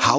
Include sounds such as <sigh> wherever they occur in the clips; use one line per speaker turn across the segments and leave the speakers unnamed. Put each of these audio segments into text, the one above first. How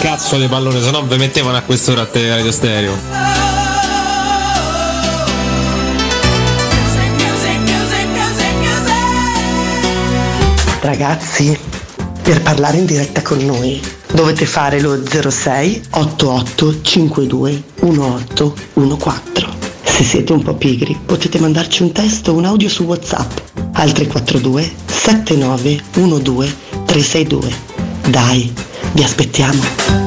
cazzo di pallone, se no vi mettevano a quest'ora a teleradio stereo.
Ragazzi, per parlare in diretta con noi dovete fare lo 06 88 52 18 14. Se siete un po' pigri potete mandarci un testo o un audio su WhatsApp al 342 79 12 362. Dai, Vi aspettiamo.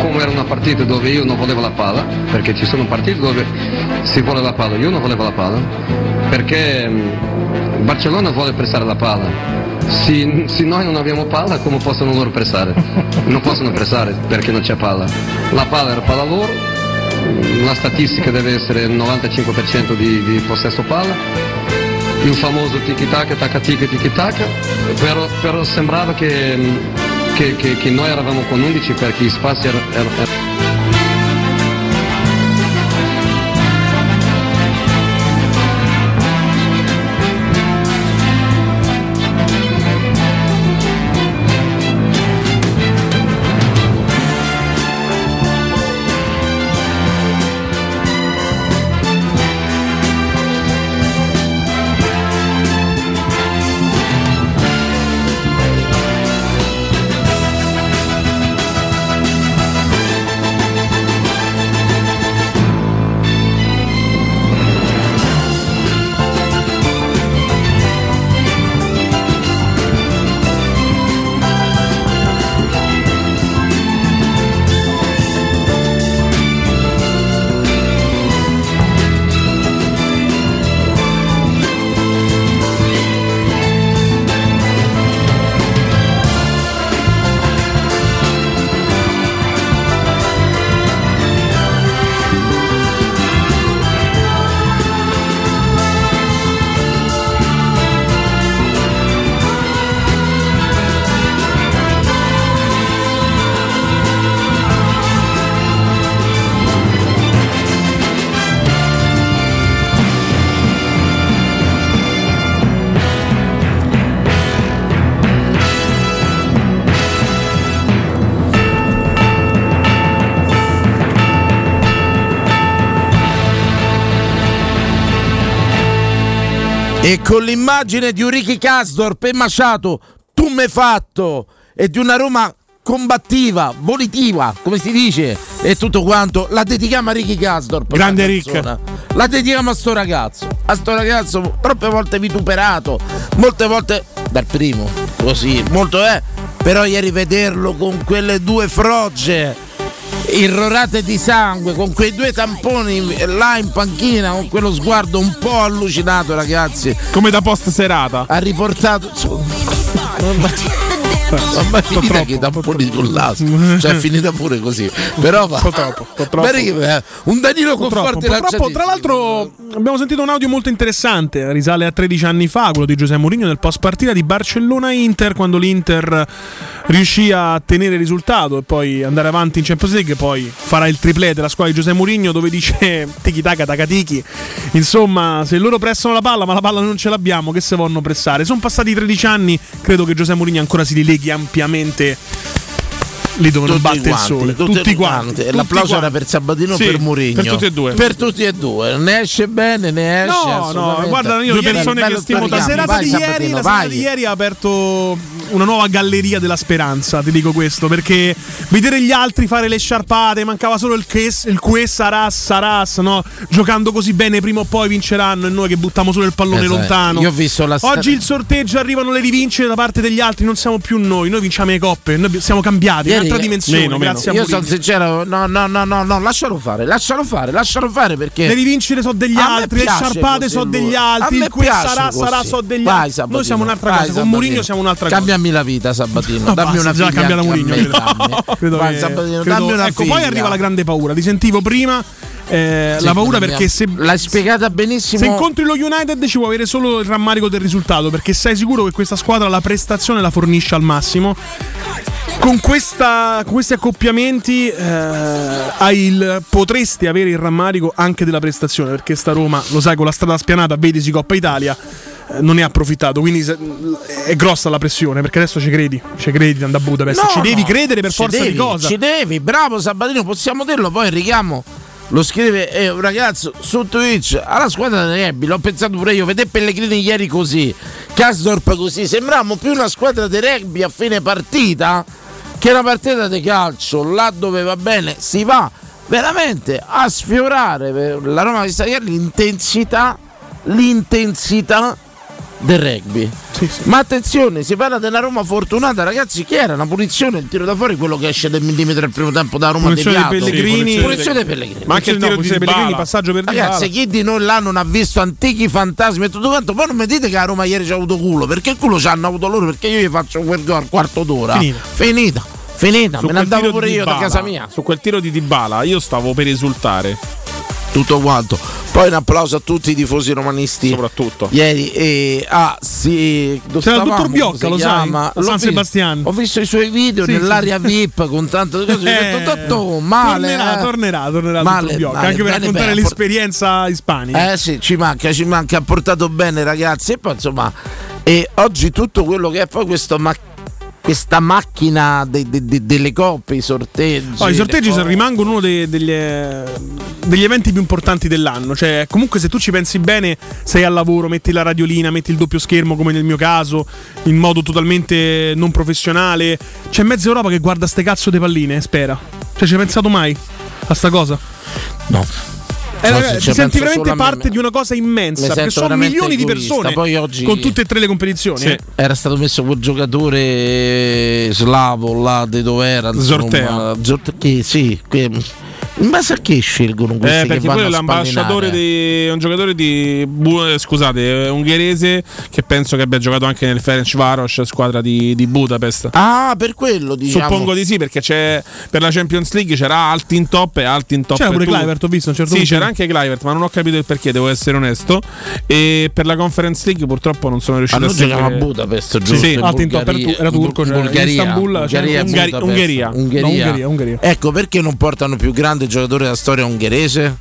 come era una partita dove io non volevo la palla, perché ci sono partite dove si vuole la palla, io non volevo la palla, perché mh, Barcellona vuole pressare la palla. Se, se noi non abbiamo palla, come possono loro pressare? Non possono pressare perché non c'è palla. La palla era palla loro, la statistica deve essere il 95% di, di possesso palla il famoso tiki-taka, taka-tika, tiki-taka, però, però sembrava che, che- che- che noi eravamo con 11 perché gli spazi erano...
E con l'immagine di un Ricky Casdorp e Maciato, tu m'hai fatto, e di una Roma combattiva, volitiva, come si dice, e tutto quanto, la dedichiamo a Ricky Casdorp.
Grande
Ricky. La dedichiamo a sto ragazzo, a sto ragazzo troppe volte vituperato, molte volte dal primo, così, molto è, però ieri vederlo con quelle due frogge irrorate di sangue con quei due tamponi là in panchina con quello sguardo un po' allucinato ragazzi come da post serata ha riportato <laughs> non ma- non ma è finita che i tamponi sull'asso cioè è finita pure così però va Ma arriva, eh, un Danilo
Purtroppo,
Conforti
purtroppo,
lanciatissimo.
tra l'altro abbiamo sentito un audio molto interessante, risale a 13 anni fa, quello di Giuseppe Mourinho nel post partita di Barcellona-Inter, quando l'Inter riuscì a tenere il risultato e poi andare avanti in Champions League, poi farà il triplete della squadra di Giuseppe Mourinho dove dice <laughs> tiki taka taka tiki, insomma se loro pressano la palla ma la palla non ce l'abbiamo, che se vanno pressare? Sono passati 13 anni, credo che Giuseppe Mourinho ancora si rileghi ampiamente lì dove non batte
quanti,
il sole, tutti, quanti.
E
tutti
L'applauso
quanti.
era per Sabatino
Sì,
o per Mourinho.
Per tutti e due.
Per tutti e due. Ne esce bene, ne esce.
No, no,
assolutamente.
guarda, io le
Bello,
persone
bello
che stimo
storico.
la serata
Vai,
di ieri,
Sabatino,
la serata
vai.
di ieri ha aperto una nuova galleria della speranza, ti dico questo, perché vedere gli altri fare le sciarpate, mancava solo il che, il que sarà, saràs, no? Giocando così bene prima o poi vinceranno e noi che buttiamo solo il pallone
Eh, sai,
lontano.
io ho visto la star-
Oggi il sorteggio arrivano le rivincite da parte degli altri, non siamo più noi, noi vinciamo le coppe, noi siamo cambiati,
Ieri-
un'altra dimensione,
Meno, meno.
grazie a
Io
Mourinho.
sono sincero, no, no, no, no, no, lascialo fare, lascialo fare, lascialo fare perché
Le rivincite so degli
A me
altri, le
piace
sciarpate
così
so
lui.
degli
A
altri,
me
il qui
piace
sarà,
così.
sarà so degli
Vai,
altri.
Sabatino,
Noi siamo un'altra
vai,
cosa, con
Sabatino.
Mourinho siamo un'altra cosa.
Cambiami la vita, Sabatino,
No,
dammi
basta,
una
bisogna
figlia.
cambiare
anche a
Mourinho,
me,
credo.
dammi.
<laughs> Credo
Vai,
che-
Sabatino,
credo-
dammi una
ecco,
figlia.
poi arriva la grande paura. Ti sentivo prima eh, la paura perché se,
l'hai spiegata benissimo.
se incontri lo United ci può avere solo il rammarico del risultato perché sei sicuro che questa squadra la prestazione la fornisce al massimo. con, questa- con questi accoppiamenti eh, hai il- potresti avere il rammarico anche della prestazione, perché sta Roma, lo sai, con la strada spianata, vedesi Coppa Italia, eh, non ne ha approfittato, quindi se- eh, è grossa la pressione, perché adesso ci credi, ci credi di andare a Budapest,
No,
ci devi
no,
credere per
ci
forza
devi,
di cosa.
Ci devi, bravo Sabatino, possiamo dirlo, poi il richiamo lo scrive eh, un ragazzo su Twitch alla squadra da rugby, l'ho pensato pure io, vedete Pellegrini ieri così, Casdorp così, sembravamo più una squadra di rugby a fine partita che una partita di calcio, là dove va bene si va veramente a sfiorare per la Roma di Stagliari l'intensità, l'intensità del rugby. Ma attenzione, si parla della Roma fortunata, ragazzi, chi era? Una punizione, il tiro da fuori, quello che esce del millimetro al primo tempo da Roma
Punizione
deviato.
di Pellegrini.
Sì, punizione di Pellegrini.
Ma anche il tiro di Pellegrini, passaggio per
Ragazzi, chi di noi là non ha visto antichi fantasmi e tutto quanto? Poi non mi dite che a Roma ieri c'ha avuto culo, perché il culo ci hanno avuto loro, perché io gli faccio quel gol al quarto d'ora.
Finita.
Finita. Finita,
Su
me ne
quel
andavo
tiro
pure
di
io da
Dybala,
casa mia.
Su quel tiro di Dybala io stavo per esultare,
Tutto quanto. Poi un applauso a tutti i tifosi romanisti.
soprattutto.
Ieri eh, ah, sì, dove
C'era il
stavamo?
dottor Biocca,
Si
lo sai?
chiama?
A
L'ho
San
visto.
Sebastiano.
Ho visto i suoi video
Sì,
nell'area VIP con tante cose. Ho detto,
<laughs> Eh,
dottor, male.
tornerà,
eh.
tornerà, tornerà
Male,
tutto il blocco,
male,
anche per
bene,
raccontare
bene,
l'esperienza ispanica.
Eh sì, ci manca, ci manca, ha portato bene ragazzi. E poi insomma, e oggi tutto quello che è poi questo ma- questa macchina de- de- de- delle coppe, i sorteggi.
Oh, I
le
sorteggi
cose.
sono- rimangono uno dei- degli, eh, degli eventi più importanti dell'anno. Cioè, comunque, se tu ci pensi bene, sei al lavoro, metti la radiolina, metti il doppio schermo, come nel mio caso, in modo totalmente non professionale. C'è mezza Europa che guarda ste cazzo di palline e spera. Cioè, ci hai pensato mai a sta cosa?
No.
Eh,
No,
ragazzi,
se ci
ti senti
penso
veramente
solo a me-
parte di una cosa
mi
immensa. Perché
sento
sono
veramente
milioni di
egoista,
persone
poi oggi-
con tutte e tre le competizioni.
Sì.
eh.
Era stato messo quel giocatore eh, slavo là di dove era insomma,
Zortea.
Zort- che, sì, che- in base a che scelgono questi
Eh,
che
perché
vanno
quello è
a
l'ambasciatore
spallinare?
di. è un giocatore di. Bu- eh, scusate, è ungherese che penso che abbia giocato anche nel Ferencvaros, squadra di, di Budapest.
Ah, per quello diciamo.
Suppongo di sì, perché c'è per la Champions League c'era Altintop e Altintop.
C'era pure
tu-
Clivert, ho visto a un certo
Sì,
punto.
c'era anche Clivert, ma non ho capito il perché, devo essere onesto. E per la Conference League purtroppo non sono
a
riuscito
noi
a
giochiamo a
seguire.
Budapest, giusto?
Sì,
in
Altintop era
Bulgaria-
tu- era turco,
in
cioè,
Bulgaria,
Istanbul, cioè,
Bulgaria,
Ungari-
Budapest.
Ungheria. No,
Ungheria, Ungheria.
Ecco perché non portano il più grande giocatore della storia ungherese?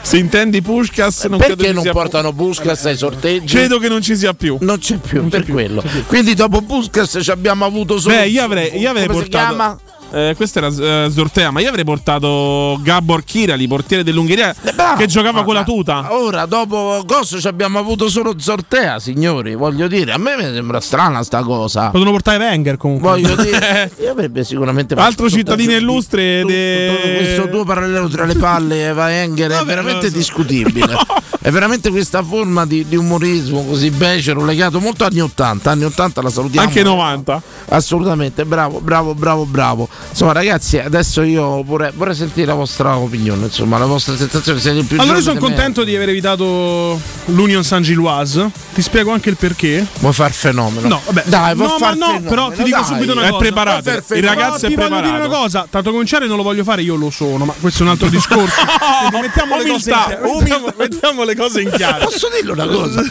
Se intendi Puskas, non credo
perché
ci
non
sia-
portano Puskas ai sorteggi?
Credo che non ci sia più.
Non c'è più, per quello. Quindi dopo Puskas ci abbiamo avuto solo
Beh, io avrei, io avrei
Come
portato.
si chiama?
Eh, questa era eh, Zortea, ma io avrei portato Gabor Kirali, portiere dell'Ungheria,
Eh, bravo,
che giocava
ma-
con la
ma-
tuta.
Ah, Ora, dopo Cosso ci abbiamo avuto solo Zortea, signori. Voglio dire, a me mi sembra strana sta cosa.
Potevano portare Wenger comunque. <laughs>
Voglio dire, io avrebbe sicuramente
Altro
fatto-
cittadino illustre
Tutto-
de-
tutto Questo tuo parallelo tra le palle e Wenger è
Vabbè,
veramente
non lo so. <laughs>
discutibile. È veramente questa forma di, di umorismo così becero legato molto agli 80. Anni 80 la salutiamo.
Anche 90.
Assolutamente, bravo, bravo, bravo, bravo. Insomma, ragazzi, adesso io vorrei, vorrei sentire la vostra opinione, insomma, la vostra sensazione. Siete più
Allora, io
giovani
sono
di me.
contento di aver evitato l'Union San Giloise. Ti spiego anche il perché.
Vuoi far fenomeno?
No, vabbè,
Dai, vuoi
no, ma
far
no,
fenomeno,
però ti dico
dai.
subito una
È
cosa.
preparato.
Vuoi far
Il
fenomeno?
ragazzo è
ti voglio dire
preparato.
una cosa, tanto cominciare non lo voglio fare, io lo sono, ma questo è un altro discorso.
<laughs>
Quindi mettiamo, le cose in
Umiltà,
chiaro.
<laughs> umiltà.
mettiamo le cose in chiaro.
Posso dirle una cosa?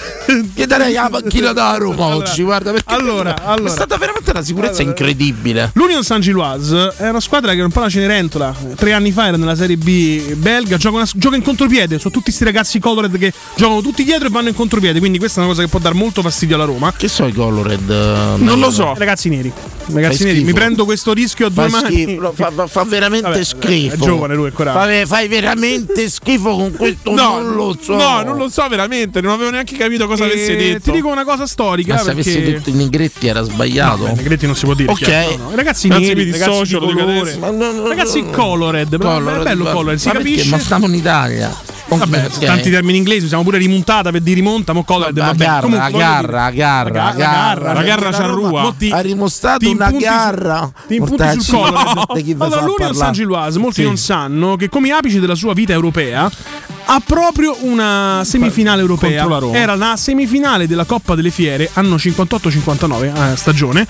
Chiederei alla panchina da Roma
Allora,
oggi, guarda, perché
allora, allora.
è stata veramente una sicurezza
Allora.
incredibile.
L'Union San Giloise è una squadra che era un po' la Cenerentola. Tre anni fa era nella Serie B belga. Gioca, una- gioca in contropiede. Sono tutti questi ragazzi colored che giocano tutti dietro e vanno in contropiede. Quindi questa è una cosa che può dar molto fastidio alla Roma.
Che so i colored?
Non lo so.
Ragazzi neri, ragazzi neri,
schifo.
mi prendo questo rischio a due
Fa,
mani.
schifo, no, fa, fa- fa veramente
Vabbè,
schifo.
eh,
è giovane lui, è coraggio.
Fa ve- Eh, Fai veramente schifo con questo. non lo so.
no, non lo so veramente, non avevo neanche capito cosa avessi
Eh,
detto.
Ti dico una cosa storica.
Ma se
perché...
avessi detto in ingretti era sbagliato.
Beh, Negretti non si può dire.
Ok.
chiaro, no, no.
Ragazzi,
Ragazzi neri,
mi
ragazzi di
dissocio, lo dico
colore.
adesso.
Ma no, no, no,
Ragazzi
no.
colored, però è bello
ma-
colored, si
ma perché?
capisce.
Ma stiamo in Italia.
Vabbè,
Ok.
tanti termini inglesi, usiamo pure rimontata per di rimonta, mo colored,
La
vabbè.
garra,
Comunque,
la
voglio dire-
garra, la garra,
La
la
garra,
garra.
la garra Ciarrua.
Mo ti-
ha dimostrato
ti
una
impunti su-
garra.
ti impunti sul
Mortacci,
collo.
di chi vi
allora
fa
l'Union San
parlare?
Giloise molti
Sì.
non sanno che come apice della sua vita europea ha proprio una semifinale europea
Contro la Roma.
era la semifinale della Coppa delle Fiere anno 58-59 eh, stagione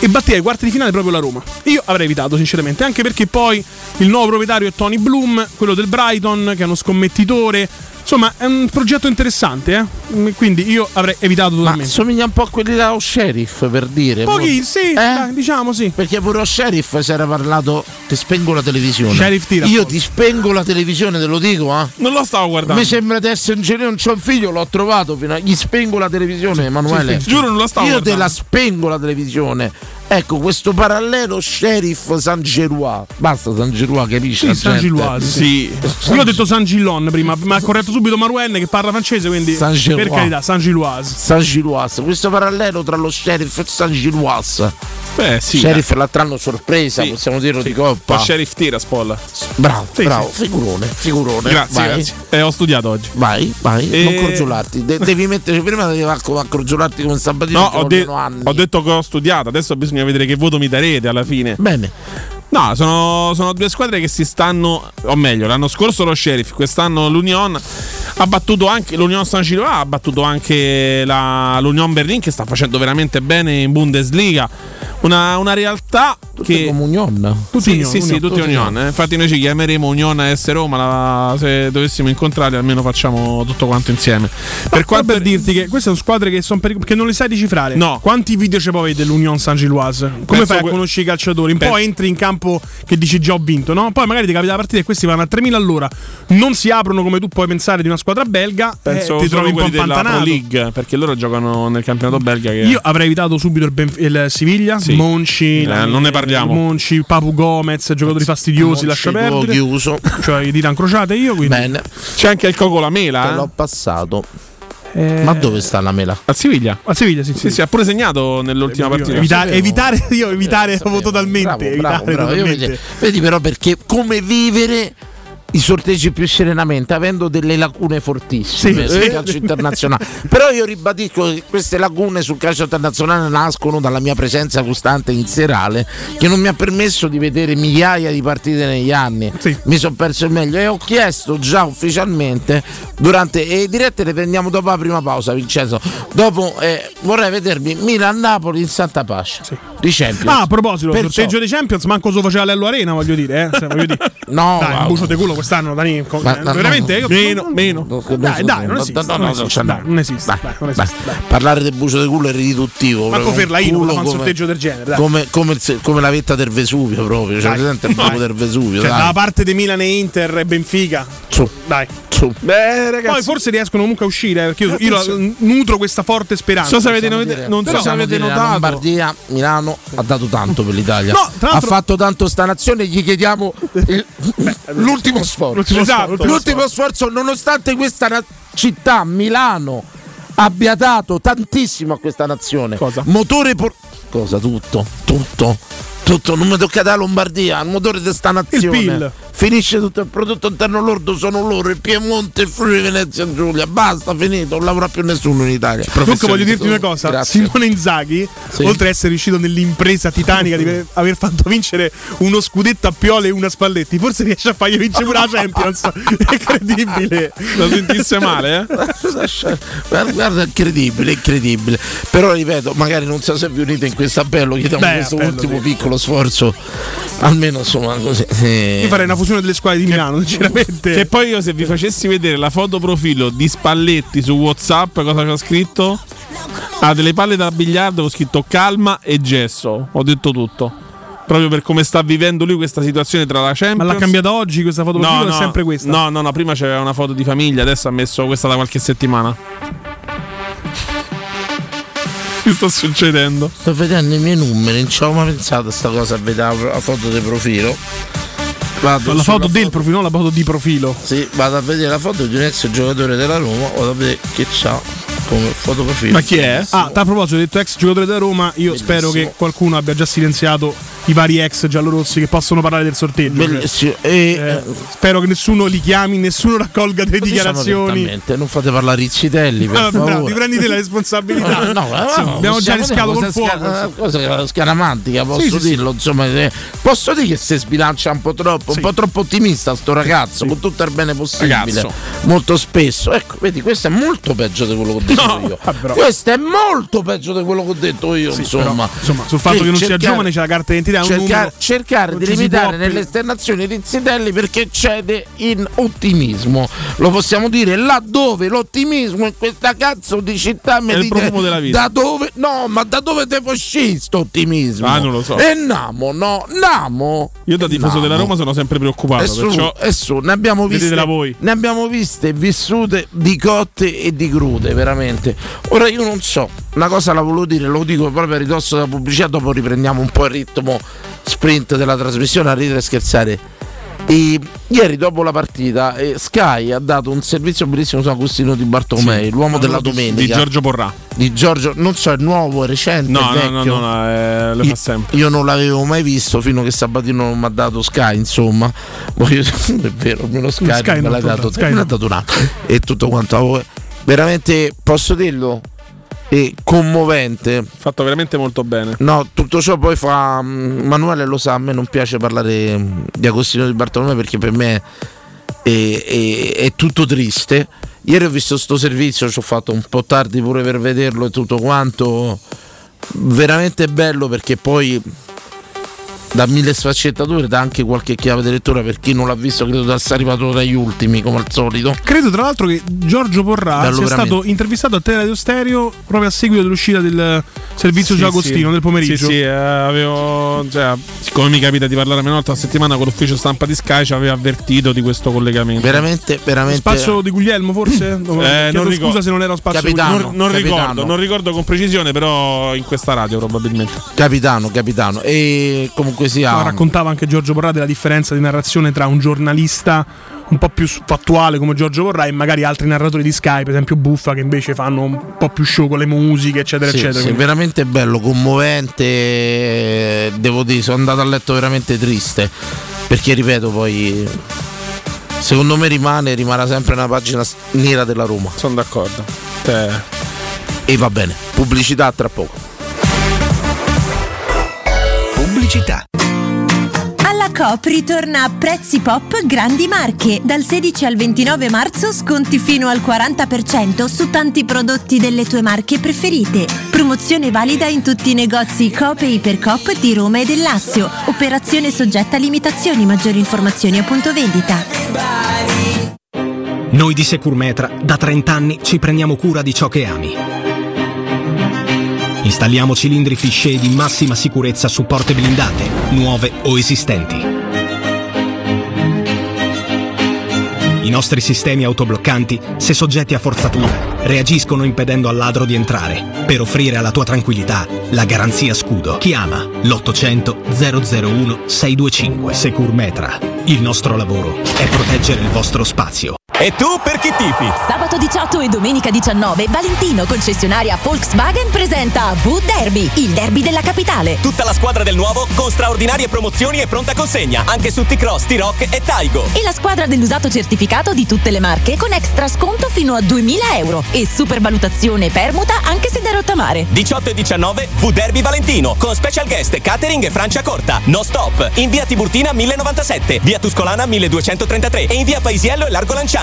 e batté ai quarti di finale proprio la Roma io avrei evitato sinceramente anche perché poi il nuovo proprietario è Tony Bloom quello del Brighton che è uno scommettitore Insomma, è un progetto interessante, eh? Mm, Quindi io avrei evitato
Ma
totalmente.
somiglia un po' a quelli là, o sheriff per dire.
Pochi,
Mo-
sì,
Eh?
dai, diciamo sì.
Perché pure lo sheriff si era parlato. Ti spengo la televisione.
Sheriff tira
Io
fuori.
ti spengo la televisione, te lo dico, eh.
Non lo stavo
A
guardando.
me sembra di essere un genio, non c'ho un figlio, l'ho trovato fino a. Gli spengo la televisione, Emanuele.
Giuro, non lo stavo
Io te
guardando.
la spengo la televisione. Ecco, questo parallelo sheriff San Gerois. Basta San Gerois, capisci? la
Sì, San
gente?
Gilloise.
Sì.
Io ho detto San Gillon prima, ma ha corretto subito Maruen che parla francese, quindi
San Gilloise.
per carità, San Gilloise.
San Girois, questo parallelo tra lo sheriff e San Girois.
Beh, sì.
sheriff l'altranno sorpresa,
Sì.
possiamo dirlo
Sì.
di coppa.
Fa sheriff Tiraspol.
Bravo,
Sì,
bravo, figurone, figurone.
Grazie,
vai.
grazie. Eh, ho studiato oggi.
Vai, vai,
E-
non crogiolarti. De- devi mettere prima devi accorgiolarti con Sabatino
No,
che
ho, de-
vogliono anni.
ho detto che ho studiato, adesso bisogna vedere che voto mi darete alla fine.
Bene.
No, sono, sono due squadre che si stanno, o meglio, l'anno scorso lo Sheriff, quest'anno l'Union ha battuto anche l'Union San Giro ha battuto anche la- l'Union Berlin che sta facendo veramente bene in Bundesliga. Una, una realtà che
Comunion.
Tutti
sì,
Union,
sì, sì,
Union.
tutti Union. eh. Infatti noi ci chiameremo Union AS Roma, la- se dovessimo incontrarli almeno facciamo tutto quanto insieme. Per
Per qua
quanto
per dirti che queste sono squadre che, son per- che non le sai decifrare.
No.
Quanti <laughs> video ci puoi vedere dell'Union San Gilloise? Come
Penso
fai a
que-
conoscere i calciatori? Un
Penso-
po' entri in campo che dici già ho vinto, no? Poi magari ti capita la partita e questi vanno a 3000 all'ora. Non si aprono come tu puoi pensare di una squadra belga.
penso
eh,
solo
ti trovi un po'
quelli della Pro
impantanato.
League, perché loro giocano nel campionato belga che
Io avrei evitato subito il, Benf- il Siviglia,
Sì.
Monci,
Eh,
la-
non ne parliamo.
Monci, Papu Gomez, giocatori fastidiosi, lascia
Ho
perdere.
chiuso.
Cioè, i dita incrociate io, quindi
Bene,
c'è anche il Coco la
te
Mela,
l'ho
eh? Ah,
passato.
Eh,
Ma dove sta la mela?
a Siviglia.
a Siviglia sì, sì.
Sì, sì, ha pure segnato nell'ultima
Io-
partita.
evita-
Sapevo.
evitare, io evitare
Eh,
proprio
sapevo.
totalmente.
Bravo, bravo,
evitare
bravo. Io
totalmente.
vedi, vedi però perché come vivere i sorteggi più serenamente avendo delle lacune fortissime
Sì,
sul
sì.
calcio
<laughs>
internazionale però io ribadisco che queste lacune sul calcio internazionale nascono dalla mia presenza costante in serale che non mi ha permesso di vedere migliaia di partite negli anni
Sì.
mi sono perso il meglio e ho chiesto già ufficialmente durante e le dirette le prendiamo dopo la prima pausa Vincenzo dopo eh, vorrei vedermi Milan-Napoli in Santa Pace di Champions
Ah, a proposito,
Perciò-
sorteggio dei Champions, manco solo faceva l'Ello Arena, voglio dire. Eh. Cioè, voglio dire.
<laughs> No,
dai,
wow.
un bucio di culo quest'anno, Dani. co-
Ma- ma-
veramente? Io,
no. Meno,
meno. Dai, dai, non
No,
esiste.
no, no,
non
no,
esiste,
no.
dai, non esiste,
Dai,
dai, non
dai.
esiste, dai.
Parlare del bucio di culo è riduttivo.
Manco
proprio,
Ferlaino
un
fa un
culo
sorteggio del genere, dai.
Come, come il se- come la vetta del Vesuvio, proprio. Cioè,
Dai,
presente il
dai.
buco del Vesuvio.
Cioè,
dai.
dalla parte di Milan e Inter e Benfica.
Su,
Dai.
su.
Beh,
Poi
ragazzi,
forse riescono comunque a uscire, eh, perché io, io la- nutro questa forte speranza.
non so se avete, non so se
Possiamo
avete
dire, la
notato.
Lombardia, Milano ha dato tanto per l'Italia.
No, tra
ha
l'altro-
fatto tanto sta nazione. Gli chiediamo
<laughs>
il- l'ultimo sforzo.
L'ultimo
Esatto,
sforzo.
l'ultimo sforzo, nonostante questa na- città, Milano, abbia dato tantissimo a questa nazione.
Cosa?
Motore por- Cosa? Tutto, tutto. Tutto, non mi tocca da Lombardia, il motore di sta nazione.
Il PIL.
Finisce tutto il prodotto interno lordo, sono loro, il Piemonte, il Friuli, Venezia, Giulia. Basta, finito, non lavora più nessuno in Italia.
Comunque voglio dirti una cosa,
Grazie.
Simone Inzaghi,
Sì.
oltre a essere riuscito nell'impresa titanica di aver fatto vincere uno scudetto a Piole e una Spalletti, forse riesce a fargli vincere pure la Champions.
<laughs>
È credibile.
Lo sentisse
<laughs>
male, eh?
Guarda, <laughs> guarda, è incredibile, è incredibile. Però ripeto, magari non so se vi unite in questo appello, chiediamo
Beh,
questo
appello,
ultimo
sì.
piccolo sforzo. Almeno insomma così. eh.
Io farei una fusione delle squadre di Milano, sinceramente.
Che poi io se vi facessi vedere la foto profilo di Spalletti su Whatsapp, cosa c'ha scritto? Ha delle palle da biliardo, ho scritto calma e gesso. Ho detto tutto. Proprio per come sta vivendo lui questa situazione tra la Champions.
Ma l'ha cambiata oggi questa foto
No,
profilo?
no,
è sempre questa.
No, no, no, prima c'era una foto di famiglia, adesso ha messo questa da qualche settimana. Che sta succedendo?
Sto vedendo i miei numeri, non ci avevo mai pensato a sta cosa a vedere la foto di profilo. Vado
La
sulla
foto del profilo, non la foto di profilo.
Sì, vado a vedere la foto di un ex giocatore della Roma, vado a vedere che c'ha come foto profilo.
Ma chi è?
Ah, a proposito, ho detto ex giocatore della Roma. Io spero
Bellissimo.
che qualcuno abbia già silenziato i vari ex giallorossi che possono parlare del sorteggio.
Bellissimo. E,
Eh,
eh,
spero che nessuno li chiami, nessuno raccolga delle
diciamo
dichiarazioni.
lentamente, Non fate parlare i Rizzitelli, per
Ah, bravo,
favore.
ti prenditi la responsabilità.
No, no, no,
Sì,
no,
abbiamo già
Ah, possiamo eh,
rischiato
dire,
col
cosa
fuoco.
sca- cosa scaramantica, posso
sì, sì.
dirlo. Insomma, eh, posso dire che si sbilancia un po' troppo,
Sì.
un po' troppo ottimista sto ragazzo, con tutto il bene possibile.
Ragazzo.
Molto spesso. Ecco, vedi, questo è molto peggio di quello che ho detto io.
Ah,
ah,
Questo è molto peggio di quello che ho detto io, insomma.
Insomma, sul fatto che non sia
cercare-
giovane c'è la carta dà un
cercare,
numero.
cercare
Non
di
ci si
limitare
può
nelle esternazioni Rizzidelli perché cede in ottimismo. Lo possiamo dire laddove l'ottimismo in questa cazzo di città mi
È il
dite
profumo della vita.
Da dove? No, ma da dove te fosci sto ottimismo?
Ah, non lo so.
E Namo, no, Namo.
Io da tifoso
Namo.
della Roma sono sempre preoccupato.
E su,
perciò
e su, ne abbiamo viste,
vedetela voi.
ne abbiamo viste, vissute di cotte e di crude, veramente. Ora io non so, una cosa la volevo dire, lo dico proprio a ridosso della pubblicità, dopo riprendiamo un po' il ritmo sprint della trasmissione, a ridere e scherzare. E ieri dopo la partita eh, Sky ha dato un servizio bellissimo su Agostino Di Bartolomei, l'uomo della
di-
domenica
Di Giorgio Borrà.
di Giorgio, non so, è nuovo, è recente,
No,
è
no, no,
vecchio.
no, no, eh, lo
Io-
fa sempre.
Io non l'avevo mai visto fino che Sabatino non mi ha dato Sky, insomma. Voglio <laughs> è vero, almeno Sky,
Sky
non me
non
l'ha
torna,
dato,
Sky
me l'ha
no.
dato un altro. E tutto quanto. avevo- Veramente, posso dirlo? È commovente.
Fatto veramente molto bene.
No, tutto ciò poi fa. mh, Manuele lo sa, a me non piace parlare mh, di Agostino di Bartolomeo perché per me è, è- è tutto triste. Ieri ho visto sto servizio, ci ho fatto un po' tardi pure per vederlo e tutto quanto. Veramente bello perché poi da mille sfaccettature dà anche qualche chiave di lettura per chi non l'ha visto, credo dal sia arrivato dagli ultimi come al solito.
Credo tra l'altro che Giorgio Borrà
Bello
sia
veramente.
stato intervistato a Teleradio Stereo proprio a seguito dell'uscita del servizio
Sì,
Giagostino
sì.
nel pomeriggio.
Sì, sì, eh, avevo. Cioè, siccome mi capita di parlare almeno una volta a settimana con l'ufficio stampa di Sky, ci aveva avvertito di questo collegamento.
Veramente, veramente.
Spazio di Guglielmo forse? No,
Eh,
chiedo
non ricordo.
scusa se non era spazio di
Capitano.
Guglielmo.
Non, non
capitano.
ricordo, non ricordo con precisione, però in questa radio probabilmente.
Capitano, capitano. E comunque sia.
Ma raccontava anche Giorgio Borrà della differenza di narrazione tra un giornalista un po' più fattuale come Giorgio Borrà e magari altri narratori di Sky, per esempio Buffa, che invece fanno un po' più show con le musiche, eccetera,
Sì,
eccetera.
sì,
Quindi-
veramente bello, commovente. Devo dire, sono andato a letto veramente triste. Perché ripeto, poi. Secondo me rimane, rimarrà sempre una pagina s- nera della Roma.
Sono d'accordo. Cioè,
E va bene. Pubblicità tra poco.
Pubblicità.
Alla Coop ritorna a prezzi pop grandi marche. Dal 16 al 29 marzo sconti fino al 40% su tanti prodotti delle tue marche preferite. Promozione valida in tutti i negozi Coop e Ipercoop di Roma e del Lazio. Operazione soggetta a limitazioni. Maggiori informazioni a punto vendita.
Noi di Securmetra da 30 anni ci prendiamo cura di ciò che ami. Installiamo cilindri fisce di massima sicurezza su porte blindate, nuove o esistenti. I nostri sistemi autobloccanti, se soggetti a forzatura, reagiscono impedendo al ladro di entrare, per offrire alla tua tranquillità la garanzia scudo. Chiama l'800 001 625 Securmetra. Il nostro lavoro è proteggere il vostro spazio.
E tu per chi tifi?
Sabato 18 e domenica 19 Valentino concessionaria Volkswagen presenta V-Derby, il derby della capitale.
Tutta la squadra del nuovo con straordinarie promozioni e pronta consegna anche su T-Cross, T-Rock e Taigo.
e la squadra dell'usato certificato di tutte le marche con extra sconto fino a 2000 euro e supervalutazione permuta anche se da rottamare.
18 e 19 V Derby Valentino con special guest catering e Francia Corta. No stop. In via Tiburtina 1097, via Tuscolana 1233 e in via Paisiello e Largo Lanciani.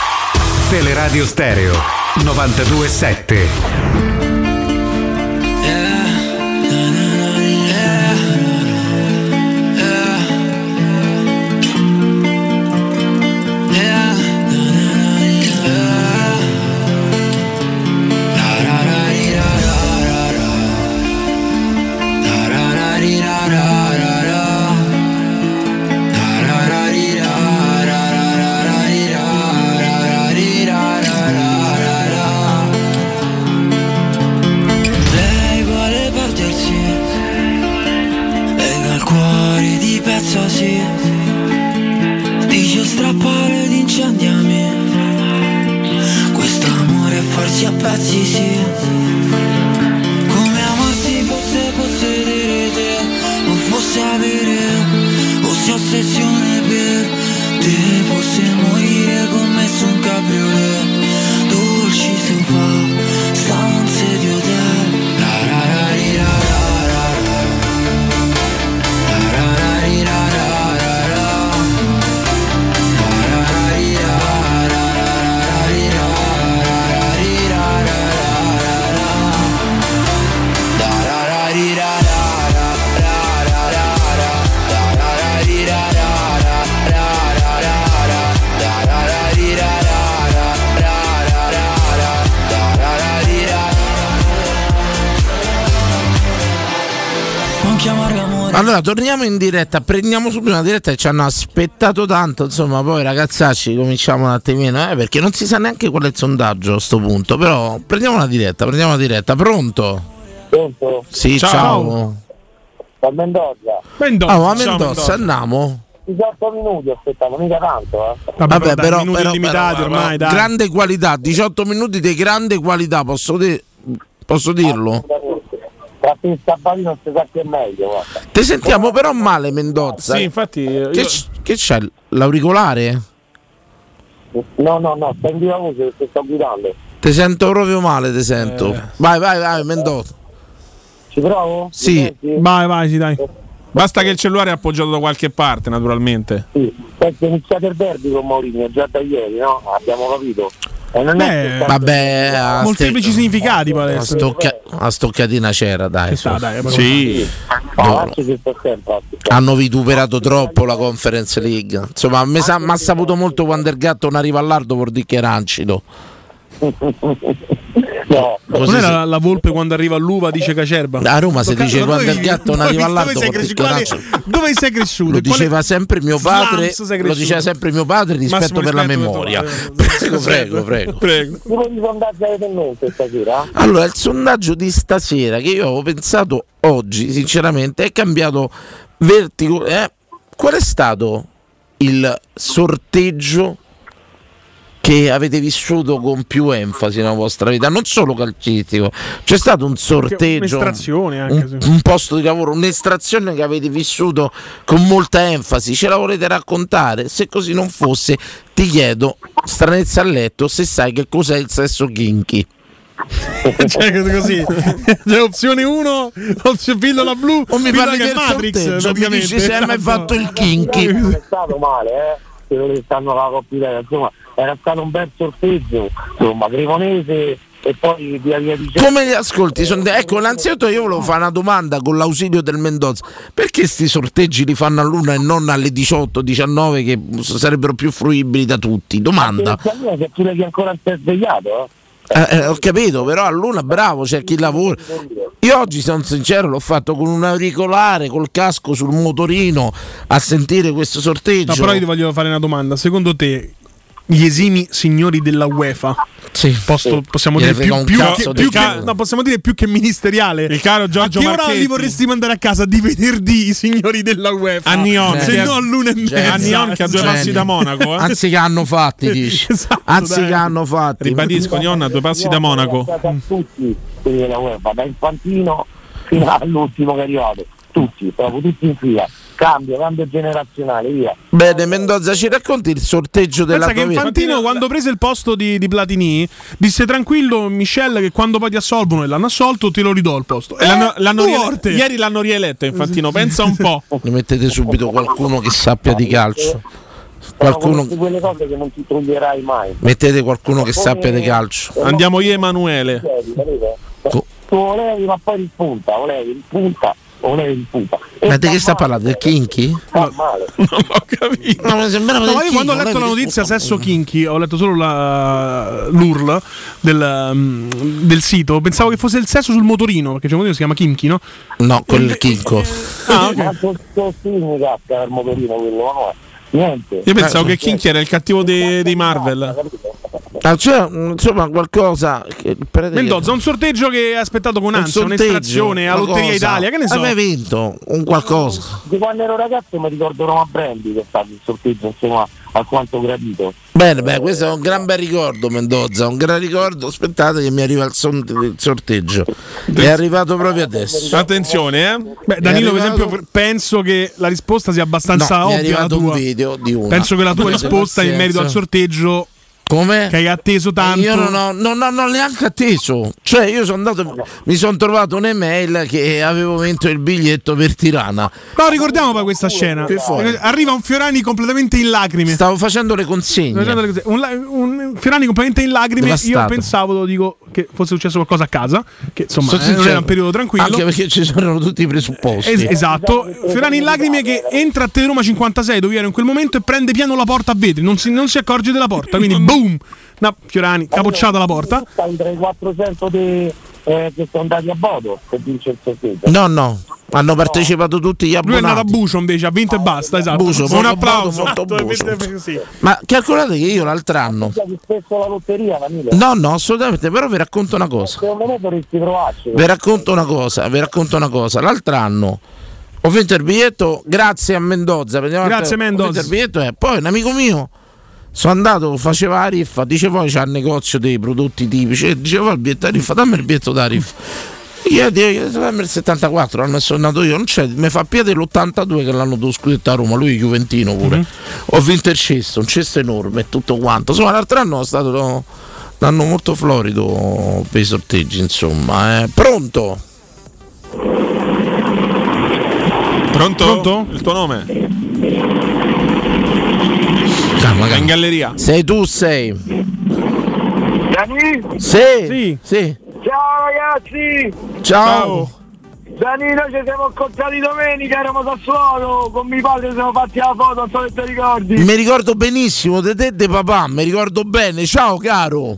Teleradio Stereo 927.
Lei vuole perdersi E dal cuore di pezzo sì Dice strappare ed incendiami Quest'amore è farsi a pezzi sì Come amarsi fosse possedere te Non fosse avere si ossessione per te fosse morire come su un cabriolet dolci se un fa stanze di hotel La ra ra ri ra ra ra ra. La ra ra ri ra ra ra ra. La ra ra ri ra ra ra ra ri ra ra ra ri ra ra ra ra ra. La ra ra ri ra ra ra ra ra ra ra. La ra ra ri ra ra ra ra ra ra ra. La ra ra ri ra ra ra ra ra ra ra. La ra ra ri ra. Non chiamarla amore.
Allora torniamo in diretta, prendiamo subito una diretta che ci hanno aspettato tanto, insomma poi ragazzacci cominciamo un attimino, eh, perché non si sa neanche qual è il sondaggio a sto punto, però prendiamo una diretta, prendiamo una diretta, pronto?
Pronto?
Sì, ciao.
Da Mendoza.
Mendoza, Oh, a ciao, Mendoza, Mendoza. andiamo.
18 minuti aspettavo, mica tanto. Eh.
Vabbè, però, però- però- però- grande qualità, 18 minuti di grande qualità, posso, de- posso dirlo?
Tra pista e non si sa che è meglio, guarda.
Ti sentiamo però male Mendoza. eh.
Sì, infatti, io-
Che, c- che c'è? L'auricolare?
No, no, no, sta in via voce perché sto guidando.
Ti sento proprio male, ti sento. Vai, vai, vai, Mendoza.
Ci provo?
Sì.
Vai, vai, sì, dai. Basta che il cellulare è appoggiato da qualche parte, naturalmente.
Perché iniziate il derby con Mourinho già da ieri, no? Abbiamo capito. E non è che sta-
vabbè, a
molteplici
ste-
Certo. significati,
a
palestra.
stocca- a stoccatina c'era, dai.
sa,
su.
dai, è
Sì.
Avanti che sto sempre.
Hanno vituperato troppo la Conference League. Insomma, mi sa- m'ha saputo molto quando il gatto non arriva all'ardo vuol dire che era <laughs> ancido.
No,
non era la, la volpe quando arriva all'uva dice cacerba.
A Roma si dice quando il gatto non arriva all'ardo
Dove sei
vuol dire
cresciuto?
che
Quale- dove sei cresciuto?
Lo
Quale-
diceva sempre mio padre,
Slams sei
lo
cresciuto?
diceva sempre mio padre rispetto
Massimo
per la
rispetto per
memoria. <laughs> Prego, prego, prego.
Tipo di sondaggio avete in mente stasera?
Allora, il sondaggio di stasera che io avevo pensato oggi, sinceramente, è cambiato vertigo. eh. Qual è stato il sorteggio che avete vissuto con più enfasi nella vostra vita? Non solo calcistico, c'è stato un sorteggio,
un'estrazione anche,
un,
sì.
un posto di lavoro, un'estrazione che avete vissuto con molta enfasi. Ce la volete raccontare? Se così non fosse, ti chiedo, stranezza a letto, se sai che cos'è il sesso kinky.
<laughs> cioè, così. <laughs> C'è opzione 1, opzione pillola blu,
Eh, O mi
pillola
parli
che è
del
Matrix, Cioè,
sorteggio, Certo, mi
praticamente.
dici se hai mai fatto il
Non è stato male, eh? Quello che stanno la Coppa Italia, insomma, era stato un bel sorteggio, insomma, Cremonese e poi via via di
Come li ascolti? Sono de- Ecco, innanzitutto io volevo fare una domanda con l'ausilio del Mendoza. Perché sti sorteggi li fanno all'una e non alle 18, 19 che sarebbero più fruibili da tutti? Domanda.
Allora, c'è pure chi ancora non si è svegliato, eh?
Eh, eh, ho capito, però all'una bravo, c'è chi lavora. Io oggi sono sincero, l'ho fatto con un auricolare, col casco sul motorino a sentire questo sorteggio.
No, però io ti voglio fare una domanda. Secondo te gli esimi signori della UEFA
Sì.
Posso- possiamo
Gliene
dire
frega
più, più
un cazzo
che,
del
più che-
cazzo.
no, possiamo dire più che ministeriale. Il caro
Giorgio
a che ora
Marchetti.
li vorresti mandare a casa di venerdì i signori della UEFA?
A Nyon,
se
che-
no all'una e
Genio.
mezza.
A Nyon che ha due
Genio.
passi da Monaco, eh. Esatto,
Anzi che
<laughs>
hanno fatti, dici. Anzi
dai.
che hanno fatti.
Ribadisco, Nion, ha due passi da Monaco.
È stata a tutti quelli della UEFA, da Infantino fino all'ultimo che è arrivato, tutti, proprio tutti in fila. Cambio, cambio generazionale, via.
Bene, Mendoza, ci racconti il sorteggio della
Pensa che
tua vita?
Infantino quando prese il posto di, di Platini disse tranquillo Michel che quando poi ti assolvono e l'hanno assolto te lo ridò il posto.
E l'hanno- l'hanno riele-
morte.
ieri l'hanno rieletto, Infantino, pensa un po'.
<laughs> Ne mettete subito qualcuno che sappia di calcio.
Sono
Qualcuno,
quelle- quelle cose che non ti toglierai mai.
mettete qualcuno che sappia di calcio.
Andiamo io, Emanuele.
Volevi, capito? Tu volevi ma poi rispunta, volevi rispunta, volevi rispunta.
Ma di che sta parlando? Del Kinky?
Fa
Ah.
male.
No, ma sembrava
No,
del
ma io quando ho
Kinky,
letto la
volevi-
notizia Sesso Kinky, ho letto solo la- l'URL del, mm, del sito, pensavo che fosse il sesso sul motorino, perché c'è un motorino che si chiama Kinky, no? Eh,
No, quel Kinko.
Ah, ok.
Ma sono stimi cazzo al motorino quello, ma no, niente.
Io pensavo che Kinky era il cattivo de- dei Marvel.
Ah, c'è mm, insomma qualcosa che
Mendoza, un sorteggio che ha aspettato con ansia, un'estrazione a Lotteria Italia, che ne so.
Hai vinto un qualcosa.
Di quando ero ragazzo mi ricordo Roma Brandi che è stato il sorteggio insomma alquanto gradito.
Bene, beh, questo è un gran bel ricordo, Mendoza, un gran ricordo. Aspettate che mi arriva il, son- il sorteggio. È arrivato proprio adesso.
Attenzione, eh.
Beh, Danilo, per esempio, pre- penso che la risposta sia abbastanza
No, mi è
ovvia. la
arrivato un
tua.
video di una.
Penso che la tua
Abbiate
risposta in merito al
pazienza.
sorteggio
Come? Eh,
che hai atteso tanto.
Io non ho, non, non ho neanche atteso. Cioè, io sono andato. Mi sono trovato un'email che avevo vinto il biglietto per Tirana.
No, ricordiamo poi questa scena.
Che fuori.
Arriva un Fiorani completamente in lacrime.
Stavo facendo le consegne.
Facendo le cose- Un, la- un Fiorani completamente in lacrime. Io
Devastato.
pensavo, lo dico, che fosse successo qualcosa a casa. Che insomma,
Sono
eh, non
sincero.
era un periodo tranquillo.
Anche perché ci sono tutti i presupposti.
Es- esatto, Fiorani in lacrime che entra a Teleroma 56 dove io ero in quel momento e prende piano la porta a vetri, non si, non si accorge della porta, quindi boom! No, Fiorani, capocciata la porta.
Stai tra i 400 di, eh, che sono andati a Bodo per vincere il sorteggio.
No, no, Mm. hanno partecipato tutti gli
Lui è
abbonati.
andato a Bucio invece, ha vinto e basta, esatto.
Bucio,
un
molto
applauso.
Bucio, molto
Esatto, sì.
Ma calcolate che io l'altro anno.
Sai che spesso la lotteria, Danilo.
No, no, assolutamente, però vi racconto una cosa.
Secondo me dovresti provarci.
Vi racconto una cosa, vi racconto una cosa. L'altro anno ho vinto il biglietto grazie a Mendoza. Grazie
Grazie, Mendoza.
Ho vinto il biglietto e poi un amico mio sono andato, faceva la riffa, dice poi c'è il negozio dei prodotti tipici e diceva il biglietto da riffa, dammi il biglietto da riffa. Io dico, dammi il 74, l'anno sono nato io, non c'è, mi fa piacere l'82 che l'hanno dello scudetto a Roma, lui è Juventino pure.
Mhm.
Ho vinto il cesto, un cesto enorme e tutto quanto. Insomma, l'altro anno è stato un anno molto florido per i sorteggi, insomma. eh. Pronto?
Pronto? Il tuo nome?
Calma,
È in galleria.
Sei tu, sei.
Dani?
Sì. Sì.
Ciao ragazzi!
Ciao.
Danilo ci siamo incontrati domenica, eravamo a Sassuolo, con mio padre ci siamo fatti la foto, non so se ti ricordi.
Mi ricordo benissimo di te e di papà, mi ricordo bene. Ciao caro.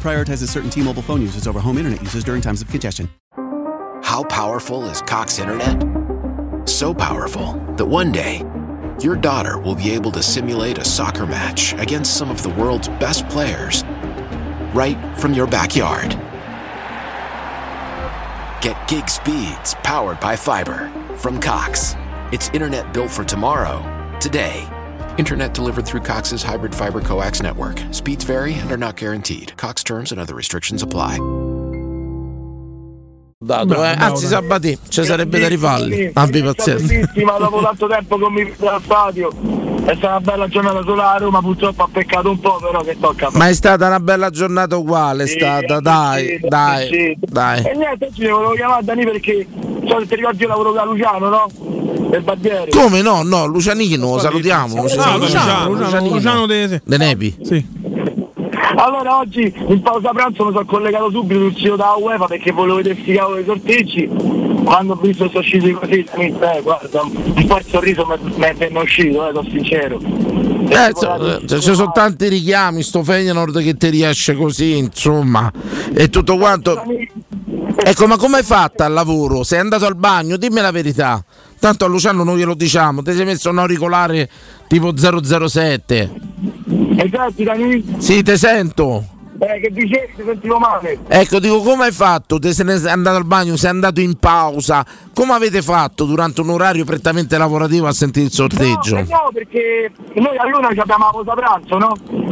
prioritizes certain T-Mobile phone users over home internet users during times of congestion.
How powerful is Cox Internet? So powerful that one day your daughter will be able to simulate a soccer match against some of the world's best players right from your backyard. Get gig speeds powered by fiber from Cox. It's internet built for tomorrow, today. Internet delivered through Cox's hybrid fiber coax network. Speeds vary and are not guaranteed. Cox terms and other restrictions apply.
Dato,
Bravo,
eh.
bravo,
Anzi,
bravo.
Sabatì, ci sarebbe da rifarli. Ah,
Sì,
Abbi
è stato
pazienza.
bellissima, dopo tanto tempo che mi vedo al stadio. È stata una bella giornata sola a Roma, purtroppo ha peccato un po', però che tocca
Ma è stata una bella giornata uguale, è stata, dai, dai, dai.
E niente, oggi le volevo chiamare Dani perché non so se ti ricordi io lavoro da Luciano, no? Per Barbieri.
Come no, no, Lucianino, salutiamo.
No,
Luciano,
Luciano, Luciano, Luciano
De, Nepi.
Allora oggi in pausa pranzo mi sono collegato subito sul sito da UEFA perché volevo vedere sti cavolo dei sorteggi. Quando ho visto sono usciti così, mi eh, guarda, un po' il sorriso mi mi è ben uscito, eh, sono sincero.
Eh, insomma, eh, ci sono tanti richiami, sto Feyenoord che ti riesce così, insomma, e tutto quanto. Ecco, ma com'hai fatta al lavoro? Sei andato al bagno? Dimmi la verità. Tanto a Luciano noi glielo diciamo, ti sei messo un auricolare tipo 007.
Esatto, Dani?
Sì, ti sento.
Eh, che dicevi, ti sentivo male. Eh,
Ecco, dico, come hai fatto? Te se ne sei andato al bagno, sei andato in pausa. Come avete fatto durante un orario prettamente lavorativo a sentire il sorteggio?
Eh, No, perché noi a luna ci abbiamo la pausa pranzo, no?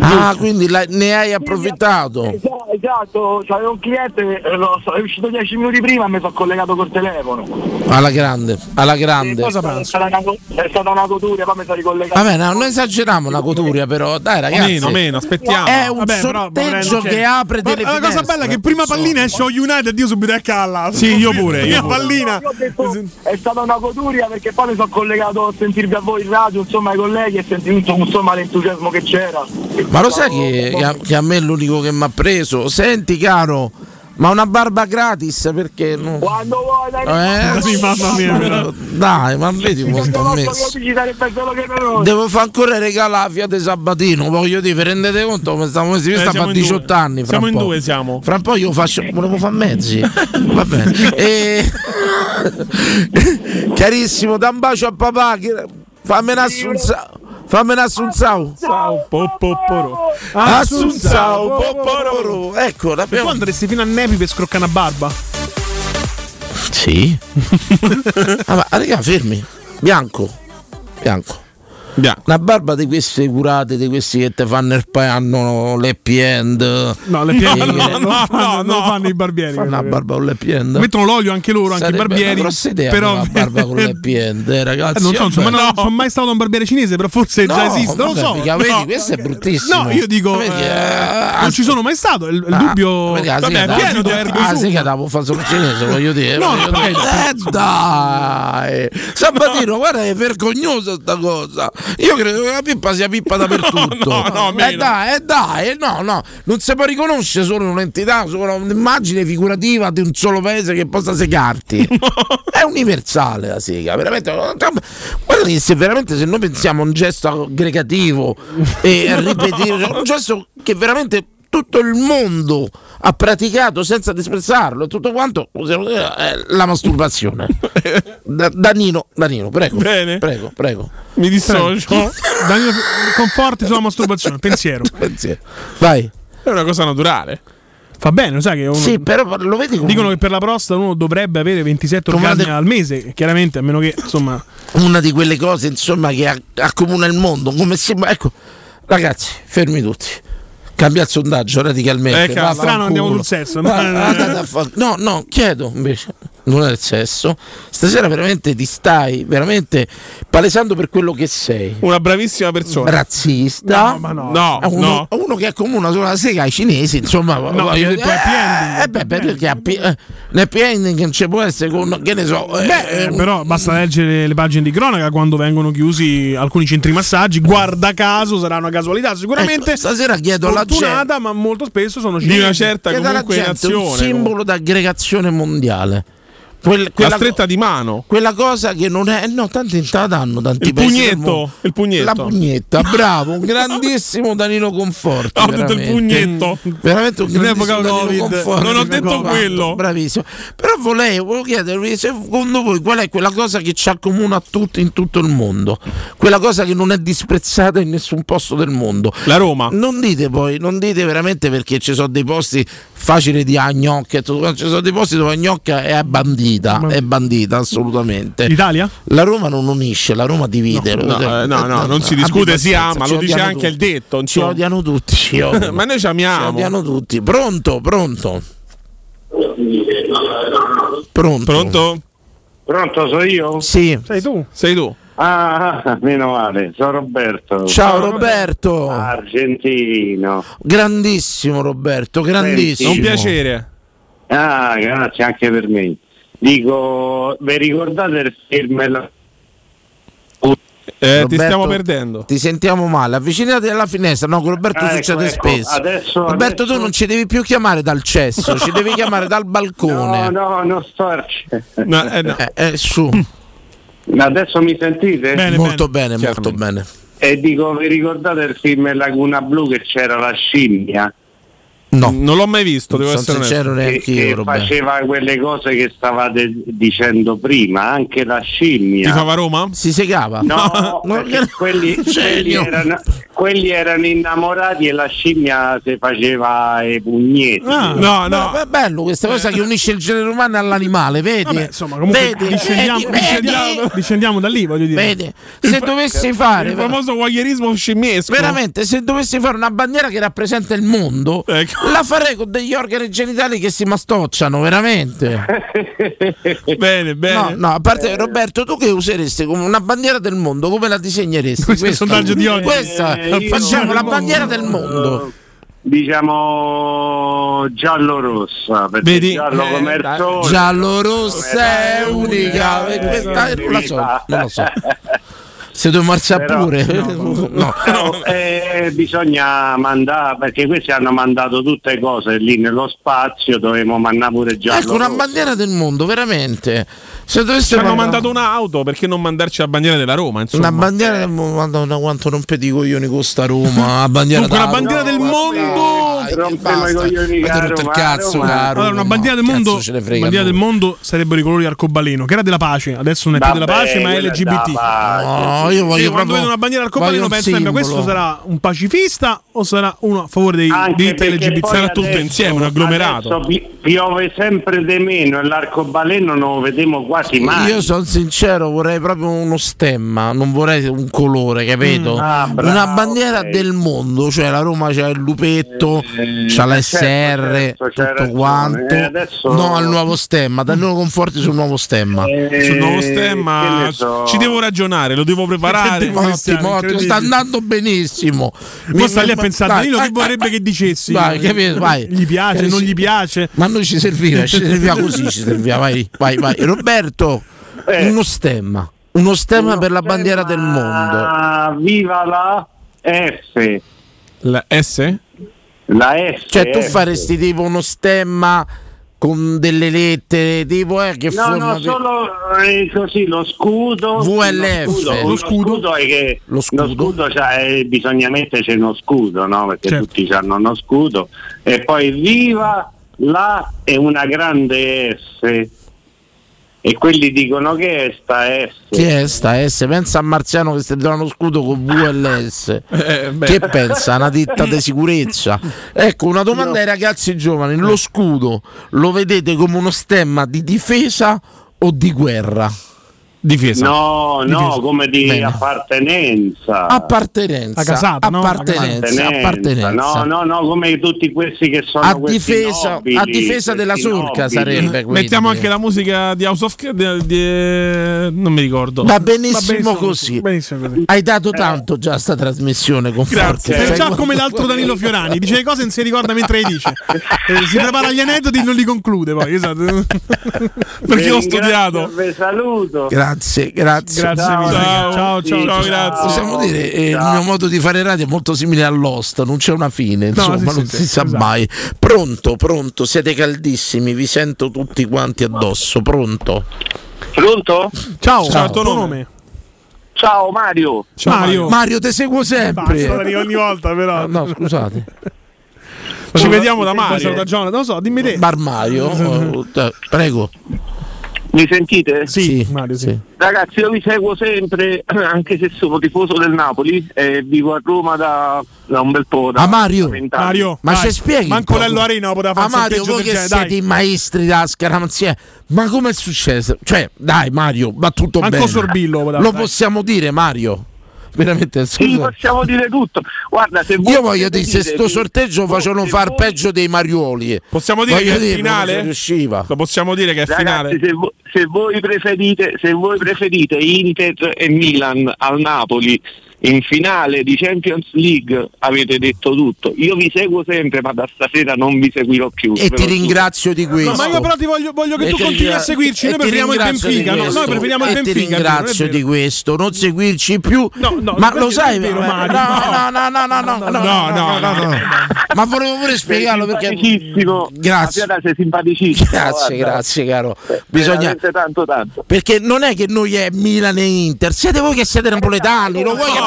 Ah, quindi la- ne hai approfittato.
Esatto, esatto, c'avevo un cliente, eh, lo so, è uscito 10 minuti prima e mi sono collegato col telefono.
Alla grande, alla grande.
è, stata una, co- è stata una goduria, poi mi sono ricollegato.
Vabbè, no, non esageriamo la coturia però, dai ragazzi.
Meno, meno, aspettiamo.
È un
Vabbè, Eh, però, vorrei-
sorteggio
non c'è-
che apre
Ma
delle
La cosa bella è che prima pallina esce o United, io subito è calla.
Sì, io pure,
Prima
io pure.
pallina.
Io ho detto, è stata una goduria perché poi mi sono collegato a sentirvi a voi in radio, insomma ai colleghi e sentito insomma l'entusiasmo che c'era.
Ma lo sai che, che a, che a me è l'unico che mi ha preso? Senti caro, ma una barba gratis perché no?
Quando vuoi,
Eh,
dai,
mamma mia. Dai, ma vedi come sto messo.
ci sarebbe solo che noi.
Devo fare ancora regalare Fiat Sabatino, voglio dire, vi rendete conto come stiamo messi? Io
Eh,
sta
siamo
fa
in due.
18 anni. Fra
Siamo
un
in
po'.
due, siamo.
Fra un po' io faccio. Volevo fare
<laughs>
mezzi. Va bene. E- <laughs> Carissimo, da un bacio a papà. che- Fammi un assunzao. Fammi un assunzao. Assunzao, popororo. Ecco,
E tu
l'abbiamo.
andresti fino a Nepi per scroccare una barba?
Sì. <laughs> ah, ma raga, fermi. Bianco. Bianco. La barba di queste curate, di questi che te fanno il panno, l'happy end.
No, le piene. non lo fanno, non lo fanno i barbieri.
Fanno una barba con l'happy end.
Mettono l'olio anche loro, anche
Sarebbe
i barbieri.
una grossa idea
però
però... barba con
<laughs>
l'happy end, eh, ragazzi.
Eh, non so, insomma,
vabbè.
no, non sono mai stato da un barbiere cinese, però forse già
No,
esiste. Non lo
vabbè,
so.
mica, vedi,
no.
questo è bruttissimo.
No, io dico,
Vedi,
eh,
eh,
non ci sono mai stato. Il, il
Ah,
dubbio.
vedi, la
Vabbè,
sega
è
da-
pieno di ergo
Ah,
sud.
sì, che la può fare solo il cinese, voglio dire.
No,
voglio
no,
dire.
no.
Eh, dai, Sabatino, guarda che è vergognosa sta cosa. Io credo che la pippa sia pippa
<laughs>
dappertutto.
no, no,
eh,
meno.
dai, eh, dai, eh, no, no, non si può riconoscere solo un'entità, solo un'immagine figurativa di un solo paese che possa
<laughs>
segarti. è universale la sega, veramente. Guarda che se veramente se noi pensiamo a un gesto aggregativo
<laughs>
e a ripetere, un gesto che veramente tutto il mondo ha praticato senza disprezzarlo e tutto quanto possiamo dire, è
<laughs>
la masturbazione. Da- Danilo, Danilo, prego.
Bene.
Prego, prego.
Mi
Eh,
<laughs>
dissocio.
Danilo, conforti sulla masturbazione, pensiero.
Pensiero. Vai.
È una cosa naturale.
Fa bene, lo sai che uno-
Sì, però lo vedi come
dicono che per la prostata uno dovrebbe avere 27
Come
orgasmi
la de-
al mese, chiaramente, a meno che insomma.
una di quelle cose insomma che a- accomuna il mondo come sembra ecco ragazzi fermi tutti cambia il sondaggio radicalmente
Eh, cavolo,
vaffanculo.
strano, andiamo sul sesso.
<laughs> Va-
Eh.
andate a fa- no no chiedo invece non è il sesso stasera veramente ti stai veramente palesando per quello che sei
Una bravissima persona.
razzista
Cioè, No, ma no.
No,
a uno,
no.
a uno che accomuna solo la sega ai cinesi insomma voglio-
io ho detto
eh,
happy ending.
eh, beh, beh, perché happy- eh, l'happy ending non ci può essere con che ne so eh,
Beh, eh,
un-
però basta leggere le pagine di cronaca quando vengono chiusi alcuni centri massaggi. Guarda caso, sarà una casualità sicuramente.
Ecco, stasera chiedo alla gente
fortunata, ma molto spesso sono
Di una
cinesi.
certa
che dalla
comunque
gente è un
nazione.
simbolo d'aggregazione mondiale. Quel-
La
quella,
stretta di mano.
quella cosa che non è, no, tanti te la danno, tanti
Il
paesi del mondo.
pugnetto. Il pugnetto.
La pugnetta, bravo, un
<laughs>
grandissimo Danilo Conforti.
Ho detto il
veramente.
pugnetto.
Veramente un
In
grandissimo
epoca
Danilo
Covid.
Conforti,
Non ho
mi
detto
raccomando,
quello.
Bravissimo. Però volevo, volevo chiedervi, secondo voi, qual è quella cosa che ci accomuna a tutti in tutto il mondo? Quella cosa che non è disprezzata in nessun posto del mondo.
La Roma.
Non dite poi, non dite veramente perché ci sono dei posti facili di a gnocca e tutto quanto, ci sono dei posti dove gnocca è bandita, è bandita assolutamente.
L'Italia?
La Roma non unisce, la Roma divide. Ah,
No, eh, no, no, non si discute, si ama, lo dice anche il detto,
Ci
insomma.
odiano tutti, ci odiano.
Ma noi ci
Ci
amiamo.
odiano tutti. Pronto, pronto. Pronto.
Pronto?
Pronto, sono io?
Sì.
Sei tu?
Sei tu.
Ah, ah, meno male, sono Roberto.
Ciao Roberto.
Argentino.
Grandissimo Roberto, grandissimo.
È un piacere.
Ah, grazie anche per me. Dico, vi ricordate il film? La-
Eh, ti
Roberto,
stiamo perdendo.
Ti sentiamo male, avvicinati alla finestra. No, con Roberto
Ah, ecco,
succede
ecco.
spesso.
Adesso-
Roberto,
adesso-
tu non ci devi più chiamare dal cesso, ci devi chiamare dal balcone.
No, no, non sto arce-
<laughs> No, eh, no.
Eh, eh, su,
Adesso mi sentite?
Bene,
molto bene, molto
Chiaramente.
bene.
E dico, vi ricordate il film Laguna Blu che c'era la scimmia?
No,
Non l'ho mai visto, devo
sono
essere onesto.
sincero
Che,
neanche
che
io, Roberto.
faceva quelle cose che stavate dicendo prima, anche la
Ti
scimmia.
fa Roma?
Si segava?
No,
No,
perché
no. <laughs>
quelli, quelli
Genio.
erano, quelli erano innamorati e la scimmia si faceva i pugnetti.
Ah,
Ah.
No,
No,
no.
è bello questa cosa che unisce il genere umano all'animale, vedi?
Vabbè, insomma, comunque
vedi,
discendiamo,
vedi,
discendiamo-
vedi,
discendiamo da lì, voglio dire.
vedi. se dovessi fare
Il famoso voyeurismo scimmiesco.
veramente, se dovessi fare una bandiera che rappresenta il mondo,
Ecco.
La farei con degli organi genitali che si
<laughs>
mastocciano, veramente.
bene, bene.
No, no, a parte Roberto, tu che useresti come una bandiera del mondo, come la disegneresti? Questo
è il sondaggio di oggi.
Questa,
Eh, io-
facciamo la bandiera del mondo.
Diciamo giallo-rossa, perché
Vedi?
giallo
Eh,
come il
dai.
sole.
Giallo-rossa è
Come-
unica,
Eh,
e questa- non la so,
viva.
non la so. Se tu marcia
Però-
pure. No.
Però, eh, bisogna mandare perché questi hanno mandato tutte cose lì nello spazio dovevo mandare pure giallo
Ecco una bandiera del mondo, veramente. Se
Ci
dovessimo
hanno mandato un'auto, perché non mandarci la bandiera della Roma? Insomma.
Una
eh.
bandiera del mondo, madonna quanto non pedi i coglioni con sta Roma, la bandiera
Dunque,
della
una bandiera
Roma,
del
guarda,
mondo!
dai, basta. Avete rotto il cazzo, caro.
Allora, una bandiera del
Cazzo
mondo,
ce ne frega
bandiera
a
del
noi.
mondo sarebbero i colori arcobaleno, che era della pace, adesso non è più della pace, ma è LGBT.
No, io voglio
Io quando
proprio
vedo una bandiera arcobaleno
voglio un
penso sempre questo
simbolo.
sarà un pacifista o sarà uno a favore dei diritti LGBT.
Sarà adesso pi- piove sempre di meno e l'arcobaleno non lo vediamo quasi mai
Io sono sincero, vorrei proprio uno stemma, non vorrei un colore, capito?
Mm. Ah, bravo,
una bandiera
ok.
del mondo, cioè la Roma c'ha il lupetto,
Eh,
c'ha la
certo,
SR,
certo, c'hai
tutto
ragione.
quanto.
Eh, adesso-
No al nuovo stemma, dai noi conforti sul nuovo stemma.
Eh,
Sul nuovo eh, stemma ci devo ragionare, lo devo preparare.
Ottimo, ottimo, ottimo, sta andando benissimo.
Mo sta lì a pensare,
dai,
Danilo, che
eh,
vorrebbe
eh,
che dicessi?
Vai, capito, vai. Cioè,
Gli piace, non gli piace.
Ma a noi ci serviva,
<laughs>
ci serviva così, ci serviva, vai, vai, vai. Roberto,
Eh.
uno stemma, uno stemma per la bandiera del mondo.
Ah, viva la F
la S?
la eh. F
Cioè tu
F.
faresti tipo uno stemma con delle lettere, tipo eh, che
No,
forma
no,
di-
solo eh, così lo scudo.
VLF.
Lo scudo,
Lo
lo scudo è che lo scudo, c'ha- eh, bisogna metterci uno scudo, no? Perché
Certo.
tutti hanno uno scudo. E poi viva la è una grande S. E quelli dicono che è sta S.
Chi è sta S? Pensa a Marziano che stendeva uno scudo con VLS.
Eh.
Eh, beh.
che pensa? Una ditta di sicurezza. Ecco, una domanda ai ragazzi giovani. Lo scudo lo vedete come uno stemma di difesa o di guerra?
Difesa.
No, no,
Difesa.
come di
esatto. Bene.
appartenenza.
Appartenenza. appartenenza. appartenenza.
No, no, no, come tutti questi che sono
A
questi
difesa- a
nobili,
difesa della
questi
surca
nobili.
sarebbe, quindi.
Mettiamo anche la musica di House of Cards. di- di- Non mi ricordo.
Va benissimo, così. Hai dato
Eh.
tanto già a sta trasmissione con
Grazie.
forza.
Sei già come l'altro Danilo Fiorani, dice le cose e non si ricorda mentre le dice. Eh, si prepara gli aneddoti e non li conclude poi. Esatto. Perché l'ho
Vi ringrazio,
studiato.
Vi saluto.
Grazie, grazie.
Grazie Ciao, mille. ciao, ciao, ciao, ciao, grazie.
Possiamo dire, eh, il
Ciao.
mio modo di fare radio è molto simile all'host, non c'è una fine, insomma,
sì, sì,
non
sì,
si sa
esatto.
mai. Pronto, pronto, siete caldissimi, vi sento tutti quanti addosso, pronto.
Pronto?
Ciao,
Ciao,
il tuo nome.
Ciao Mario.
Mario. Mario, te seguo sempre.
Basta, Danilo, ogni volta però.
No, scusate.
Ci vediamo da
Mario.
Mario. Da Giona, non lo so, dimmi te. <laughs>
Bar Mario, eh, prego.
Mi sentite?
Sì, Mario, sì.
Ragazzi, io vi seguo sempre, <clears throat> anche se sono tifoso del Napoli e vivo a Roma da, da un bel po'. Da,
Ah, Mario,
da vent'anni.
Mario, ma ci spieghi?
Manco
un po'?
Lello Arena poteva fare
Ah,
un
Mario,
sorteggio
voi
del
che
genere,
siete
dai.
i maestri della scaramanzia, ma com'è successo? Cioè, dai, Mario, va tutto
Manco
bene.
Sorbillo poteva
lo
fare.
possiamo dire, Mario. Veramente,
Sì,
scusa.
possiamo dire tutto. Guarda, se voi
Io voglio dire, se
potete
sto
dire-
sorteggio facevano far peggio dei Marioli.
Possiamo dire
Voglio
che è
dire,
finale?
non ci riusciva.
Lo possiamo dire che è finale.
Ragazzi, se, vo- se voi preferite, se voi preferite Inter e Milan al Napoli in finale di Champions League avete detto tutto. Io vi seguo sempre, ma da stasera non vi seguirò più.
E ti ringrazio di questo.
No, ma io però ti voglio, voglio che
E
tu
ti
continui a
ringra-
seguirci.
e
Noi
ti
preferiamo il
ringrazio
Benfica.
di
no? Noi
questo.
preferiamo
E
il Benfica.
Ti
Giulio, non
ringrazio
è
di questo, non seguirci più.
no,
ma
questo
lo
è
sai,
vero,
eh,
Mario.
no, no, no, no, no, no, no, no, no, no. Ma volevo pure spiegarlo perché Grazie.
Mafiata, sei simpaticissimo.
<laughs>
guarda. Eh,
Grazie, grazie caro. Bisogna
Veramente tanto tanto.
perché non è che noi è Milan e Inter, siete voi che siete napoletani, lo vuoi capire?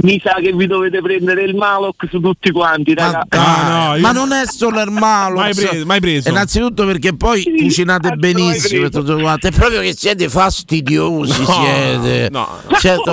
mi sa che vi dovete prendere il Maloc su tutti quanti, raga.
Ma non è solo il malo.
Ah, Mai preso, mai preso.
Innanzitutto perché poi
ah,
cucinate benissimo e tutto quanto. È proprio che siete
<laughs>
fastidiosi,
No,
哦
siete.
no.
Certo.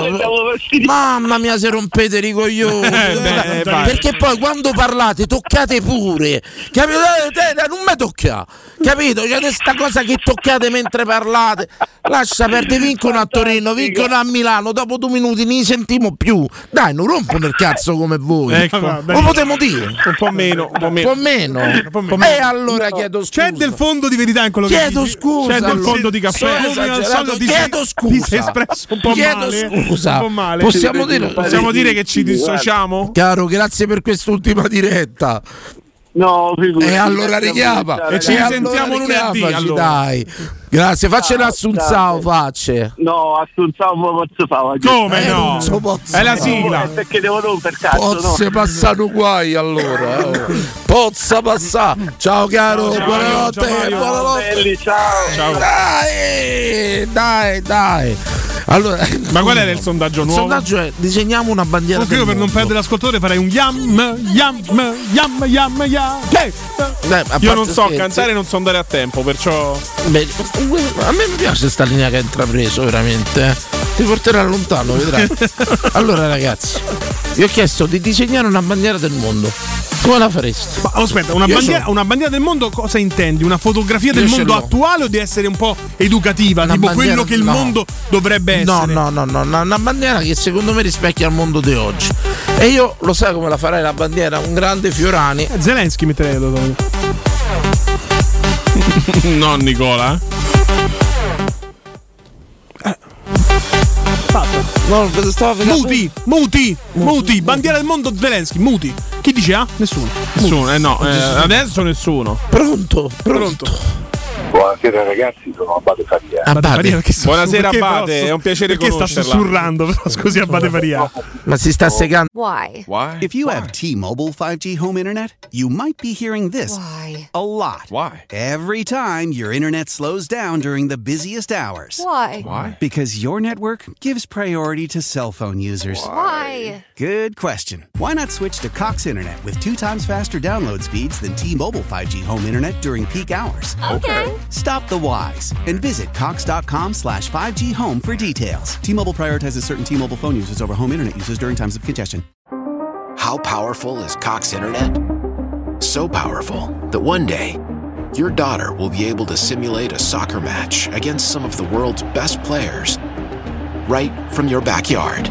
Mamma mia, se rompete i coglioni.
Eh, beh, vai.
perché poi quando parlate toccate pure. Capito? Eh, te, Non mi tocca. Capito? C'è questa cosa che toccate mentre parlate. Lascia perdere, vincono a Torino, vincono a Milano. Dopo due minuti ne sentimo più. Dai, non rompono il cazzo come voi.
Ecco.
Lo potremmo dire.
Un po' meno, un po'
Un
meno.
Ah, po' meno.
Eh,
E allora chiedo scusa.
C'è del fondo di verità in quello che
Chiedo
dici.
scusa.
C'è del
allora.
fondo di
Sono
caffè. Come al
esagerato.
solito ti sei-
Chiedo
ti sei
scusa.
espresso un po'
Chiedo
male.
scusa.
Un po' male.
Possiamo dire,
Possiamo dire che ci dissociamo?
Caro, grazie per quest'ultima diretta.
No, figurati.
E allora richiama.
E ci
allora
risentiamo lunedì,
richiamaci,
allora.
Dai. Grazie, facce
Ciao,
l'assunzao, facce.
No, assunzavo un po' posso fare.
Eh, non so posso fare.
Eh, Perché devo rompere cazzo,
Pozze
no?
passano guai allora. eh, oh. Pozza passa. Ciao caro, buonanotte. buonanotte.
ciao.
Dai, dai, dai. Allora,
Ma qual era il sondaggio
il
nuovo?
sondaggio è disegniamo una bandiera.
Comunque io per non perdere l'ascoltatore farei un yam, yam, yam, yam, yam.
Io non so cantare e non so andare a tempo, perciò.
Beh, a me mi piace sta linea che ha intrapreso, veramente. eh. Ti porterà lontano,
<laughs>
vedrai. allora, ragazzi, vi ho chiesto di disegnare una bandiera del mondo. Come la fareste?
Ma aspetta, una
Io
bandiera,
so.
una bandiera del mondo cosa intendi? Una fotografia del
Io ce
mondo
l'ho.
attuale o di essere un po' educativa?
Una
tipo
bandiera-
quello che il
no.
mondo dovrebbe essere.
No, no, no, no, no, una bandiera che secondo me rispecchia il mondo di oggi. E io lo sai come la farei la bandiera? Un grande Fiorani.
Eh,
Zelensky metterei lo
<laughs> no, Nicola. eh?
No, stavo
muti, muti, muti, bandiera del mondo Zelensky, muti. Chi dice ah? Nessuno.
Nessuno, eh no, eh,
Gesù.
adesso nessuno.
Pronto, pronto.
Buonasera ragazzi, sono Abate Faria.
Abate.
Buonasera,
Perché però
Abate,
sus-
è un piacere
perché
conoscerla.
sta sussurrando, però scusi Abate Faria.
Ma si sta segando.
Why? Why? If you have T-Mobile 5G home internet, you might be hearing this a lot. Why? Every time your internet slows down during the busiest hours.
Why?
Why? Because your network gives priority to cell phone users.
Why?
Good question. Why not switch to Cox Internet with two times faster download speeds than T-Mobile 5G home internet during peak hours?
Okay.
Stop the whys and visit cox.com slash 5G home for details. T-Mobile prioritizes certain T-Mobile phone users over home internet users during times of congestion.
How powerful is Cox Internet? So powerful that one day your daughter will be able to simulate a soccer match against some of the world's best players right from your backyard.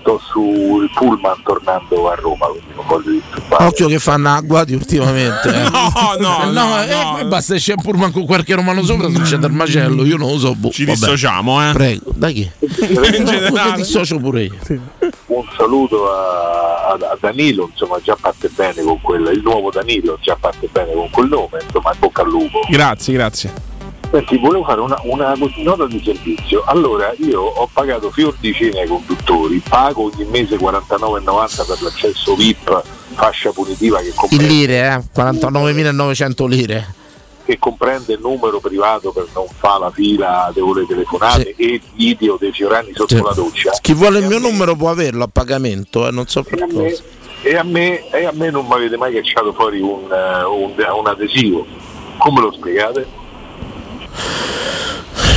Sto sul pullman tornando a Roma, quindi non voglio disturbare.
Occhio che fanno agguati ultimamente. eh. <laughs>
No, no,
Eh,
no,
eh, ma basta, c'è pur manco qualche romano sopra, succede il macello, io non lo so. Boh,
Ci
vabbè.
dissociamo, eh.
Prego, da chi?
<laughs> In
Mi
generale.
dissocio pure io.
Un saluto a, a- a Danilo, insomma già parte bene con quel, il nuovo Danilo, già parte bene con quel nome, insomma in bocca al lupo.
Grazie, grazie.
Senti, volevo fare una, una così, nota di servizio. Allora, io ho pagato fior di cena ai conduttori, pago ogni mese 49,90 per l'accesso VIP, fascia punitiva che
In
comprende,
lire, eh? 49.900 lire.
che comprende il numero privato per non fare la fila delle telefonate e il video dei fiorani sotto la doccia.
Chi vuole il mio numero può averlo a pagamento, eh, non so per cosa.
E a me, e a me non mi avete mai cacciato fuori un, eh, un- un adesivo. Come lo spiegate?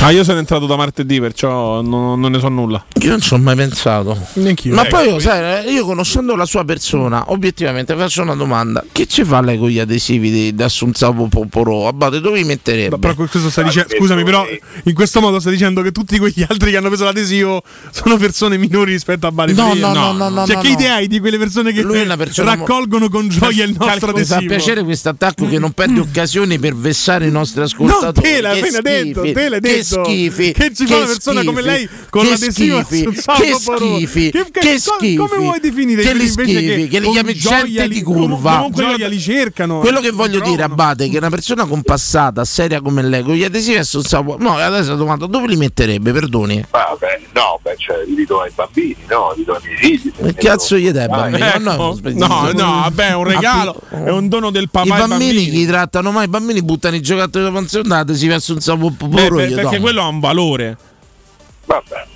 Ah, io sono entrato da martedì, perciò non, non ne so nulla.
Io non ci ho mai pensato.
Neanch'io.
Ma poi, sai, eh, io conoscendo la sua persona, obiettivamente faccio una domanda: che ci fa lei con gli adesivi di, di Assunzavo Poporo? Abate, dove li metterebbe?
Però questo sta dicendo, scusami, però in questo modo sta dicendo che tutti quegli altri che hanno preso l'adesivo sono persone minori rispetto a Bari.
No, no, no, no, no,
Cioè,
no,
che
no.
idea hai di quelle persone che
Lui è una persona mo-
raccolgono con gioia il nostro
Mi fa
adesivo?
piacere questo attacco che non perde occasioni per vessare i nostri ascoltatori.
No, te l'ha
Che
appena
schifi,
detto, te l'hai
che
detto.
schifi.
Che ci fa una persona come
schifi,
lei con
che
l'adesivo
schifi,
sul Salvo
Che
Barone?
schifi.
Che- che-
Che
come-
schifi.
come vuoi definire
Che li
quelli invece
schifi,
che
che li
con
chiami
gioia
gente
li-
di
con-
curva.
con gioia li cercano,
Quello
eh,
che voglio dire, Abate, che una persona compassata, seria come lei, con gli adesivi e sul Salvo. No, adesso la domanda dove li metterebbe, perdoni?
Ma beh, no, beh, cioè, li do ai bambini, no, li do ai miei figli.
Che cazzo gli dai, bambini?
Dai,
Ma
ecco.
Ecco. No,
<laughs>
no, vabbè,
Ah,
è un regalo, è un dono del papà.
I
ai
bambini, chi trattano mai i bambini buttano i giocattoli da panzonate, si verso un savo
Beh,
popolo.
Eh, per- perché quello ha un valore.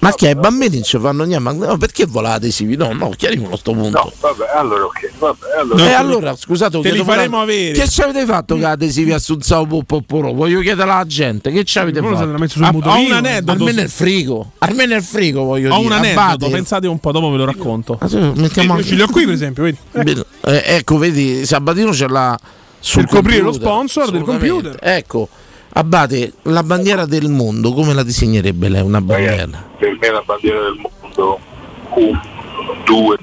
Ma che i bambini non ci fanno niente? Ma no, perché volate sì? No, no, chiarimo sto punto.
Vabbè, allora ok, vabbè, allora...
E Eh, allora, scusate,
Te li
chiedo
faremo
parole.
avere.
Che ci avete fatto
Mm.
che adesivi a Suzzao Popoporo? Voglio chiedere alla gente che ci avete
Quello se
fatto.
l'hanno messo sul
Ah,
motorino. eh.
Ho un aneddoto. Almeno nel frigo. Almeno nel frigo voglio
Ho
dire. Ah,
un aneddoto,
Abbate.
pensate un po', dopo ve lo racconto.
mettiamo
Io
anche-
ce li ho qui, per esempio, vedi.
Bene. Eh, ecco, vedi, Sabatino ce l'ha sul
Per coprire
computer,
lo sponsor del
assolutamente. Ecco, Abbate, la bandiera del mondo, come la disegnerebbe lei una bandiera?
Per me la bandiera del mondo un, due,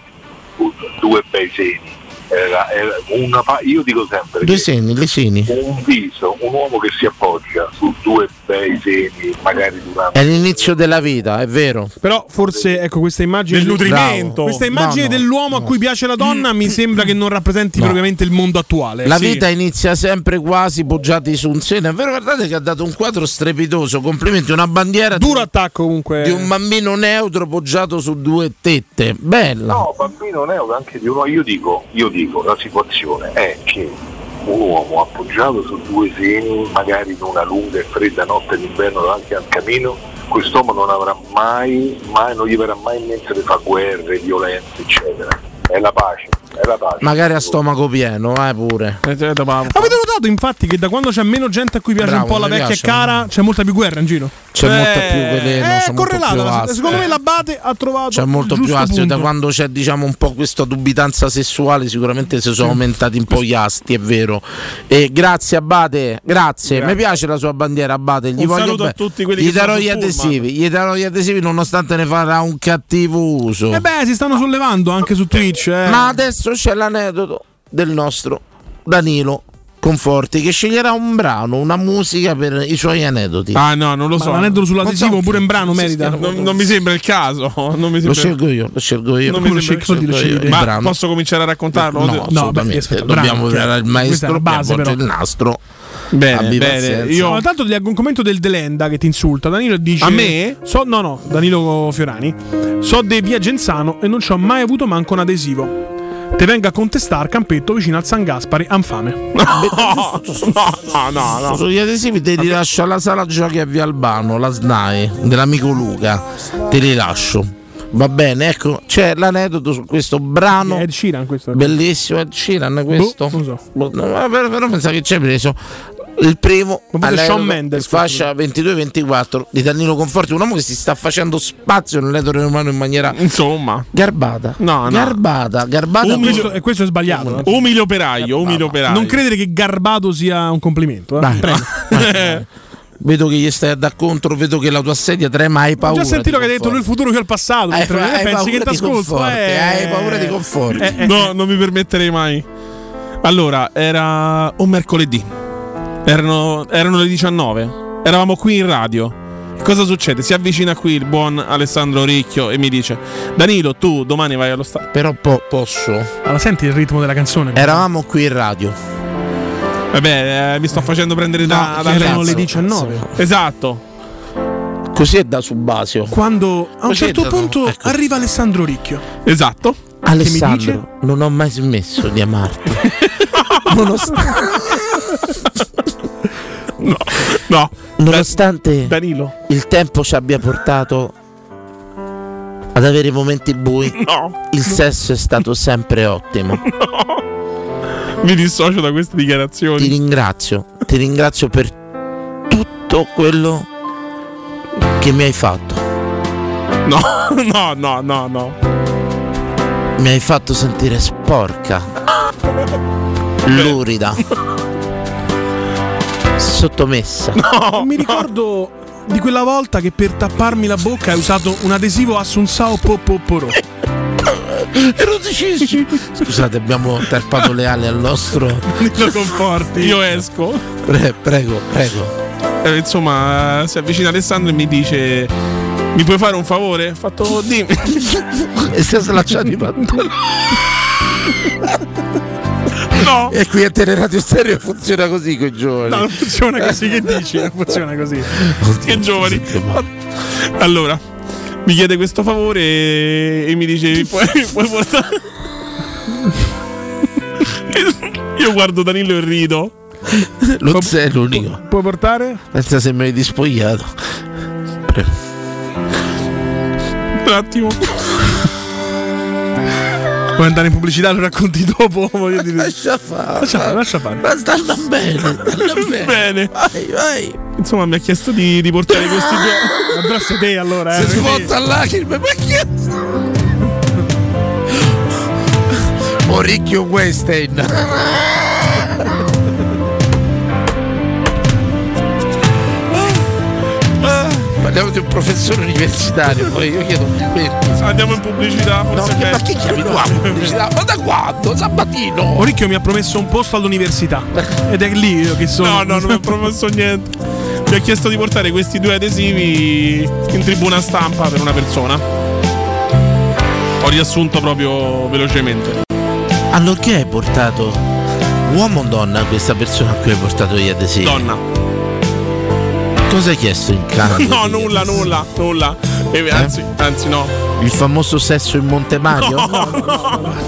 un- due bei seni. Era- era una pa- io dico sempre
Due segni, le segni.
un viso, un uomo che si appoggia su due bei seni, magari durante
È l'inizio della vita, è vero.
Però forse ecco questa immagine
Del nutrimento. Bravo.
Questa immagine
No, no,
dell'uomo a cui piace la donna mi sembra che non rappresenti propriamente il mondo attuale.
La
Sì.
vita inizia sempre quasi poggiati su un seno. È vero, guardate che ha dato un quadro strepitoso. Complimenti, una bandiera. Duro
attacco comunque.
Di un bambino neutro poggiato su due tette. Bella.
No, bambino neo, anche di uno, io dico, io dico, la situazione è che un uomo appoggiato su due seni, magari in una lunga e fredda notte d'inverno davanti al camino, quest'uomo non avrà mai, mai, non gli verrà mai in mente di fare guerre, violenze, eccetera. È la pace, è la pace.
Magari a stomaco pieno, eh pure.
Avete notato infatti che da quando c'è meno gente a cui piace
Bravo,
un po' la
mi
vecchia e
piace.
cara c'è molta più guerra in giro? Eh,
C'è molta più
Eh,
veleno,
È
c'è Eh, molto più
correlata,
astio.
secondo me l'abate ha trovato
C'è molto
il
più
giusto
astio da
punto.
quando c'è diciamo un po' questa dubitanza sessuale, sicuramente si sono aumentati un po' gli asti, è vero. E grazie Abate, grazie. Mi piace la sua bandiera Abate, gli
Un
voglio
saluto a
bene.
tutti quelli
gli
che
darò
sono
gli
sul pullman.
adesivi, gli darò gli adesivi nonostante ne farà un cattivo uso.
Eh beh, si stanno sollevando anche su Twitch. eh.
Ma adesso c'è l'aneddoto del nostro Danilo Conforti che sceglierà un brano, una musica per i suoi aneddoti.
Ah no, non lo so.
Non so, sì, sì,
Non, non mi sembra il caso. <laughs> Non mi sembra...
Lo scelgo io, lo scelgo io.
Non mi sembra-
Lo scelgo io, il
Ma
brano.
posso cominciare a raccontarlo?
No, assolutamente. dobbiamo avere il maestro base, il nastro. Abbi pazienza.
Io... No, intanto ti leggo un commento del Delenda che ti insulta. Danilo dice:
A me?
So, no, no, Danilo Fiorani. So de via Genzano e non ci ho mai avuto manco un adesivo. Te venga a contestare campetto vicino al San Gaspari, anfame.
No, no, no, no.
Sugli adesivi te li lascio alla sala giochi a Via Albano, la SNAE, dell'amico Luca. Te li lascio. Va bene, ecco, c'è l'aneddoto su questo brano.
Ed Sheeran questo. eh.
Bellissimo Ed Sheeran questo.
Boh, non so.
Boh, no, ma però, però pensa che ci hai preso. Il primo
Ma forse
all'aereo-
Shawn Mendes,
fascia 22-24 di Danilo Conforti, un uomo che si sta facendo spazio nell'edore umano in maniera
insomma
garbata.
No, no.
Garbata, garbata.
Umilio- questo, e questo è sbagliato. eh.
Umile operaio, umile operaio.
<laughs> Non credere che garbato sia un complimento. eh. Prego.
Vedo che gli stai da contro, vedo che la tua sedia trema, hai
Ho
paura.
già sentito
di
che hai detto
Conforti.
lui il futuro che è il passato.
Hai
mentre
fa-
te
hai
pensi
paura
che ti
di
ascolto.
Conforti,
eh.
hai paura di Conforti.
Eh, eh,
No, non mi permetterei mai. Allora, era un mercoledì. Erano, erano le 19. Eravamo qui in radio. Cosa succede? Si avvicina qui il buon Alessandro Ricchio e mi dice: Danilo, tu domani vai allo stadio.
Però po- posso.
Allora, senti il ritmo della canzone.
Eravamo qui in radio.
Vabbè, eh, mi sto facendo prendere da. da
erano
pezzo.
le 19.
Esatto.
Così è da Subasio.
Quando a un
Così è
certo
stato-
punto arriva Alessandro Ricchio.
Esatto.
Che mi dice?
Alessandro, non ho mai smesso di amarti. Nonostante.
<laughs> no, no.
Nonostante
Danilo.
il tempo ci abbia portato ad avere momenti bui,
No.
il sesso è stato
<laughs>
sempre ottimo.
Mi dissocio da queste dichiarazioni.
Ti ringrazio, ti ringrazio per tutto quello che mi hai fatto.
No, <laughs> no, no, no, no.
Mi hai fatto sentire sporca, lurida, sottomessa.
Mi ricordo di quella volta che per tapparmi la bocca hai usato un adesivo Assunzao Popoporo.
Scusate, abbiamo tarpato le ali al nostro.
Lo conforti. Io esco.
Pre- prego, prego.
Eh, insomma, si avvicina Alessandro e mi dice: Mi puoi fare un favore? Ho fatto dimmi.
<laughs> e si è slacciato i pantaloni.
No.
E qui a Teleradio Stereo funziona così con i giovani. Eh.
No, non funziona così, che dici? Non funziona così.
che giovani. Allora, mi chiede questo favore e, e mi dice: "Mi puoi, mi puoi portare. Io guardo Danilo e rido.
Lo sei l'unico.
Puoi portare?
Senza sembrare dispogliato. Prego.
Un attimo.
Puoi andare in pubblicità, lo racconti dopo. Voglio dire.
Lascia fare.
Lascia fare, lascia fare.
Ma stanno bene, stanno bene.
Bene.
Vai, vai.
Insomma, mi ha chiesto di, di portare
<laughs>
questi due.
Andrà a te allora. eh.
Si svolta lacrime, ma chi è? Moricchio Weinstein. Parliamo di un professore universitario, poi io chiedo un perché.
Andiamo in pubblicità.
No,
forse è
che- ma
meglio.
chi chiami tu a pubblicità? Ma da quando? Sabatino!
Oricchio mi ha promesso un posto all'università. Ed è lì io che sono.
No, no, non mi ha
<laughs>
promesso niente. Mi ha chiesto di portare questi due adesivi in tribuna stampa per una persona. Ho riassunto proprio
<laughs>
velocemente.
Allora chi hai portato? Uomo o donna questa persona a cui hai portato gli adesivi?
Donna.
Cosa hai chiesto in
<laughs>
cambio?
No,
degli
nulla,
adesivi?
nulla, nulla.
Eh?
E, anzi, anzi, no.
Il famoso sesso in Monte Mario?
No, no.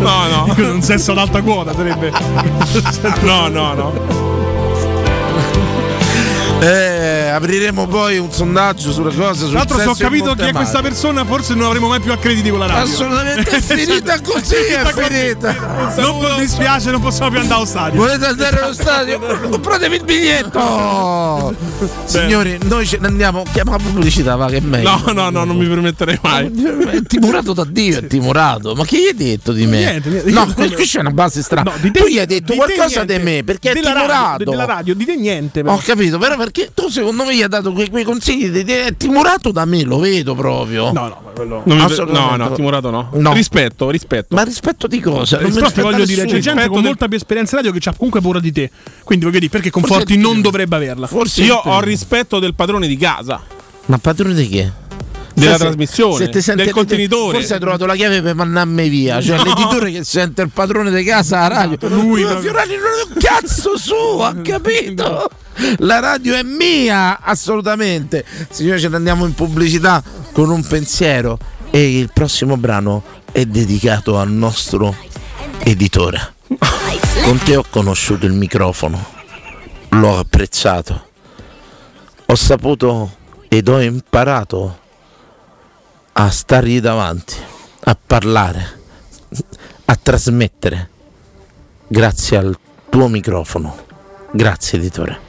no.
Un sesso ad alta quota sarebbe.
No, no, no.
Eh, apriremo poi un sondaggio sulle cose. Sul
Tra l'altro, se
sesso
ho
in
capito chi è
Montemario.
questa persona, forse non avremo mai più accrediti con la radio.
Assolutamente
<laughs>
è finita così, è finita.
Non mi dispiace, non possiamo più andare allo stadio.
Volete andare
<laughs>
allo stadio? Compratevi il biglietto! <laughs> Signori, noi ce ne andiamo. Chiama la pubblicità, va che è meglio.
No, no, no, non mi permetterei mai.
È timorato da Dio, è timorato. Ma che gli hai detto di me?
Niente, niente.
No, qui qui c'è una base strana. tu gli hai detto
di te
qualcosa di
niente.
me perché è
Della radio,
timorato.
de- della radio, di te niente. però.
Ho capito, però perché tu secondo me gli hai dato quei, quei consigli di è timorato da me, lo vedo proprio.
No, no, ma quello.
Non mi- no,
Assolutamente.
no, timorato no.
No.
Rispetto, rispetto.
Ma rispetto di cosa? Cioè, Non mi
Però ti
rispetta
voglio dire,
nessuno.
c'è gente
Rispetto
con
del-
molta più esperienza in radio che ha comunque paura di te. Quindi voglio dire, perché
Forse
Conforti
è
non
prima.
dovrebbe averla?
Forse
Io
è
ho
prima.
rispetto del padrone di casa,
Ma padrone di che?
della
Se- se- se
trasmissione,
ti sente-
del contenitore.
Forse hai trovato la chiave per mandarmi via. Cioè, l'editore che sente il padrone di casa, la radio.
lui
Eh,
proprio.
Fiorani non è un cazzo suo,
<laughs>
ha capito? La radio è mia, assolutamente. Signori, ce ne andiamo in pubblicità con un pensiero. E il prossimo brano è dedicato al nostro editore. Con te ho conosciuto il microfono, l'ho apprezzato, ho saputo ed ho imparato a stargli davanti, a parlare, a trasmettere, grazie al tuo microfono. Grazie editore.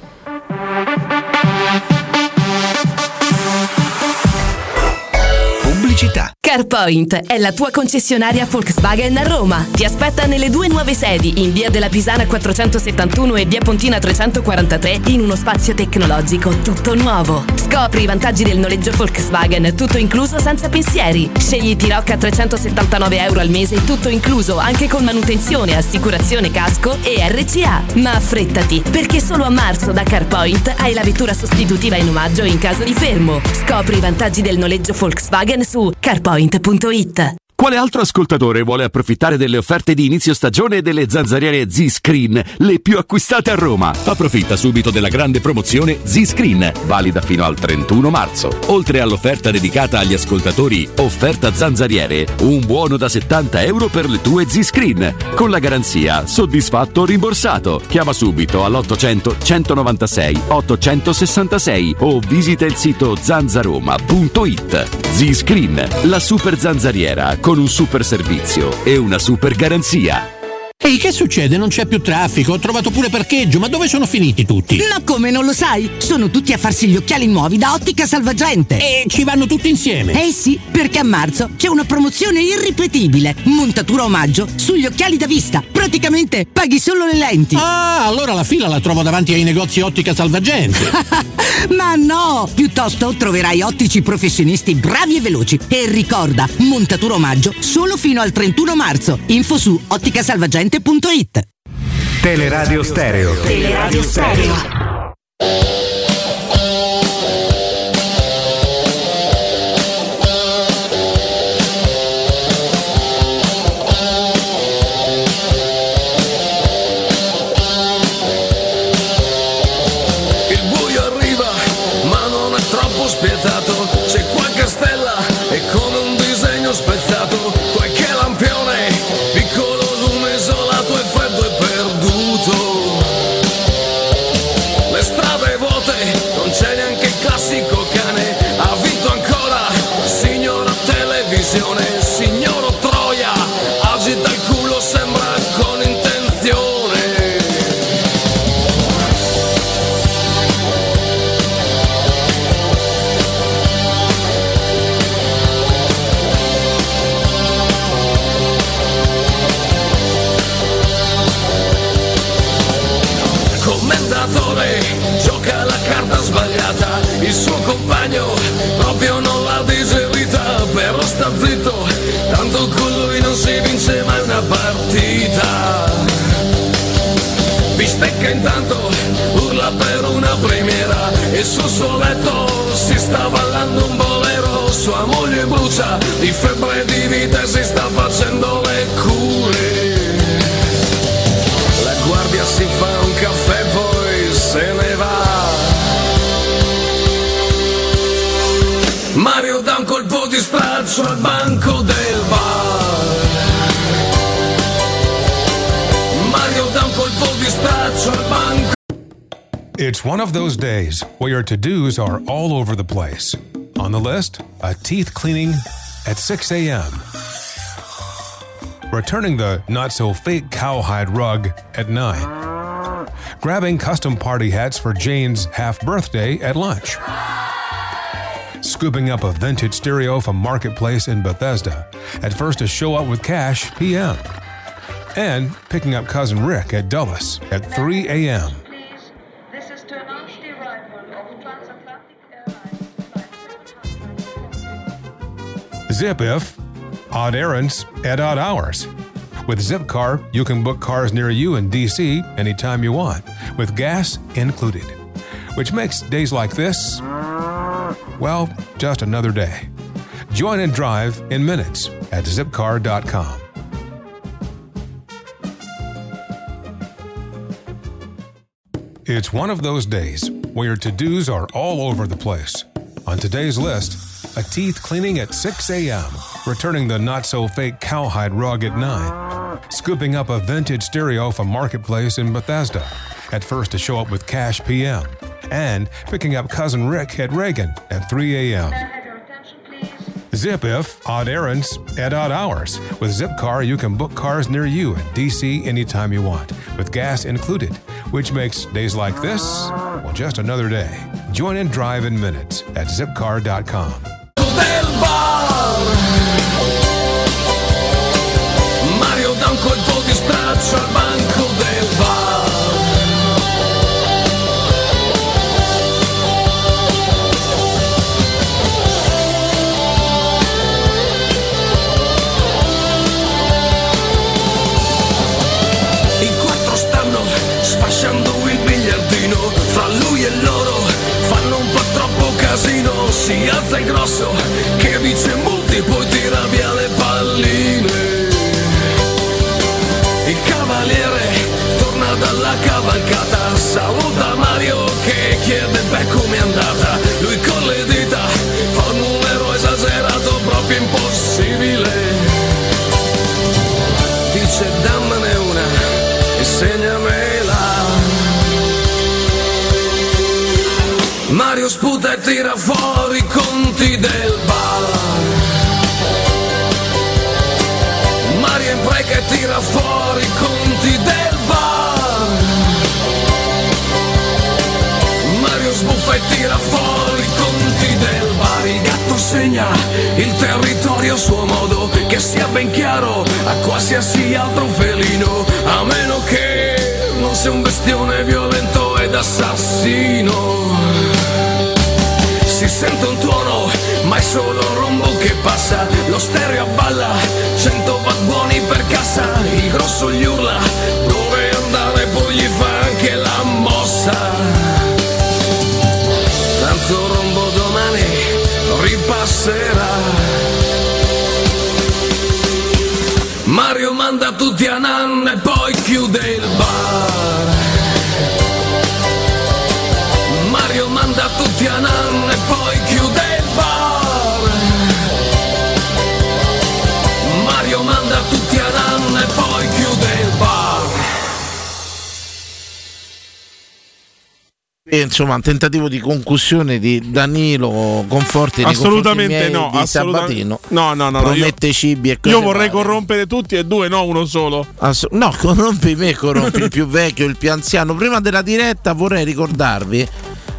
Pubblicità.
CarPoint è la tua concessionaria Volkswagen a Roma. Ti aspetta nelle due nuove sedi in via della Pisana 471 e via Pontina 343 in uno spazio tecnologico tutto nuovo. Scopri i vantaggi del noleggio Volkswagen, tutto incluso senza pensieri. Scegli T-Roc a 379 euro al mese, tutto incluso anche con manutenzione, assicurazione casco e RCA. Ma affrettati, perché solo a marzo da CarPoint hai la vettura sostitutiva in omaggio in caso di fermo. Scopri i vantaggi del noleggio Volkswagen su carpoint.it.
Quale altro ascoltatore vuole approfittare delle offerte di inizio stagione delle zanzariere Z-Screen, le più acquistate a Roma? Approfitta subito della grande promozione Z-Screen, valida fino al 31 marzo. Oltre all'offerta dedicata agli ascoltatori Offerta Zanzariere, un buono da 70 euro per le tue Z-Screen, con la garanzia soddisfatto o rimborsato. Chiama subito all'800 196 866 o visita il sito zanzaroma.it. Z-Screen, la super zanzariera con un super servizio e una super garanzia.
Ehi, che succede? Non c'è più traffico, ho trovato pure parcheggio, ma dove sono finiti tutti?
Ma come non lo sai? Sono tutti a farsi gli occhiali nuovi da Ottica Salvagente.
E ci vanno tutti insieme.
Eh sì, perché a marzo c'è una promozione irripetibile. Montatura omaggio sugli occhiali da vista. Praticamente paghi solo le lenti.
Ah, allora la fila la trovo davanti ai negozi Ottica Salvagente.
<laughs> Ma no! Piuttosto troverai ottici professionisti bravi e veloci. E ricorda, montatura omaggio solo fino al 31 marzo. Info su otticasalvagente.it.
Teleradio Stereo.
Teleradio Stereo.
ho spezzato qualche lampione, piccolo lume isolato e freddo e perduto. Le strade vuote, non c'è neanche il classico cane, ha vinto ancora, signora televisione, signoro Troia, agita il culo, sembra con intenzione. Commendatore gioca la carta sbagliata, il suo compagno proprio non l'ha digerita, però sta zitto, tanto con lui non si vince mai una partita. Bistecca intanto, urla per una primiera e sul suo letto si sta ballando un bolero, sua moglie brucia di febbre e di vita e si sta facendo le cure. La guardia si fa un caffè e poi se ne va. Mario dà un colpo di straccio al banco del bar. Mario dà un colpo di straccio al banco.
It's one of those days where your to dos are all over the place. On the list, a teeth cleaning at 6 a.m., returning the not so fake cowhide rug at 9, grabbing custom party hats for Jane's half birthday at lunch, scooping up a vintage stereo from Marketplace in Bethesda, at first to show up with cash p.m., and picking up cousin Rick at Dulles at 3 a.m. Zip if odd errands at odd hours. With Zipcar, you can book cars near you in DC anytime you want, with gas included, which makes days like this, well, just another day. Join and drive in minutes at zipcar.com. It's one of those days where your to dos are all over the place. On today's list, a teeth cleaning at 6 a.m., returning the not so fake cowhide rug at 9, scooping up a vintage stereo from Marketplace in Bethesda, at first to show up with cash p.m., and picking up cousin Rick at Reagan at 3 a.m. Zip if odd errands at odd hours. With Zipcar, you can book cars near you in DC anytime you want, with gas included, which makes days like this, well, just another day. Join and drive in minutes at zipcar.com.
Mario dà un colpo di straccio al banco del bar. In quattro stanno sfasciando il biliardino, fra lui e loro fanno un po' troppo casino, si alza il grosso che dice muti poi tira via le palline. Il cavaliere torna dalla cavalcata, saluta Mario che chiede beh com'è andata, lui con le dita fa un numero esagerato proprio impossibile. Dice dammene una e segnamela. Mario sputa e tira fuori i conti del bar. Mario in prega e tira fuori i conti del bar. Mario sbuffa e tira fuori i conti del bar. Il gatto segna il territorio a suo modo, che sia ben chiaro a qualsiasi altro felino, a meno che non sia un bestione violento ed assassino. Si sente un tuono, ma è solo rombo che passa. Lo stereo balla, 100 watt buoni per cassa. Il grosso gli urla, dove andare poi gli fa anche la mossa. Tanto rombo domani ripasserà. Mario manda tutti a nanna e poi chiude il bar. Mario manda tutti a nanna e poi chiude il bar. manda tutti a nanna e poi chiude il bar.
Eh, Insomma, un tentativo di concussione di Danilo Conforti nei
Assolutamente
confronti miei
no,
di
assoluta-
Sabatino.
No, no, no, no,
Promette
io-
cibi e cose
Io vorrei
varie.
corrompere tutti e due, no uno solo.
Ass- no, <laughs> corrompi me, corrompi il più vecchio, il più anziano. Prima della diretta vorrei ricordarvi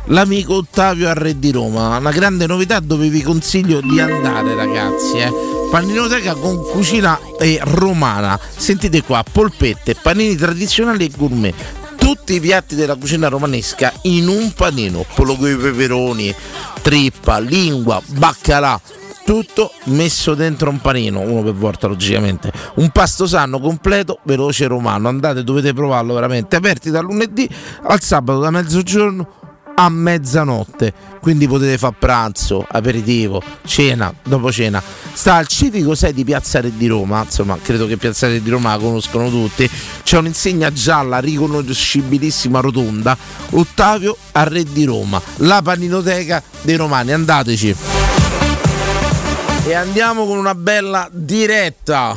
l'amico Ottavio Arre di Roma, una grande novità dove vi consiglio di andare ragazzi. Eh. Paninoteca con cucina eh, romana, sentite qua, polpette, panini tradizionali e gourmet. Tutti i piatti della cucina romanesca in un panino, quello con i peperoni, trippa, lingua, baccalà tutto messo dentro un panino, uno per volta logicamente. Un pasto sano, completo, veloce romano. Andate, dovete provarlo veramente. Aperti dal lunedì al sabato da mezzogiorno a mezzanotte. Quindi potete fare pranzo, aperitivo, cena, dopo cena. Sta al civico 6 di Piazza Re di Roma, insomma, credo che Piazza Re di Roma la conoscono tutti. C'è un'insegna gialla riconoscibilissima rotonda. Ottavio a Re di Roma, la paninoteca dei romani. Andateci. E andiamo con una bella diretta.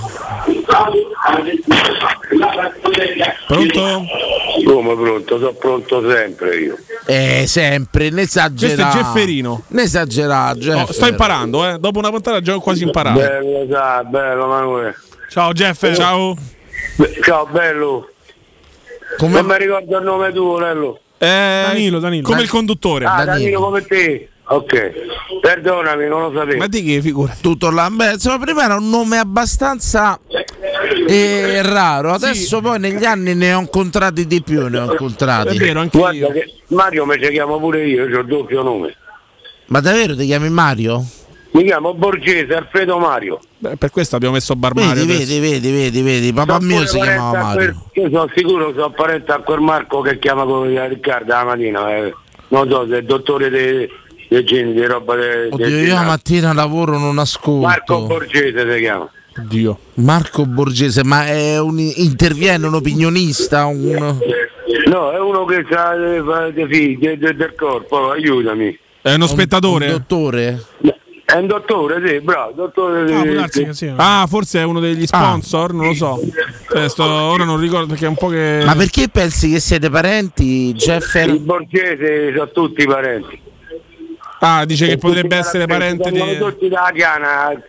Pronto?
Come pronto? Sono pronto sempre io.
Eh, sempre, ne esagerato.
Questo è Gefferino.
Ne esagerato,
No, sto imparando, eh. Dopo una puntata già ho quasi imparato.
Bello, sa, Ah, bello Manuele.
Ciao
Oh.
Jeff. Ciao.
Ciao bello.
Come-
Non mi ricordo il nome tuo, Lello.
Danilo, Danilo. Eh, Come il conduttore.
Ah, Danilo come te. Ok. Perdonami, non lo sapevo.
Ma di che figura?
Tutto là. Beh, insomma, prima era un nome abbastanza eh, raro. Adesso poi negli anni ne ho incontrati di più, ne ho incontrati.
Guarda che Mario me ci chiamo pure io, ho il doppio nome.
Ma davvero ti chiami Mario?
Mi chiamo Borgese Alfredo Mario.
per questo abbiamo messo Barbario.
Vedi, vedi, vedi, vedi, vedi, papà mio si chiamava Mario.
Io sono sicuro che sono parente a quel Marco che chiama come Riccardo la mattina. eh. Non so se è il dottore dei de geni, di roba dei de
Oddio, io la mattina lavoro non ascolto.
Marco Borgese si chiama.
Dio.
Marco Borgese, ma è un interviene un opinionista, un
No, è uno che ha dei figli de- de- del corpo, aiutami.
È uno spettatore.
dottore.
È un dottore, sì, bravo, dottore
Ah,
di-
può darsi
di-
che sia. Ah, forse è uno degli sponsor, non lo so. Eh, sto- ora non ricordo perché è un po' che.
Ma perché pensi che siete parenti, Jeff?
Il Borgese sono tutti i parenti.
Ah, dice che
Tutti
potrebbe
da-
essere parente di.
Sono tutti da Chiana,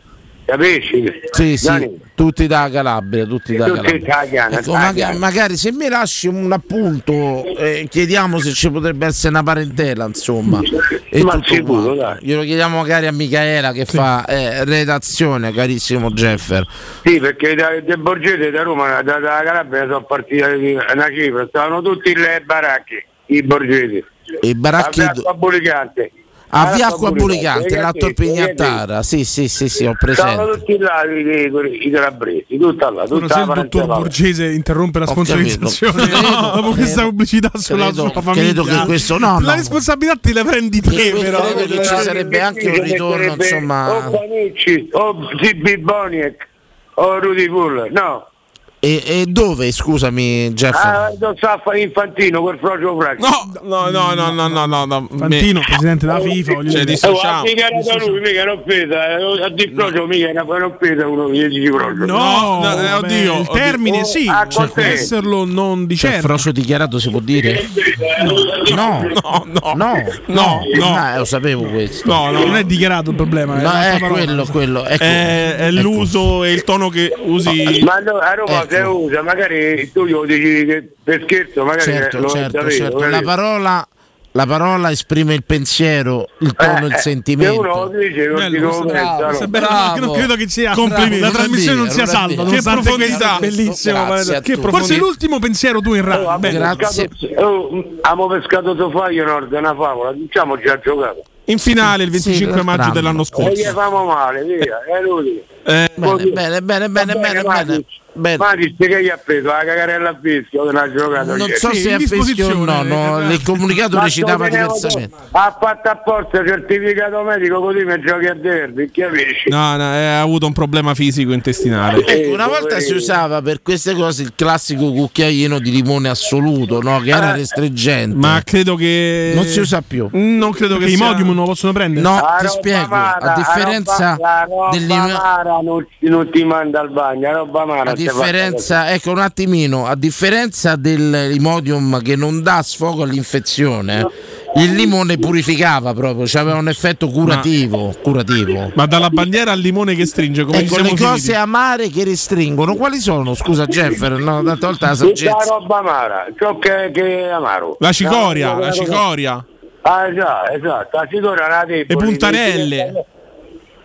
capisci?
Sì, sì,
Dani,
tutti da Calabria, tutti da
Tutti
Calabria.
da Calabria, da
Ecco, maga-
Calabria.
magari se mi lasci un appunto, eh, chiediamo se ci potrebbe essere una parentela, insomma. E
Ma
tutto
sicuro,
quanto. Glielo chiediamo magari a Micaela che fa eh, redazione, carissimo Jeffer.
Sì, perché da, da Borgese da Roma, da, da Calabria sono partita una cifra, stavano tutti le baracche, i borgesi.
E Baracchi
A Via Bulicante.
a Via Acqua Bulicante, la Torpignattara. eh, Sì, sì, sì, sì, ho
Stavano
presente.
tutti là i, i- i calabresi, tutta là,
Allora,
tutta
se
la
il dottor
parentela.
Borgese interrompe la
Ho capito.
sponsorizzazione
Credo,
dopo questa pubblicità sulla
credo-
sua famiglia,
credo che questo- no,
la
no.
responsabilità te la prendi te,
Credo
però.
che ci sarebbe anche un ritorno,
O
insomma.
Panicci, o Zibi Boniek, o Rudy Fuller, no.
E, e dove, scusami, Jeffer?
Ah, non sa fare infantino quel frocio franco.
No, no, no, no, no, no. no.
Fantino,
Me-
presidente della FIFA, voglio
Cioè,
dire. diciamo,
dissociamo.
Oh, mica era da lui, mica era offesa, eh, a di Frocio mica era era offesa uno che gli dici Frocio.
No, eh, oddio, il termine
Oh,
sì,
ah,
cioè, può
cos'è?
esserlo non di
Cioè,
certo.
frocio dichiarato si può dire? No,
no, no,
no,
no,
Ah, lo sapevo questo.
No, no.
Non è dichiarato il problema.
No,
un'altra
è
parola. Ecco.
quello, quello. È,
È, è l'uso e il tono che usi.
Ma allora a Roma
Ecco.
se usa, magari tu glielo dici che per scherzo, magari
Certo,
lo
certo,
sapevo,
certo. La
capito?
parola, la parola esprime il pensiero, il tono, il
eh,
sentimento.
se uno lo dice, non si
Eh,
Bello, questo- Eh, bravo, questo è bello, no, che non credo che sia
Complimenti.
la trasmissione non sia
Bravo,
salva.
bravo.
Che
Bravo.
profondità, bellissimo. guarda.
Grazie a
Che
tutti.
profondità. Forse è l'ultimo pensiero tu in radio.
Oh,
Bello.
abbiamo pescato Sofaglio Nord, è una favola, diciamo già giocato.
In finale il 25 maggio dell'anno
E gli
scorso.
famo male, via, è lui.
Eh,
Bene, bene, bene, bene, bene, bene.
Ma dice Eh, che gli ha preso la cagarella a fischio che l'ha giocato.
Non
ieri.
so se è fischio o no, no, il comunicato
Ma
recitava
lo tenevo
diversamente.
con- Ha fatto apposta il certificato medico così mi giochi a derby, capisci?
No, no, eh, ha avuto un problema fisico intestinale.
Ecco, una volta si usava per queste cose il classico cucchiaino di limone assoluto, no? che
Eh.
era restreggente.
Ma credo che.
Non si usa più.
Non credo che
Perché i
sia-
Modium non lo possono prendere? No, ti spiego, a differenza del
dell'immunità non, ci- non ti manda al bagno, la roba amara
A
te fa-
differenza, ecco un attimino, a differenza del limodium che non dà sfogo all'infezione, eh, il limone purificava proprio, cioè aveva un effetto curativo. curativo.
Ma dalla bandiera al limone che stringe, come
Ecco, le
siamo
cose
finiti?
amare che restringono, quali sono? Scusa Jeffer, no, tante volte la
Tutta la
saggezza.
roba amara, ciò che, che è amaro.
La cicoria,
No,
la
quella cosa-
cicoria.
Ah, già, esatto, la cicoria la dei
Le puntarelle.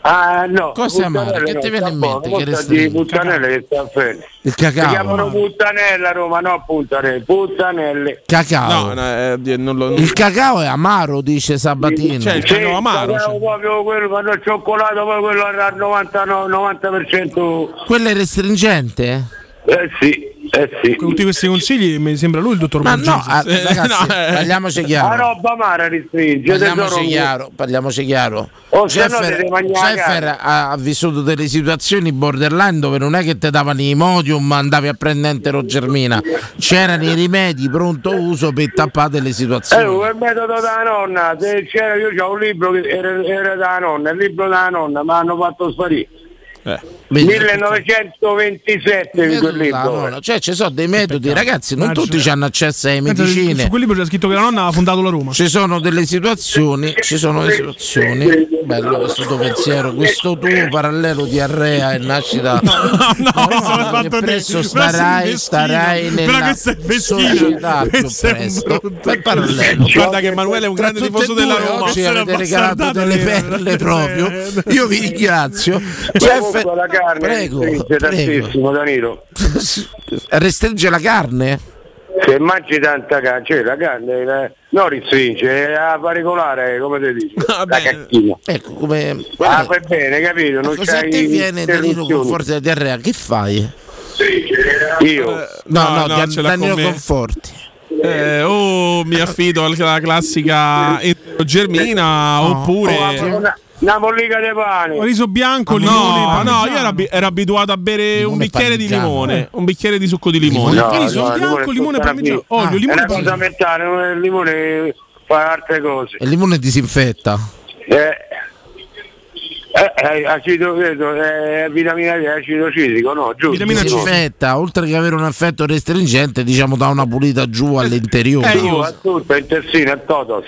Ah, no.
Cosa è amaro?
puntarelle
Che
no,
ti viene
sta
in
buono,
mente
mo
che
sta
restringe?
di puntanelle che sta fermo.
Il
Si chiamano
cacao.
puntanelle a Roma, no puntanelle, puntanelle.
Cacao.
No, no, eh, di- non lo- cioè,
Il cacao è amaro, dice Sabatino.
Sì,
cioè.
cacao proprio quello, quando il cioccolato, poi quello al 90, no, 90%.
Quello è restringente?
Eh sì, eh sì.
Con tutti questi consigli mi sembra lui il dottor Eh,
Ma
Mangiuso.
no, ah, ragazzi, parliamoci
La
chiaro.
roba amara restringe.
Parliamoci
tesoro.
chiaro, parliamoci chiaro.
Oh, se no
Jeffer,
te devi mangiare la
Jeffer ha, ha vissuto delle situazioni borderline dove non è che ti davano i modium, ma andavi a prendere enterogermina. C'erano i rimedi pronto uso per tappare le
Eh,
situazioni.
quel metodo della nonna, se c'era, io c'ho un libro che era, era della nonna, il libro della nonna, ma hanno fatto sparire. Eh.
Eh.
Vedi?
1927 di quel
Ah,
libro.
no, no, Cioè, ci sono dei metodi, ragazzi, non tutti hanno accesso alle
Pensa, Su
medicine.
quel libro c'era scritto che la nonna ha fondato la Roma.
Ci sono delle situazioni, ci sono delle situazioni. Bello questo tuo pensiero, questo tuo parallelo diarrea e nascita.
No,
sono fatto presso starai, starai nella società più presto. Per parallelo.
Guarda che Emanuele è un grande tifoso della Roma.
Oggi avete regalato
Bastardato
delle
di-
perle proprio. Io vi ringrazio. Cioè, Jeff,
Comunque la carne
prego,
restringe tantissimo, Danilo.
restringe la carne?
Se mangi tanta carne, cioè la carne la- non restringe, è a varicolare, come si dice. la cacchina.
Ecco, come...
Ah, va bene, capito? Non
Ma se a
c'hai
te viene Danilo
interruzioni.
Conforti da diarrea, che fai?
Io.
No, no,
No, no,
Dan-
ce l'ha
Danilo
con me.
Conforti.
Eh, o mi affido al- alla classica germina oppure.
Oh, una, una mollica di pane.
Riso bianco,
no,
limone,
no,
parmigiano.
io ero, abi- ero abituato a bere un bicchiere di limone,
eh.
un bicchiere di succo di limone.
No, Riso no, bianco, limone limone parmigiano, olio,
Ah,
limone
Era
parmigiano.
fondamentale, non è il limone fa altre cose.
Il limone disinfetta.
Eh, eh, eh, acido vedo, eh, vitamina D, acido citrico, no, giusto. no.
eh,
Disinfetta, oltre che avere un effetto restringente, diciamo dà una pulita giù all'interiore.
Eh, io a tutto, in terzina, a totos.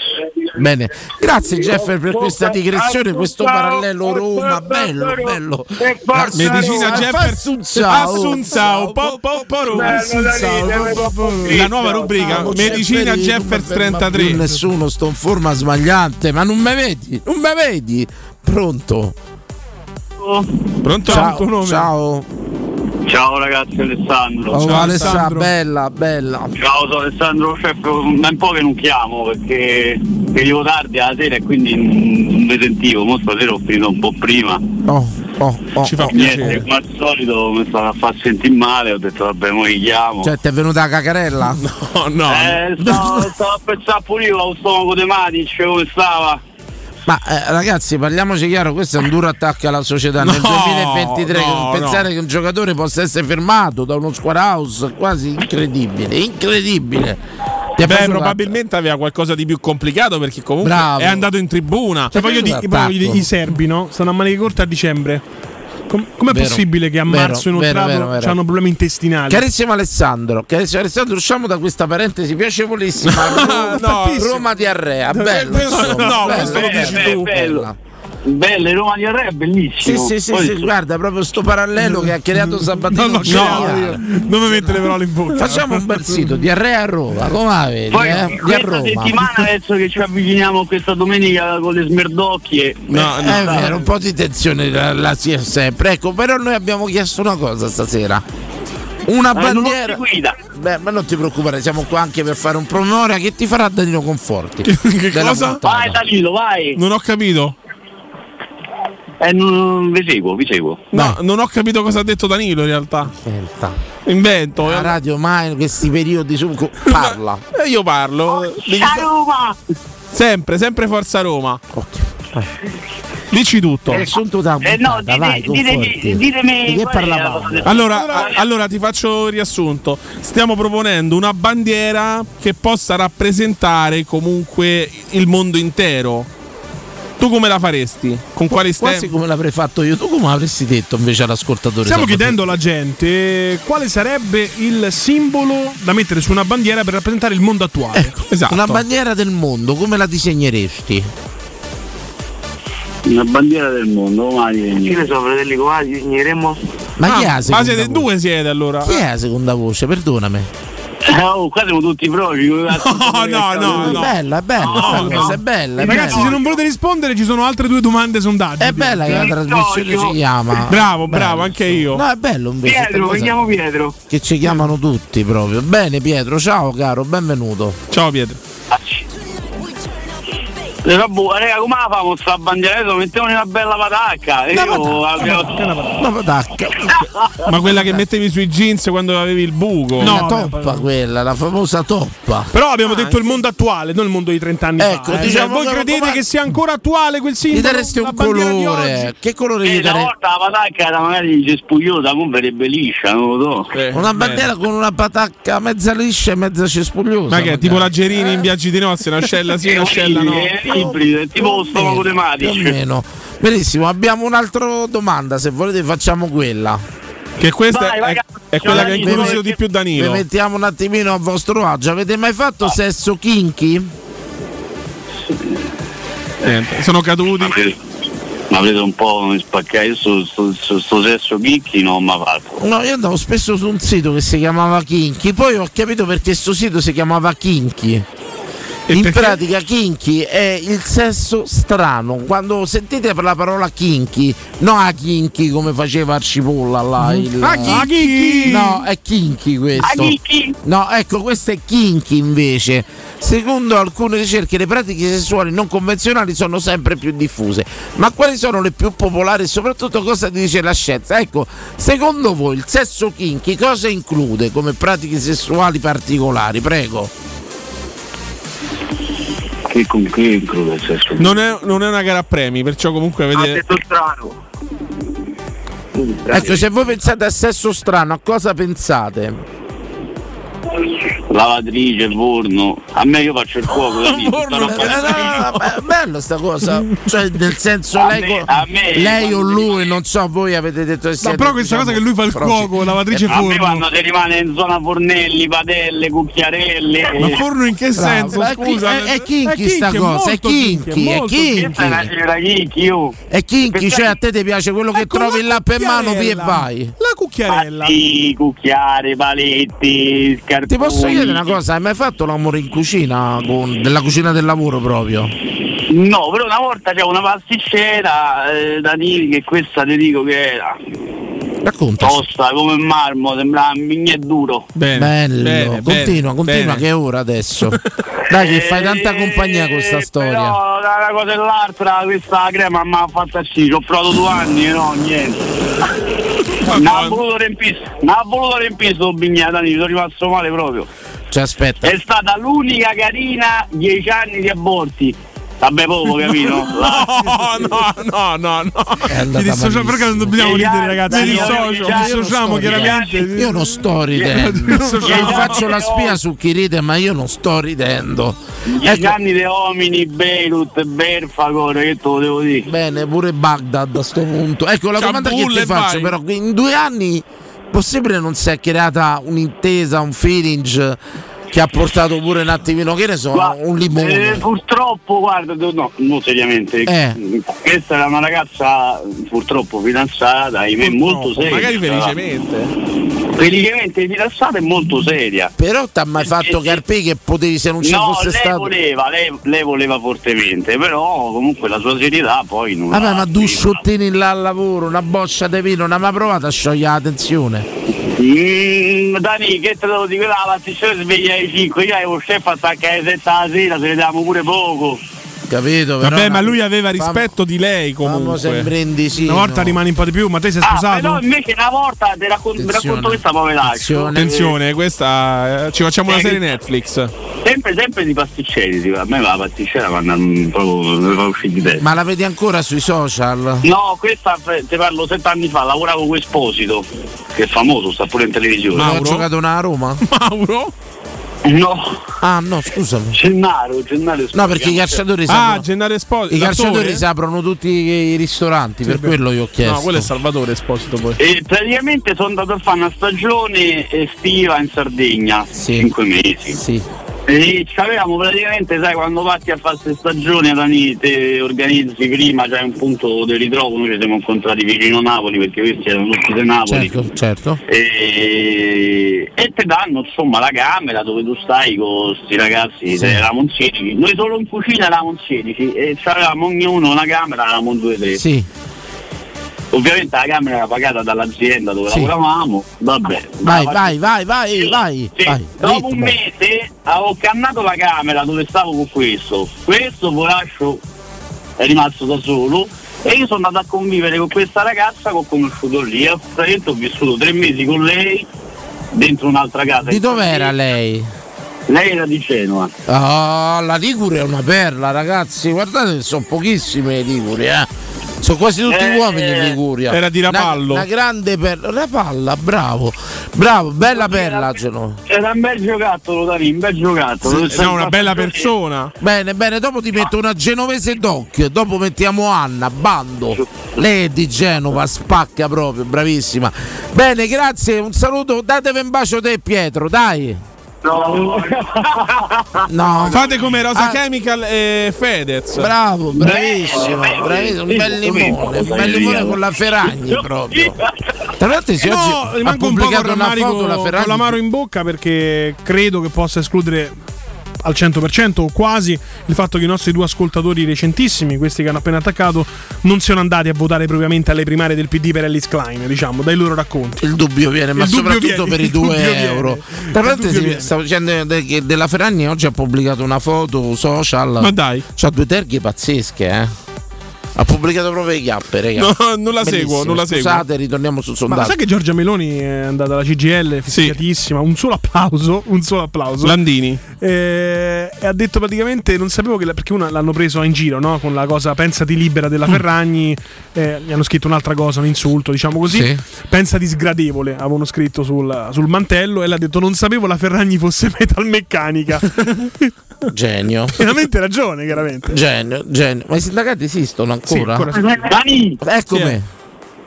Bene, grazie Jeffer per questa digressione, questo parallelo Roma, bello, bello. Grazie.
Medicina Jeffer
Assunzao.
Assunzao, po- po- po- ru-
Bello,
Assunzao,
Danilo,
po- po- ru- La nuova rubrica
Non c'è
Medicina
pericolo,
Jeffers
per- ma più
33.
Nessuno sto in forma smagliante, ma non mi vedi, non mi vedi. Pronto?
Pronto?
Ciao. Ciao.
Ciao ragazzi Alessandro.
Oh, Alessà, bella, bella.
Ciao, sono Alessandro Chef, da un po' che non chiamo perché venivo tardi alla sera e quindi non mi sentivo, mo stasera ho finito un po' prima.
Oh, oh, oh. oh.
Niente, come al solito mi stava a far sentire male, ho detto vabbè mo li chiamo.
Cioè, ti è venuta
<laughs>
la cacarella? No,
Eh, stavo, stavo a pensare pure io allo stomaco di Matic, come stava?
Ma eh, ragazzi, parliamoci chiaro, questo è un duro attacco alla società. Nel
No,
2023
no,
pensare
no.
che un giocatore possa essere fermato da uno square house è quasi incredibile, incredibile. Ti
Beh,
è piaciuto?
probabilmente aveva qualcosa di più complicato perché comunque
Bravo.
è andato in tribuna.
Cioè, voglio dire, poi i, i
se-
serbi no? stanno a maniche corte a dicembre. Com- com'è
Vero,
possibile che a
vero,
marzo inoltrato
vero, vero, vero.
hanno problemi intestinali?
Carissimo Alessandro, carissimo Alessandro, usciamo da questa
<laughs>
parentesi piacevolissima. Roma, Roma diarrea, bello. insomma, bello, bello, bello.
bello. Bello, il Roma di Arre è
Sì,
bellissimo.
sì, sì,
Poi-
sì, guarda, proprio sto parallelo che ha creato Sabatino.
Non l'ho creato
geniale.
Non mi mette le parole in bocca.
Facciamo un bel sito, diarrea a Roma, come la vedi?
Poi
eh? Di a
questa
Roma.
settimana adesso che ci avviciniamo a questa domenica con le smerdocchie.
Eh, è vero, un po' di tensione la, la si è sempre. Ecco, però noi abbiamo chiesto una cosa stasera. Una
Eh, non l'ho
bandiera. Beh, ma non ti preoccupare, siamo qua anche per fare un promemoria che ti farà
<laughs>
Danilo Conforti. Della puntata.
Vai Danilo, vai!
Non ho capito.
Eh, non- vi seguo, vi seguo.
No, non ho capito cosa ha detto Danilo in realtà. Invento. eh.
La radio mai in questi periodi su
<laughs>
parla.
E io parlo. Dici-
Roma!
Sempre, sempre Forza Roma. Dici tutto.
Eh, sono tutta
Eh, no, dite- vai, dite- conforti. ditemi Di che qual è la parlavamo? cosa del-
Allora, a- allora ti faccio il riassunto. Stiamo proponendo una bandiera che possa rappresentare comunque il mondo intero. Tu come la faresti? Con quali
Quasi
stemmi?
come l'avrei fatto io, tu come avresti detto invece all'ascoltatore?
Stiamo
Sabato?
chiedendo alla gente quale sarebbe il simbolo da mettere su una bandiera per rappresentare il mondo attuale.
Ecco.
esatto.
Una bandiera del mondo, come la disegneresti?
Una bandiera del mondo, mai.
Che ne so, fratelli Covati, signeremo?
Ma chi è la seconda
siete
voce?
Ah, due eh. siete allora?
Chi è la seconda voce? Perdonami.
Oh, qua siamo
<laughs>
tutti propri. No, no,
<laughs> no, no.
È bella, è bella,
No,
sta
no.
cosa, è bella. è
Ragazzi,
bella.
se non volete rispondere, ci sono altre due domande sondaggi. È
bella che la trasmissione si chiama.
Bravo, bravo,
Bello.
anche io.
No, è bello invece.
Pietro,
questa cosa
vogliamo Pietro.
Che ci chiamano tutti proprio. Bene Pietro, ciao caro, benvenuto.
Ciao Pietro.
Le robbo, raga, come la famo sta bandiera? Adesso mettiamo una bella patacca. E io abbiamo...
Ma patacca.
Ma quella che mettevi sui jeans quando avevi il buco?
No, la toppa quella, la famosa toppa.
Però abbiamo detto il mondo attuale, non il mondo di 30 anni
Ah, Ecco,
fa. eh.
diciamo
Cioè, voi
che-
credete che sia ancora attuale quel simbolo?
Gli daresti
La
un
bandiera di
colore.
oggi?
Che colore gli
Eh, una
daresti?
volta la patacca era magari cespugliosa, non verrebbe liscia, non lo so.
Eh,
Una bandiera con una patacca mezza liscia e mezza cespugliosa.
Ma che è tipo la Gerini in viaggi di nozze, una scella Eh, sì, una scella no.
ibride, tipo lo stomaco di Matic.
Più o meno. Benissimo, abbiamo un'altra domanda, se volete facciamo quella.
Che questa Vai, è- vai, ragazzi, è quella che ha
Vi
incuriosito
met-
di più Danilo.
Vi mettiamo un attimino a vostro agio. Avete mai
Ah.
fatto sesso kinky?
Niente, sono caduti.
Ma avete un po' mi spaccai, io sto, sto, sto, sto sesso chicchi non mi ha fatto.
No, io andavo spesso su un sito che si chiamava Kinky, poi ho capito perché sto sito si chiamava Kinky. In pratica kinky è il sesso strano. Quando sentite la parola kinky, no a kinky come faceva Arcipolla là il
Ah, kinky!
No, è kinky questo.
Ah, kinky!
No, ecco, questo è kinky invece. Secondo alcune ricerche le pratiche sessuali non convenzionali sono sempre più diffuse. Ma quali sono le più popolari e soprattutto cosa dice la scienza? Ecco, secondo voi il sesso kinky cosa include come pratiche sessuali particolari? Prego.
Che con che include il sesso?
Non è, non è una gara a premi, perciò comunque vedete.
strano.
Ecco, se voi pensate a sesso strano, a cosa pensate?
Lavatrice, forno. A me io faccio il
<laughs>
cuoco, capito? Tutta roba- Ah,
È bello sta cosa. Cioè, nel senso, lei, co- lei o lui, non so, voi avete detto che siete,
però questa cosa che lui fa il cuoco, lavatrice
Eh,
A me
forno.
quando si rimane in zona fornelli, padelle, cucchiarelle.
Ma forno in che
Bravo,
senso,
ma è
scusa? eh,
chi-
È kinky sta cosa, è
molto
kinky, è
molto
kinky.
Questa è una cifra kinky, oh.
È kinky,
Perché-
cioè a te ti piace quello che trovi là per mano, via e vai.
La cucchiarella.
Sì, cucchiare, paletti, scarponi.
Ti posso chiedere una cosa? Hai mai fatto l'amore in cucina? Con, della cucina del lavoro proprio?
No, però una volta c'è una pasticcera eh, da dire che questa ti dico che era
Racconta.
tosta come il marmo, sembrava un mignè duro.
Bello, continua, continua che è ora <laughs> adesso. Dai che fai tanta compagnia
Eh,
con questa storia.
No, una cosa e l'altra, questa crema mi ha fatto sì, ci ho provato due anni, no, niente. Mi ha voluto riempire, mi ha voluto riempire sto bignatani, sono rimasto male proprio.
Cioè aspetta,
È stata l'unica carina dieci anni di aborti. Vabbè poco capito?
<laughs> No, no, no, no, no.
Mi dissocio perché non dobbiamo
Dieci
ridere,
anni,
ragazzi. Mi
dai,
dissocio,
dieci
mi
anni,
dissociamo
dieci anni.
chiaramente.
Io non sto ridendo. Io faccio la spia su chi ride, ma io non sto ridendo. Ecco.
Dieci anni di omini, Beirut, Berfagor, che te lo devo dire?
Bene, pure Baghdad a sto punto. Ecco la
C'ha
domanda che
bulle
ti
e vai.
faccio, però in due anni possibile non si è creata un'intesa, un feeling che ha portato pure un attimino, che ne so,
Gua-
un limone.
eh, purtroppo, guarda, no, no, no, seriamente.
Eh.
Questa era una ragazza purtroppo fidanzata, ahimè, molto seria.
magari felicemente.
Felicemente fidanzata e molto seria.
Però ti ha mai fatto Carpi che potevi se non ci
eh, no,
fosse
lei
stato.
voleva, lei, lei voleva fortemente, però comunque la sua serietà poi non
Vabbè,
la-
ma due sciottini là al lavoro, una boccia di vino, non ha mai provato a sciogliere la tensione.
Mm, Dani, che te devo dire? La pasticceria sveglia alle 5, io avevo chef a staccare alle 7 la sera, se ne davamo pure poco.
Capito?
Vabbè,
però,
ma lui aveva
fam-
rispetto di lei comunque.
sempre indisino.
Una volta rimane un po' di più, ma te sei
Ah,
sposato?
però invece una volta ti raccon- vi racconto questa poveraccio.
Attenzione, questa eh, ci facciamo una serie Netflix.
Sempre, sempre di pasticceri, tipo, a me la pasticcera ma non- proprio mi fa uscire di testa.
Ma la vedi ancora sui social?
No, questa eh, te parlo sette anni fa, lavoravo con Esposito, che è famoso, sta pure in televisione.
Ma ha giocato una a Roma?
<laughs> Mauro?
No.
Ah no, scusami.
Gennaro, Gennaro
No, perché i calciatori
Ah,
saprono-
Gennaro Esposito.
I calciatori
l'attore?
si aprono tutti i ristoranti, per
beh.
quello io ho chiesto.
No, quello è Salvatore Esposito poi.
E praticamente sono andato a fare una stagione estiva in Sardegna, 5 mesi. E sapevamo praticamente, sai, quando parti a fare queste stagioni, Dani, te organizzi prima, c'è un punto di ritrovo, noi ci siamo incontrati vicino Napoli, perché questi erano tutti di Napoli.
Certo, certo.
E, e te danno insomma la camera dove tu stai con questi ragazzi,
Sì.
eravamo in 16, noi solo in cucina eravamo in 16 e avevamo ognuno una camera, eravamo in 2-3.
Sì.
Ovviamente la camera era pagata dall'azienda dove
Sì.
lavoravamo, vabbè.
Vai,
Dava-
vai, vai, vai, vai.
Sì,
vai.
Dopo un
Ritmo.
mese avevo cannato la camera dove stavo con questo, questo Vorascio è rimasto da solo e io sono andato a convivere con questa ragazza che ho conosciuto lì, e praticamente ho vissuto tre mesi con lei dentro un'altra casa.
Di dov'era lei?
Lei era di Genova.
Ah, la Ligure è una perla, ragazzi. Guardate, che sono pochissime le Ligure, eh. Sono quasi tutti
Eh,
uomini in Liguria.
era di Rapallo.
Una, una grande perla. Rapalla, bravo. Bravo, bella perla, Genova.
Era Certo, un bel giocattolo da lì, un bel giocattolo.
Sì, era una bella
persona.
Bene, bene, dopo ti metto una genovese doc, dopo mettiamo Anna, bando. Lei è di Genova, spacca proprio, bravissima. Bene, grazie, un saluto, datevi un bacio te Pietro, dai.
No.
No.
Fate come Rosa
Ah.
Chemical e Fedez.
Bravo, bravissimo,
Beh,
bravissimo, un bel
sì,
limone,
sì,
un bel
sì,
limone
sì.
con la Ferragni proprio. Tra l'altro si
Eh no,
oggi
rimango
ha
un po' con
pubblicato una
rammarico
foto la
con
Ferragni.
l'amaro in bocca perché credo che possa escludere al 100% o quasi il fatto che i nostri due ascoltatori recentissimi, questi che hanno appena attaccato, non siano andati a votare propriamente alle primarie del PD per Alice Klein, diciamo, dai loro racconti.
Il dubbio viene, Eh, ma
Il dubbio
soprattutto
viene,
per i
il dubbio
2
viene.
euro.
Il
Tra l'altro,
dubbio
si-
viene.
stavo dicendo de- che della Ferragni oggi ha pubblicato una foto social.
Ma dai.
C'ha due terghe pazzesche, eh. Ha pubblicato proprio i chiappe, raga.
No, non la seguo,
Bellissimo.
non la seguo.
Scusate, ritorniamo sul
Ma
sondaggio.
sai che Giorgia Meloni è andata alla CGL, fischiatissima, un solo applauso, un solo applauso.
Landini.
Eh, e ha detto praticamente, non sapevo che, la- perché una l'hanno preso in giro, no? Con la cosa pensati libera della Ferragni, eh, gli hanno scritto un'altra cosa, un insulto, diciamo così.
Sì.
Pensati sgradevole, avevano scritto sul, sul mantello e l'ha detto, non sapevo la Ferragni fosse <laughs> metalmeccanica.
Genio.
veramente ragione, chiaramente.
Genio, genio. Ma i sindacati esistono ancora? Ecco
ancora sì. eh.
Dani!
Eccomi.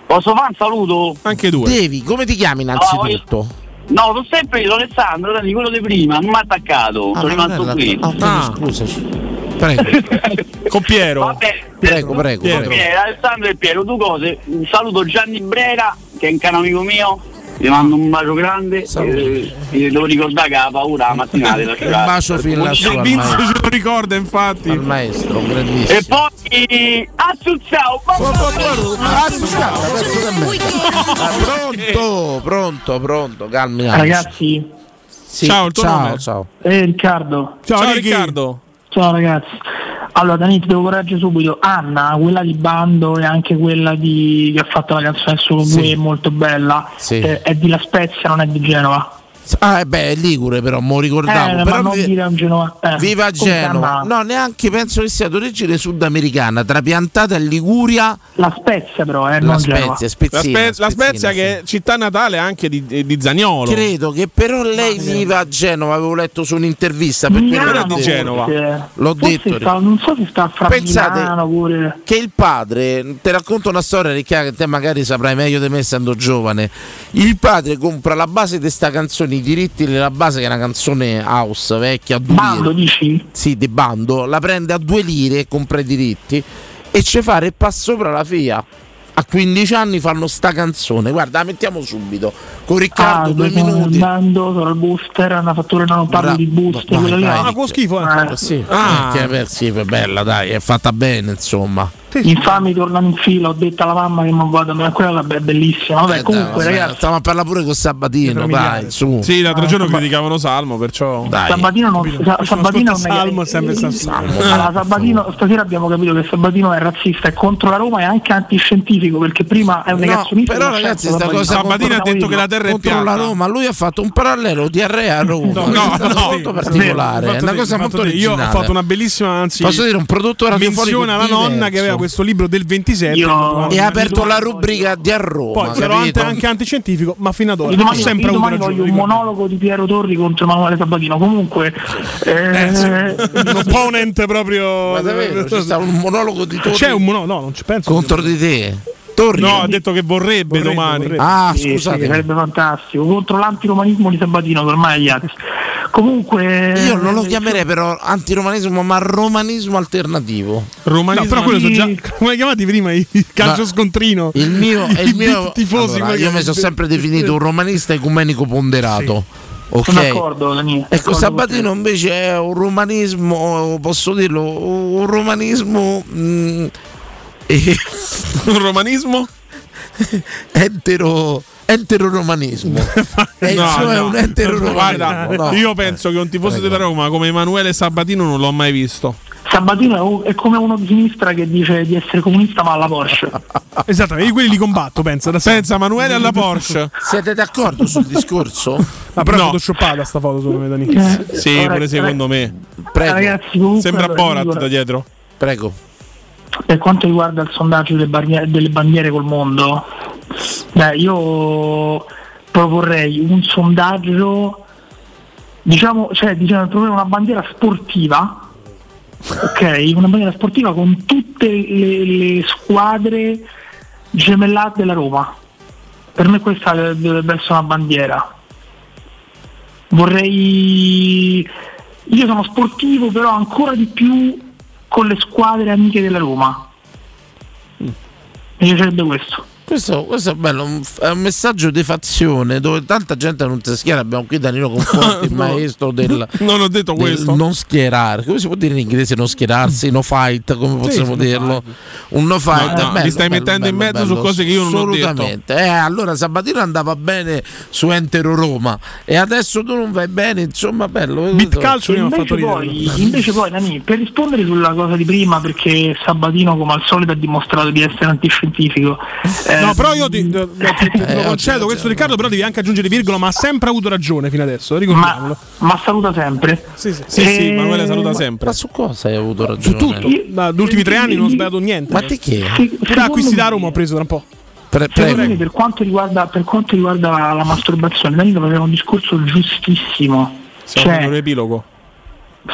Posso fare un saluto?
Anche
due.
Devi, come ti chiami innanzitutto?
No, sono sempre io, Alessandro, Dani, quello di prima, non mi ha attaccato,
Ah,
sono
ma non
rimasto
è la-
qui.
ah, ok, scusaci. Prego.
Con Piero.
Prego, Ecco, prego.
Piero.
prego.
Alessandro e Piero, due cose. Un saluto Gianni Brera, che è un caro amico mio. Gli mando un bacio grande. Eh, eh, devo ricordare che ha paura la
<laughs>
mattinata della
Un bacio fin lassù al Vince maestro.
ce lo ricorda, infatti.
Al maestro, grandissimo.
E poi Azzuzzao!
Azzuzzao!
ah,
Eh.
Pronto, pronto, pronto, calmi. calmi.
Ragazzi,
Sì,
Ciao, il tuo
ciao,
nome?
ciao.
eh, Riccardo.
Ciao, Ciao, Ricky.
Riccardo.
Ciao ragazzi. Allora, Dani, ti devo correggere subito. Anna, quella di Bando e anche quella di... che ha fatto la canzone su
Sì.
voi è molto bella.
Sì.
Eh, è di La Spezia, non è di Genova.
Ah, eh beh, è Ligure però, mo ricordavo.
Eh, ma
però
non
vi-
dire un Genova. eh,
Viva
comunque
Genova.
Anna-
No, neanche penso che sia d'origine sudamericana, trapiantata a Liguria.
La Spezia però, eh,
La
non Genova.
Spezia, Spezzina,
la, Spe- la
Spezzina,
Spezia
sì.
che è città natale anche di, di Zagnolo.
Credo che però lei viva a Genova, avevo letto su un'intervista per quello
Milano,
che ho detto.
forse. Genova.
L'ho
Forse
detto.
sta- non so se sta fra
Pensate-
Milano pure.
che il padre, te racconto una storia Riccardo, che te magari saprai meglio di me essendo giovane, il padre compra la base di sta canzone, i diritti della base che è una canzone house vecchia, a due
Bando, dici?
Sì, di bando, la prende a due lire, compra i diritti e ci fa il passo sopra la FIA. A 15 anni fanno sta canzone, guarda, la mettiamo subito, con Riccardo
Ah,
due
dopo
minuti.
Bando, solo il booster, una fattura non parlo
Bra-
di booster,
vai,
quello lì.
vai,
Ah,
Nick.
con schifo, eh.
Sì,
Ah.
perché, perché, sì, è bella, dai, è fatta bene, insomma.
Infami tornano in fila, ho detto alla mamma che non vado, ma quella è bellissima. Vabbè,
Eh,
comunque,
dai,
ragazzi,
Stiamo a parlare pure con Sabatino, vai, su.
Sì, l'altro giorno criticavano Salmo, perciò.
Sabatino non Sa- Sabatino non è
Salmo, sempre Salmo.
<laughs> Allora, Sabatino, stasera abbiamo capito che Sabatino è razzista, è contro la Roma e anche antiscientifico perché prima è un
No,
negazionista.
però
ma
ragazzi,
certo,
sta cosa
Sabatino
contro- contro la Roma, lui ha fatto un parallelo di Arrea a Roma.
No,
Questo
no,
è stato
no.
molto
Sì,
particolare,
fatto
è una
sì,
cosa
fatto
molto
sì. Io
originale.
ho fatto una bellissima, anzi,
Posso dire, un prodotto radiofonico
Menziona la nonna
diverso.
che aveva questo libro del 27
e ha aperto la rubrica di a Roma.
Poi sarò
capito?
anche, anche antiscientifico, ma fino ad ora
Io domani,
ho sempre
io
avuto
domani
ragione.
voglio un monologo di Piero Torri contro Emanuele Sabatino. Comunque, eh,
un opponent proprio.
Ma davvero, c'è stato un monologo di Torri?
C'è un monologo, no, non ci penso.
Contro di te. Torri.
No, ha detto che vorrebbe, domani.
Eh. Ah,
Sì,
scusate.
sì, sarebbe fantastico. Contro l'antiromanismo di Sabatino, che ormai è gli altri. Comunque,
Io
Eh,
non lo chiamerei però antiromanismo, ma romanismo alternativo.
Romanismo. No, però quello sono già. Come li chiamati prima? Il calcio
Ma-
scontrino.
Il
<laughs>
mio,
I
il mio-
tifosi.
allora,
come
io mi
chiamati?
sono sempre definito un romanista ecumenico ponderato. Ok.
Sono d'accordo, Daniele.
Ecco,
D'accordo
Sabatino invece è un romanismo, posso dirlo, un romanismo. mm, <laughs> e-
un romanismo?
Entero.
<laughs>
Enteroromanismo. E il suo Eh, è un
Guarda,
enteroromanismo. no.
io penso che un tifoso della Roma come Emanuele Sabatino non l'ho mai visto.
Sabatino è un- è, come uno di sinistra che dice di essere comunista ma alla Porsche.
Esatto, io quelli li combatto, pensa. Da pensa,
Manuele alla Porsche.
Siete d'accordo sul discorso?
Ma però
No.
è photoshoppata sta foto secondo me, Dani.
Sì, pure secondo me.
Ragazzi, comunque,
Sembra Borat
allora,
da dietro.
Prego.
per quanto riguarda il sondaggio delle barriere- delle bandiere, col mondo, beh, io proporrei un sondaggio, diciamo, cioè diciamo, proporrei una bandiera sportiva, ok? Una bandiera sportiva con tutte le, le squadre gemellate della Roma. Per me questa dovrebbe essere una bandiera. Vorrei... Io sono sportivo però ancora di più con le squadre amiche della Roma. Mi piacerebbe questo.
Questo, questo è bello, un- è un messaggio di fazione dove tanta gente non si schiera. Abbiamo qui
<laughs>
Danilo Conforti, il
No.
maestro del,
<laughs> Non ho detto
del
questo.
non schierare. Come si può dire in inglese non schierarsi? No fight, come
no
possiamo dirlo? Un no fight.
No, no,
è bello,
mi stai
bello,
mettendo in
bello,
mezzo
bello,
su cose che io non ho detto.
Assolutamente. Eh, allora Sabatino andava bene su Entero Roma e adesso tu non vai bene, insomma, bello. eh,
invece, poi, invece poi Nani, per rispondere sulla cosa di prima, perché Sabatino come al solito ha dimostrato di essere antiscientifico.
No,
eh,
però io ti, lo- lo- ti- ti- lo
oggi
concedo questo Riccardo, però devi anche aggiungere virgola, ma ha sempre avuto ragione fino adesso, ricordiamolo.
Ma, saluta sempre.
Sì, sì,
Sì, sì, Emanuele saluta
Eh, Ma
sempre.
su cosa hai avuto ragione?
Su tutto, dagli ultimi tre anni non ho sbagliato niente.
Ma di che?
Pure acquisti da Roma ho preso tra un po'.
Pre-
Secondo
prego.
me, per quanto riguarda, per quanto riguarda la, la masturbazione, Danilo faceva un discorso giustissimo.
Siamo
Cioè,
in un epilogo.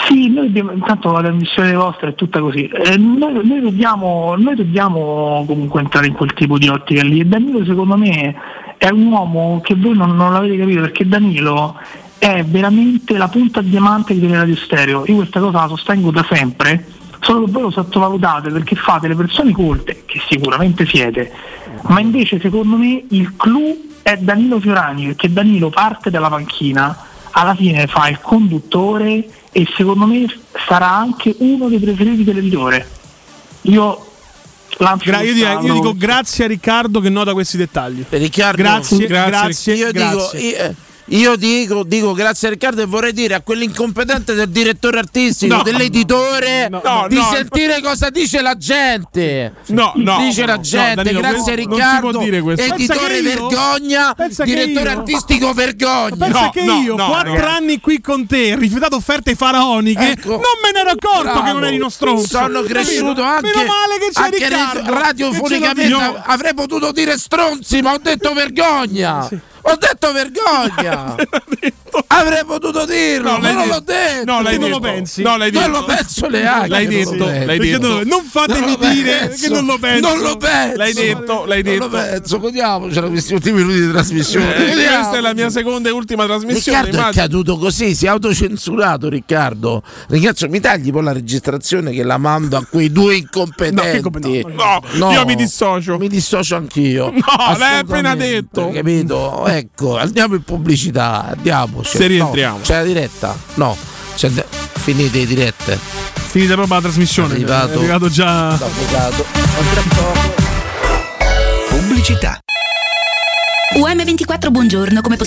Sì, noi abbiamo, intanto la trasmissione vostra è tutta così. Eh, noi, noi dobbiamo, noi dobbiamo comunque entrare in quel tipo di ottica lì. E Danilo secondo me è un uomo che voi non, non l'avete capito perché Danilo è veramente la punta di diamante di Radio Stereo. Io questa cosa la sostengo da sempre, solo che voi lo sottovalutate perché fate le persone colte, che sicuramente siete, ma invece secondo me il clou è Danilo Fiorani, perché Danilo parte dalla panchina, alla fine fa il conduttore e secondo me sarà anche uno dei preferiti dell'editore. Io lancio
Gra- io, direi- io
questo-
dico grazie a Riccardo che nota questi dettagli.
Riccardo,
grazie,
grazie,
grazie,
io
grazie.
dico. Io, eh, io dico, dico grazie a Riccardo e vorrei dire a quell'incompetente del direttore artistico,
No.
dell'editore,
no,
di
no.
sentire cosa dice la gente.
No, no,
dice la
no,
gente.
Danilo,
grazie
questo- non si
Riccardo,
può dire questo. Pensa
editore
che io-
vergogna,
pensa che
direttore
io-
artistico vergogna.
Pensa che io, quattro anni qui con te, rifiutato offerte faraoniche,
Ecco.
non me ne ero accorto
Bravo.
che non eri uno stronzo.
Sono
Capito?
cresciuto anche,
Meno male che c'è
anche
Riccardo.
re- radiofonicamente.
che ce lo dice.
Avrei potuto dire stronzi, ma ho detto vergogna. Ho
<laughs>
detto vergogna. Avrei potuto dirlo,
No,
ma
l'hai
non l'ho
detto.
detto.
No, l'hai
Tu non
detto.
lo pensi?
No, l'hai
Non
detto.
lo penso neanche.
L'hai
che non
detto,
lo penso.
l'hai Perché detto. non- non fatemi
lo
dire
penso.
che non lo penso.
Non lo penso.
L'hai detto,
l'hai
Non lo
detto.
penso. Godiamocela questi ultimi minuti di trasmissione.
Eh, questa
Godiamo.
è la mia seconda e ultima trasmissione.
Riccardo è
immagino.
caduto così, si è autocensurato Riccardo. Ringrazio, mi tagli poi la registrazione che la mando a
<laughs>
quei due incompetenti.
No, io mi dissocio.
Mi dissocio anch'io.
<laughs> No, l'hai
Assolutamente,
appena detto.
Capito? Ecco, andiamo in pubblicità, andiamoci.
Se
No,
rientriamo.
c'è la diretta? No, c'è- finite le dirette.
Finita proprio la trasmissione.
Arrivato.
È arrivato già.
L'avvocato.
Pubblicità.
UM24 buongiorno, come possiamo...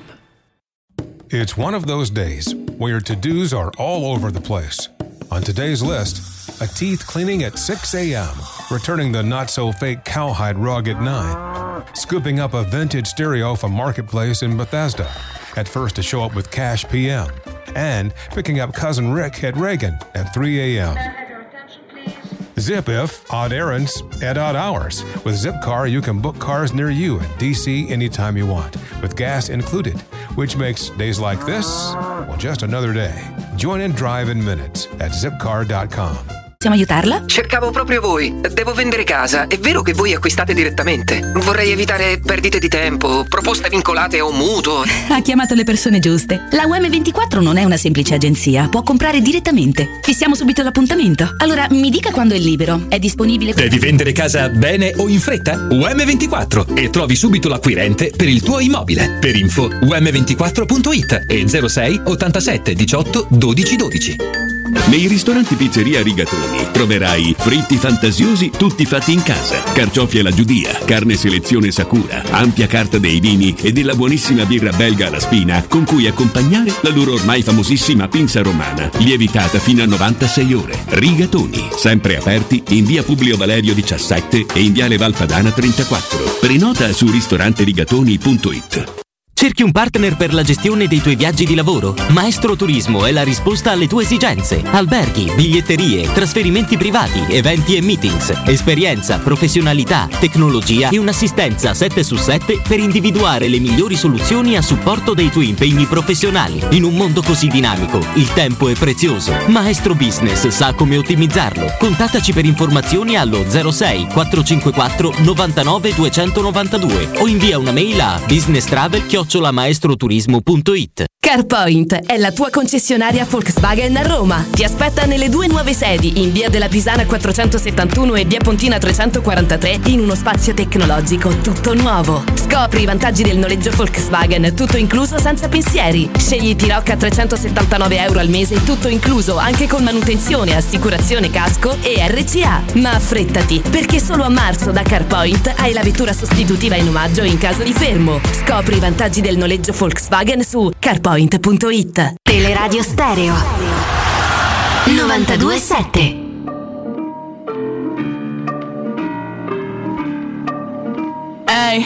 It's one of those days where your to dos are all over the place. On today's list, a teeth cleaning at 6 a.m., returning the not so fake cowhide rug at 9, scooping up a vintage stereo from Marketplace in Bethesda, at first to show up with cash p.m., and picking up cousin Rick at Reagan at 3 a.m. Zip if odd errands at odd hours. With Zipcar, you can book cars near you in DC anytime you want, with gas included, which makes days like this, well, just another day. Join and drive in minutes at zipcar.com.
Possiamo aiutarla?
Cercavo proprio voi. Devo vendere casa. È vero che voi acquistate direttamente. Vorrei evitare perdite di tempo, proposte vincolate o mutuo.
Ha chiamato le persone giuste. La UM24 non è una semplice agenzia, può comprare direttamente. Fissiamo subito l'appuntamento. Allora, mi dica quando è libero. È disponibile...
Devi vendere casa bene o in fretta? UM24 e trovi subito l'acquirente per il tuo immobile. Per info um24.it e 06 87 18 12 12.
Nei ristoranti Pizzeria Rigatoni troverai fritti fantasiosi tutti fatti in casa, carciofi alla giudia, carne selezione Sakura, ampia carta dei vini e della buonissima birra belga alla spina con cui accompagnare la loro ormai famosissima pinza romana, lievitata fino a 96 ore. Rigatoni, sempre aperti in via Publio Valerio 17 e in viale Valpadana 34. Prenota su ristoranterigatoni.it.
Cerchi un partner per la gestione dei tuoi viaggi di lavoro? Maestro Turismo è la risposta alle tue esigenze. Alberghi, biglietterie, trasferimenti privati, eventi e meetings. Esperienza, professionalità, tecnologia e un'assistenza 7 su 7 per individuare le migliori soluzioni a supporto dei tuoi impegni professionali. In un mondo così dinamico, il tempo è prezioso. Maestro Business sa come ottimizzarlo. Contattaci per informazioni allo 06 454 99 292 o invia una mail a businesstravel chiocciolamaestroturismo.it
CarPoint è la tua concessionaria Volkswagen a Roma. Ti aspetta nelle due nuove sedi in via della Pisana 471 e via Pontina 343 in uno spazio tecnologico tutto nuovo. Scopri i vantaggi del noleggio Volkswagen, tutto incluso senza pensieri. Scegli Tiroc a 379 euro al mese, tutto incluso anche con manutenzione, assicurazione casco e RCA. Ma affrettati, perché solo a marzo da CarPoint hai la vettura sostitutiva in omaggio in caso di fermo. Scopri i vantaggi del noleggio Volkswagen su carpoint.it.
Teleradio Stereo 927
Ehi,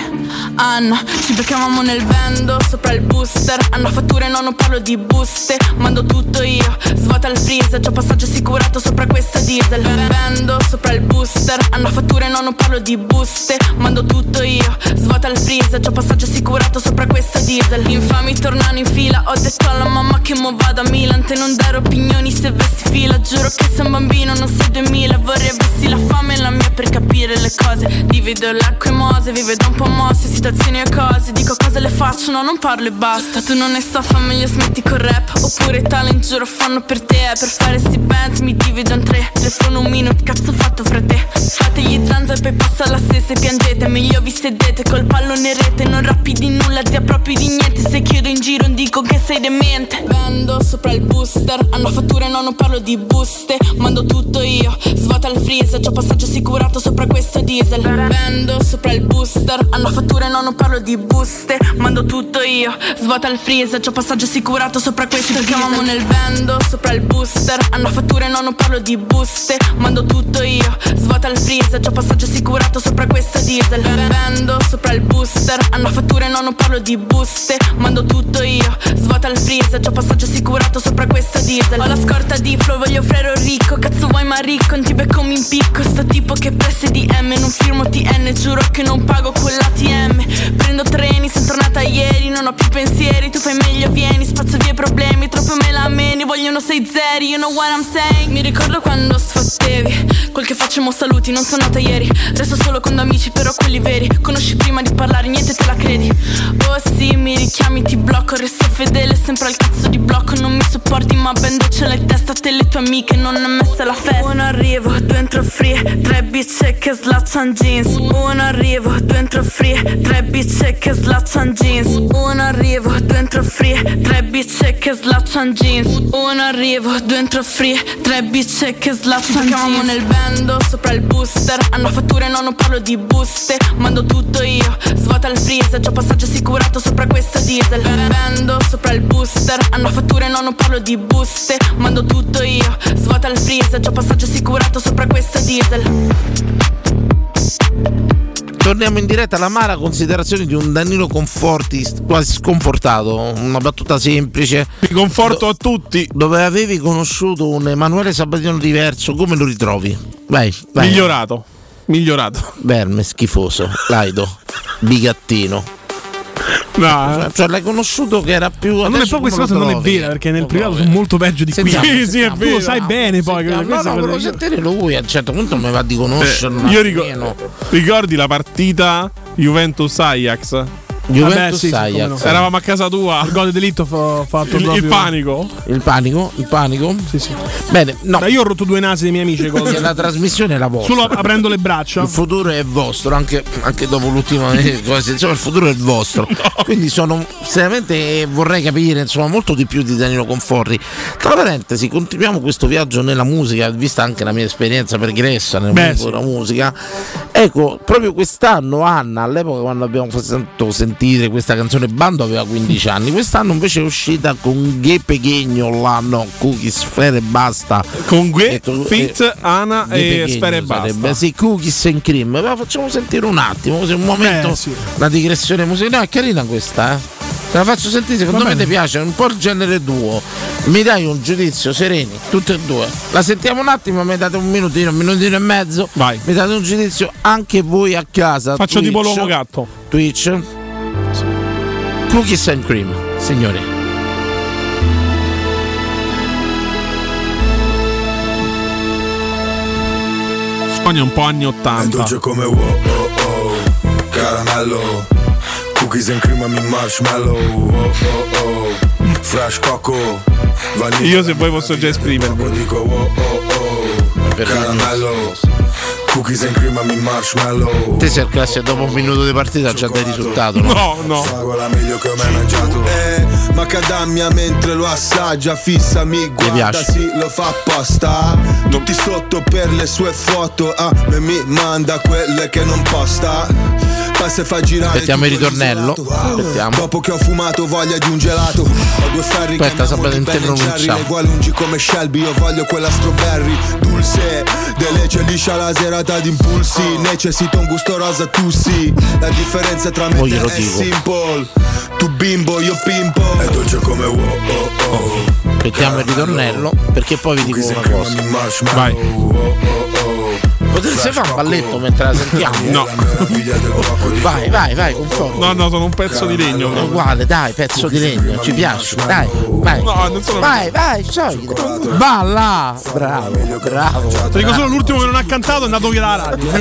Anna, ci beccavamo nel vendo sopra il booster Hanno fatture, no, non parlo di buste Mando tutto io, svuota il freezer C'ho passaggio assicurato sopra questa diesel Vendo sopra il booster Hanno fatture, no, non parlo di buste Mando tutto io, svuota il freezer C'ho passaggio assicurato sopra questa diesel Infami tornano in fila Ho detto alla mamma che mo vado a Milan Te non dare opinioni se vessi fila Giuro che sei un bambino, non sei 2000 Vorrei avessi la fame e la mia per capire le cose Divido l'acqua e mose, vi vedo un po' mosse, situazioni e cose Dico cose le faccio, no non parlo e basta Tu non ne so, fa meglio smetti col rap Oppure talent giuro fanno per te Per fare sti bands mi dividono tre Telefono un minuto, cazzo ho fatto frate Fate gli zanza e poi passa la se se piangete Meglio vi sedete col pallone in rete Non rappi di nulla, zia proprio di niente Se chiedo in giro non dico che sei demente Vendo sopra il booster Hanno fatture, no non parlo di buste Mando tutto io, svuota il freezer C'ho passaggio assicurato sopra questo diesel Vendo sopra il booster hanno fatture, no, non parlo di buste Mando tutto io, svuota il freezer C'ho passaggio assicurato sopra questo Ci chiamiamo nel vendo, sopra il booster Hanno fatture, no, non parlo di buste Mando tutto io, svuota il freezer C'ho passaggio assicurato sopra questo diesel Vendo, sopra il booster Hanno fatture, no, non parlo di buste Mando tutto io, svuota il freezer C'ho passaggio assicurato sopra questo diesel Ho la scorta di flow, voglio frero ricco Cazzo vuoi ma ricco, non ti becco mi impicco Sto tipo che presse DM, non firmo TN Giuro che non pago con l'ATM Prendo treni, sono tornata ieri Non ho più pensieri, tu fai meglio, vieni Spazzo via i problemi, troppo me la meni Voglio uno 6 zeri, you know what I'm saying Mi ricordo quando sfottevi Quel che faccio mo saluti, non sono nata ieri Resto solo con amici, però quelli veri Conosci prima di parlare, niente te la credi Oh sì, mi richiami, ti blocco Resto fedele, sempre al cazzo di blocco Non mi sopporti, ma ben ce l'hai in testa Te le tue amiche, non è messa la festa Uno arrivo, due entro free Tre bitch che slaccian jeans Uno arrivo, due entro free Tre bitch che slaccian jeans Uno arrivo, due entro free Tre bitch che slaccian jeans Uno arrivo, due entro free Tre bitch che slaccian jeans Ci becchiamo nel bando, sopra il booster Hanno fatture, no, non parlo di buste Mando tutto io, svuota il freezer C'ho passaggio assicurato sopra questo diesel Bendo sopra il booster Hanno fatture, no, non parlo di buste Mando tutto io, svuota il freezer C'ho passaggio assicurato sopra questo diesel
Torniamo in diretta alla Mara, considerazioni di un Danilo Conforti quasi sconfortato, una battuta semplice.
Vi conforto a tutti.
Dove avevi conosciuto un Emanuele Sabatino diverso, come lo ritrovi? Vai, vai.
Migliorato. Migliorato.
Verme schifoso, laido, bigattino.
No.
Cioè l'hai conosciuto che era più...
Ma non è
adesso
poi questa
lo
cosa non è
trovi.
vera, perché nel privato sono molto peggio di qui.
Sentiamo,
Sì, sì, è
sentiamo. Ah.
vero. Tu lo sai bene poi.
No,
questa
no,
è quella-
volevo sentire lui, a un certo punto mi va di conoscerlo.
Eh, io
almeno.
ricordo, ricordi la partita Juventus-Ajax?
Juventus-Ajax.
come Eravamo a casa tua. Il
gol delitto fatto
il,
proprio-
panico.
Il panico, il panico.
Sì, sì.
Bene, no.
Ma io ho rotto due nasi dei miei amici. con-
la trasmissione è la vostra.
Solo aprendo le braccia.
Il futuro è vostro, anche, anche dopo l'ultima
<laughs>
cosa. Insomma, il futuro è il vostro. Quindi sono seriamente eh, vorrei capire insomma, molto di più di Danilo Conforti. Tra parentesi, continuiamo questo viaggio nella musica, vista anche la mia esperienza pregressa nel
Beh,
mondo
sì.
della musica. Ecco, proprio quest'anno Anna, all'epoca quando abbiamo fatto sentire questa canzone Bando aveva 15 anni, quest'anno invece è uscita con Ghe Peghegno, l'anno Cookies, Sfere e Basta.
Con Gue,
Ecco,
Fit,
eh,
Ana
Ghe
e
Peghegno
Sfera e Basta.
sarebbe, Sì, Cookies and Cream. Ma facciamo sentire un attimo, così un momento,
Eh, sì.
una digressione musicale. No, è carina questa, eh. Te la faccio sentire, secondo me ti piace, è un po' il genere duo. Mi dai un giudizio sereni, tutte e due. La sentiamo un attimo, mi date un minutino, un minutino e mezzo. Vai. Mi date un giudizio anche voi a casa.
Faccio tipo l'uomo gatto.
Twitch. Cookies and Cream, signori.
Spagna un po' anni
È
80.
dolce come wow, oh, oh, caramello Cookies and cream a mi marshmallow Oh, oh, oh, fresh coco Vaniglia
Io se voi posso già esprimermi.
Dico wow, oh, oh, caramello Cookies and cream a mi marshmallow
Te se al classe dopo un minuto di partita già dai risultato, no?
Fragola meglio che ho mai mangiato
Eh, macadamia mentre lo assaggia, fissa, mi guarda,
piace.
si lo fa apposta. Tutti sotto per le sue foto, a me mi manda quelle che non posta. Passa e fa girare
Aspettiamo il
tutto
ritornello.
isolato.
Aspettiamo.
Dopo che ho fumato voglia di un gelato Ho due ferri
Aspetta,
che mi amano
Sabrina,
di
non te
Ben Jerry
pronunciamo.
Le vuoi lungi come Shelby, io voglio quella strawberry Dulce, delle c'è liscia la serata d'impulsi
Ah.
Necessito un gusto rosa, tu sì La differenza tra me
Mo
e te
glielo
è
dico.
simple Tu bimbo, io pimpo
È dolce come wow, oh, oh,
Aspettiamo il ritornello, perché poi vi dico una cosa.
Vai.
Potreste fare un balletto mentre la sentiamo?
No.
Vai, vai, vai, conforto.
No, no, sono un pezzo di legno.
È uguale, dai, pezzo di legno, ci piace. Dai, vai.
No, non sono-
Vai, vai, sciogli. Balla! Bravo, bravo.
Ti dico solo l'ultimo che non ha cantato è andato via dalla radio.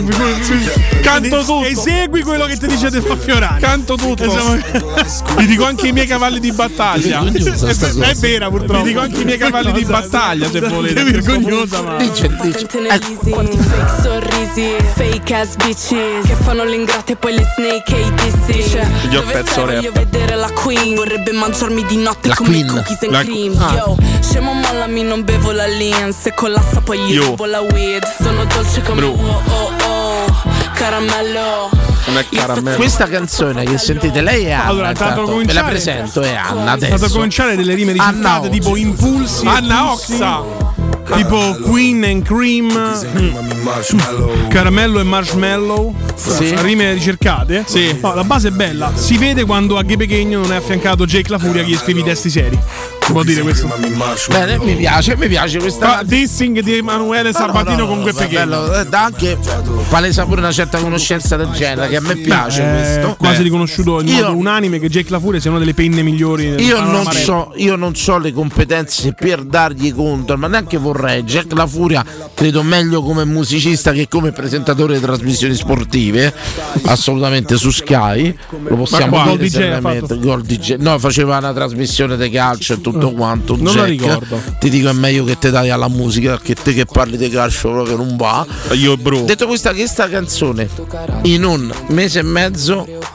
Canto tutto.
Esegui quello che ti dice De Fiorani.
Canto tutto. Vi dico anche i miei cavalli di battaglia.
È vergognosa sta
È-
cosa.
È vera purtroppo. Vi dico anche i miei cavalli di battaglia se volete.
È vergognosa, ma-
Dice,
Ecco.
Cantonellisi, quanti fake sorrisi, fake ass bitches Che fanno l'ingrata e poi le snake e i dissi
Io
Dove
pezzo
stai?
rap.
Voglio vedere la queen Vorrebbe mangiarmi di notte
La
come
Queen.
cookies and
La-
cream
Ah.
Yo, scemo mollami, non bevo la lean Se collassa poi gli
Yo.
rubo la weed Sono dolce come
Bro.
oh oh oh Caramello
Questa canzone che sentite, lei è Anna.
Allora, tanto
intanto, ve
cominciare-
la presento, è Anna
Tanto
adesso.
cominciare delle rime
Anna
risultate tipo impulsi.
Anna
Impulsi.
Oxa.
Tipo Queen and Cream, mm, Caramello e Marshmallow,
Sì.
rime ricercate. No, la base è bella, si vede quando a Ghe Pechegno non è affiancato Jake La Furia che gli scrive i testi seri. Si può dire questo? Ah,
Bene, mi piace, mi piace questa.
dissing di
Eh,
Emanuele
Sabatino con quel pechino. eh, Dà anche palesa pure una certa conoscenza del genere, che a me piace
Beh, è
questo.
eh,
Eh,
Quasi
Beh.
riconosciuto in
Io-
modo unanime che Jake La Furia sia una delle penne migliori. del
Io
panorama
non,
rap.
so, io non so le competenze per dargli contro, ma neanche vorrei. Jack La Furia credo meglio come musicista che come presentatore di trasmissioni sportive, assolutamente su Sky. Lo possiamo
qua?
dire
Gol DJ ha
seriamente.
fatto? Eh,
Gol DJ. No, faceva una trasmissione di calcio e tutto quanto.
Non la
Jack.
ricordo.
Ti dico è meglio che te dai alla musica che te che parli di calcio proprio non va.
Ah, Io bro.
Detto questa, che sta canzone in un mese e mezzo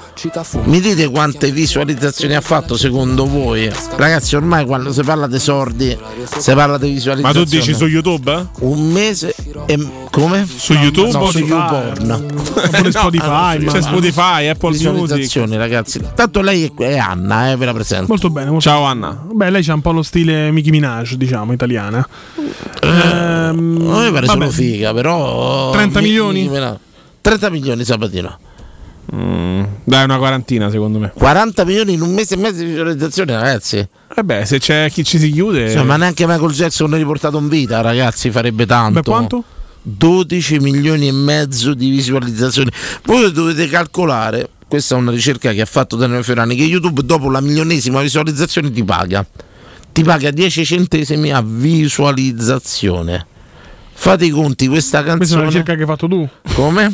mi dite quante visualizzazioni ha fatto secondo voi? Ragazzi, ormai quando si parla di sordi, si parla di
Ma
visualizzazioni.
tu dici su YouTube? eh?
Un mese e come?
Su YouTube
No,
o
su
su-
<laughs> YouPorn.
Oppure No, Spotify, ah, no, su ma- c'è Spotify, Apple Music.
Visualizzazioni, ragazzi. Tanto lei è, è Anna, eh, ve la presento.
Molto bene. molto
Ciao
bene.
Anna.
Beh, lei c'ha un po' lo stile Nicki Minaj, diciamo, italiana. Ehm,
Eh, A me pare
vabbè.
solo figa, però
30
mi-
milioni?
mi- me la- 30 milioni Sabatino.
Mm, Dai, una quarantina secondo me.
40 milioni in un mese e mezzo di visualizzazione, ragazzi.
Eh beh, se c'è chi ci si chiude.
Cioè, ma neanche Michael Jackson riportato in vita, ragazzi, farebbe tanto.
Beh, quanto?
12 milioni e mezzo di visualizzazioni. Voi dovete calcolare, questa è una ricerca che ha fatto Daniele Fiorani, che YouTube dopo la milionesima visualizzazione ti paga. Ti paga 10 centesimi a visualizzazione. Fate i conti,
Questa
questa
è una
canzone...
ricerca che hai fatto tu.
Come?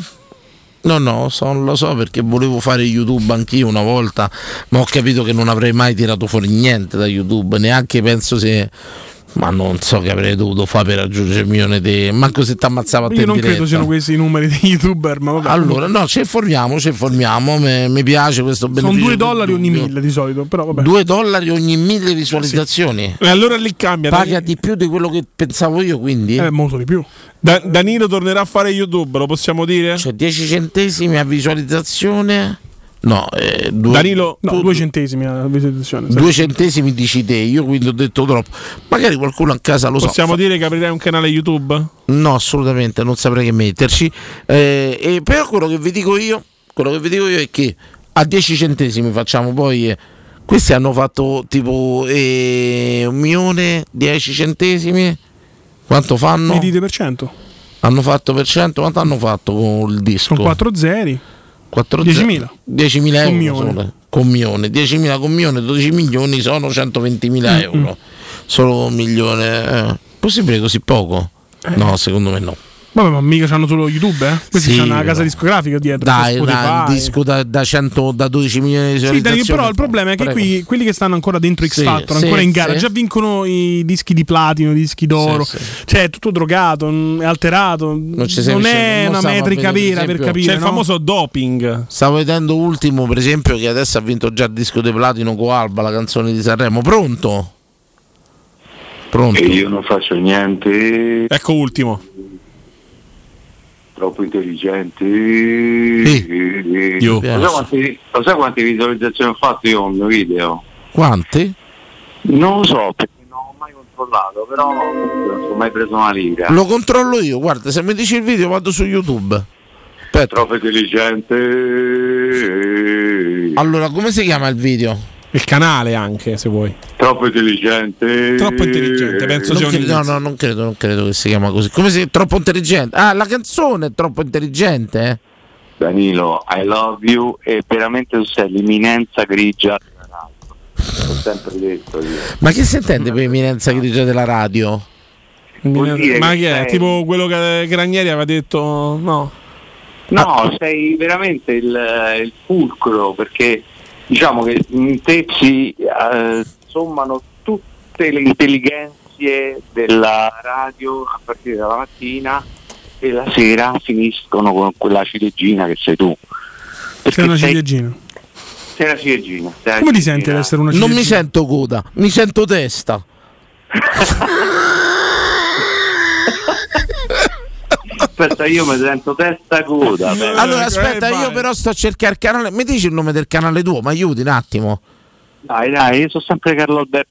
No, no, so- non lo so perché volevo fare YouTube anch'io una volta, ma ho capito che non avrei mai tirato fuori niente da YouTube, neanche penso se... Ma non so che avrei dovuto fare per raggiungere il milione di... Manco se ti ammazzava a te
Io
in
non credo
diretta.
siano questi i numeri di youtuber, ma vabbè.
Allora, no, ci informiamo, ci informiamo, me- mi piace questo
sono
beneficio.
2 dollari ogni mille di solito, però vabbè.
2 dollari ogni mille visualizzazioni.
E allora lì cambia.
Paga di più di quello che pensavo io, quindi. Eh,
molto di più.
Da- Danilo tornerà a fare YouTube, lo possiamo dire?
Cioè 10 centesimi a visualizzazione. No, eh, due-
Danilo,
Ah,
no,
tu-
due centesimi
eh.
a visualizzazione.
Due centesimi dici te, io quindi ho detto troppo. Magari qualcuno a casa lo sa.
possiamo dire che aprirei un canale YouTube?
No, assolutamente, non saprei che metterci. Eh, e però quello che vi dico io, quello che vi dico io è che a 10 centesimi facciamo poi. eh, questi hanno fatto tipo eh, un milione, 10 centesimi. Quanto fanno?
Mi dite per cento?
Hanno fatto per cento? Quanto hanno fatto con il disco?
Sono 4 zeri.
4
10.000.
10.000 euro
Commione.
solo. Commione. 10.000 commione, 12 milioni sono
Mm,
120.000 euro. Solo un milione. eh. Possibile così poco?
Eh.
No, secondo me no.
Vabbè, ma mica c'hanno solo YouTube, eh? Questi
Sì,
c'hanno una
però.
casa discografica dietro.
Dai,
Spotify.
dai, un disco da, da 100 da 12 milioni di
Sì,
visualizzazioni.
Dani, però il problema è che
Prego.
qui quelli che stanno ancora dentro X
Sì,
Factor,
sì,
ancora in gara,
sì.
già vincono i dischi di platino, i dischi d'oro, cioè è tutto drogato, mm, è alterato, non,
ci sei
è
riuscito,
una
non stavo a
metrica
vedere,
vera
per
per
esempio.
capire.
C'è il
no?
famoso
doping.
Stavo vedendo ultimo, per esempio, che adesso ha vinto già il disco di platino con Alba, la canzone di Sanremo. Pronto? Pronto?
E io non faccio niente.
Ecco ultimo.
Troppo intelligente. Io. Lo, sai quanti- lo sai quante visualizzazioni ho fatto io con il mio video?
Quanti?
Non lo so, perché non ho mai controllato, però non ho mai preso una lira.
Lo controllo io, guarda, se mi dici il video vado su YouTube.
Troppo intelligente.
Allora, come si chiama il video?
Il canale anche, se vuoi.
Troppo intelligente.
Troppo
Eh,
intelligente, penso
Non
sia un
credo- Eh, no,
indizio.
no, non credo, non credo che si chiama così. Come si troppo intelligente? Ah, la canzone è troppo intelligente, eh?
Danilo, I love you e veramente tu sei l'imminenza grigia. L'ho sempre detto io.
Ma che si intende per eminenza grigia della radio?
dire
Ma
che
chi è?
sei-
Tipo quello che eh, Granieri aveva detto. No.
Ah.
No, sei veramente il, il fulcro perché diciamo che in te si eh, sommano tutte le intelligenze della radio a partire dalla mattina e la sera finiscono con quella ciliegina che sei tu.
Sei una ciliegina.
Sei la ciliegina. sei la
Come ti
ciliegina.
senti ad essere una
Non mi
ciliegina?
sento coda, mi sento testa.
Aspetta, io mi sento
<laughs>
testa coda.
Eh,
beh.
Allora,
Eh,
aspetta, io però sto a cercare il canale. Mi dici il nome del canale tuo? Ma aiuti un attimo.
Dai, dai, io sono sempre Carlo Alberto.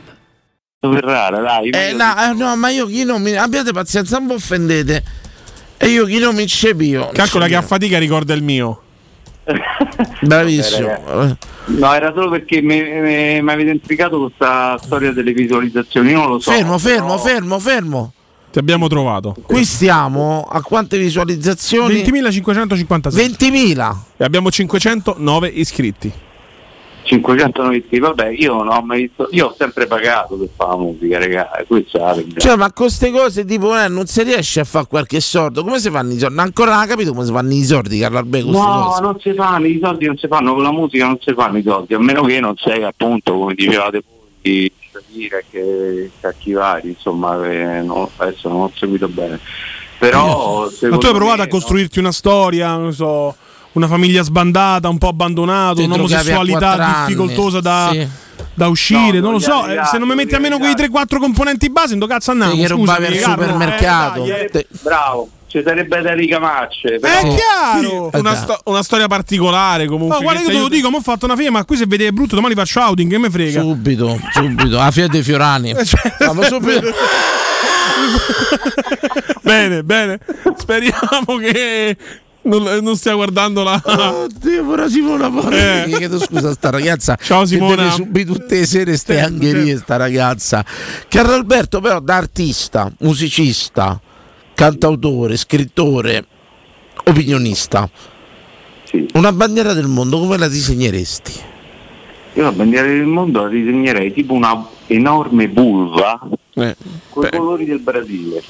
Ferrara, dai.
Eh, no, eh, no, ma io chi non mi. Abbiate pazienza, non vi offendete. E io chi non mi incepio.
Calcola che a fatica ricorda il mio.
Bravissimo.
No, era solo perché mi mi- mi avete identificato questa storia delle visualizzazioni, io non lo so.
Fermo, fermo, fermo, fermo.
Ti abbiamo trovato.
Qui stiamo a quante visualizzazioni?
20.556.
20.000.
E abbiamo 509 iscritti.
500 novizi, vabbè, io non ho mai visto, io ho sempre pagato per fare la musica, regà, e questa è la verità.
Cioè, ma con queste cose tipo eh, non si riesce a fare qualche sordo. Come si fanno i soldi? Ancora non ha capito come si fanno i sordi, Carlo Albe, con queste
No,
cose.
non si fanno, i soldi non si fanno, con la musica non si fanno i soldi, a meno che non sei appunto, come dicevate voi, di Shakira che cacchi vari, insomma, eh, no, adesso non ho seguito bene. Però
Ma tu hai
secondo
provato
me,
a costruirti una storia, non so, una famiglia sbandata, un po' abbandonato,
Dentro che avevi a quattro
un'omosessualità
anni.
difficoltosa da,
Sì.
da uscire,
No,
non lo
gli
so, eh,
alleati,
se non mi metti almeno quei 3-4 componenti base, in do cazzo andiamo.
Sì, che
scusa,
rubavi al supermercato. Eh,
eh, bravo, ci sarebbe da ricamacce.
È chiaro!
Una, sto- una storia particolare comunque.
No, Oh, guarda,
che ti
io te lo
aiuta-
dico, ma ho fatto una firma, ma qui se vede brutto domani faccio outing, che me frega. Eh, cioè,
Subito, subito, a Fiat dei Fiorani. Andiamo
<laughs>
subito.
bene, bene. Speriamo che non, non stia guardando la. Eh.
Oddio, ora Simona Porri, che chiedo scusa a sta ragazza.
<laughs> Ciao,
che
Simona.
Deve subire tutte le sere ste angherie, sta ragazza. Carlo Alberto, però, da artista, musicista, cantautore, scrittore, opinionista. Una bandiera del mondo, come la disegneresti?
Io la bandiera del mondo la disegnerei tipo una enorme vulva
Eh.
con i colori del Brasile.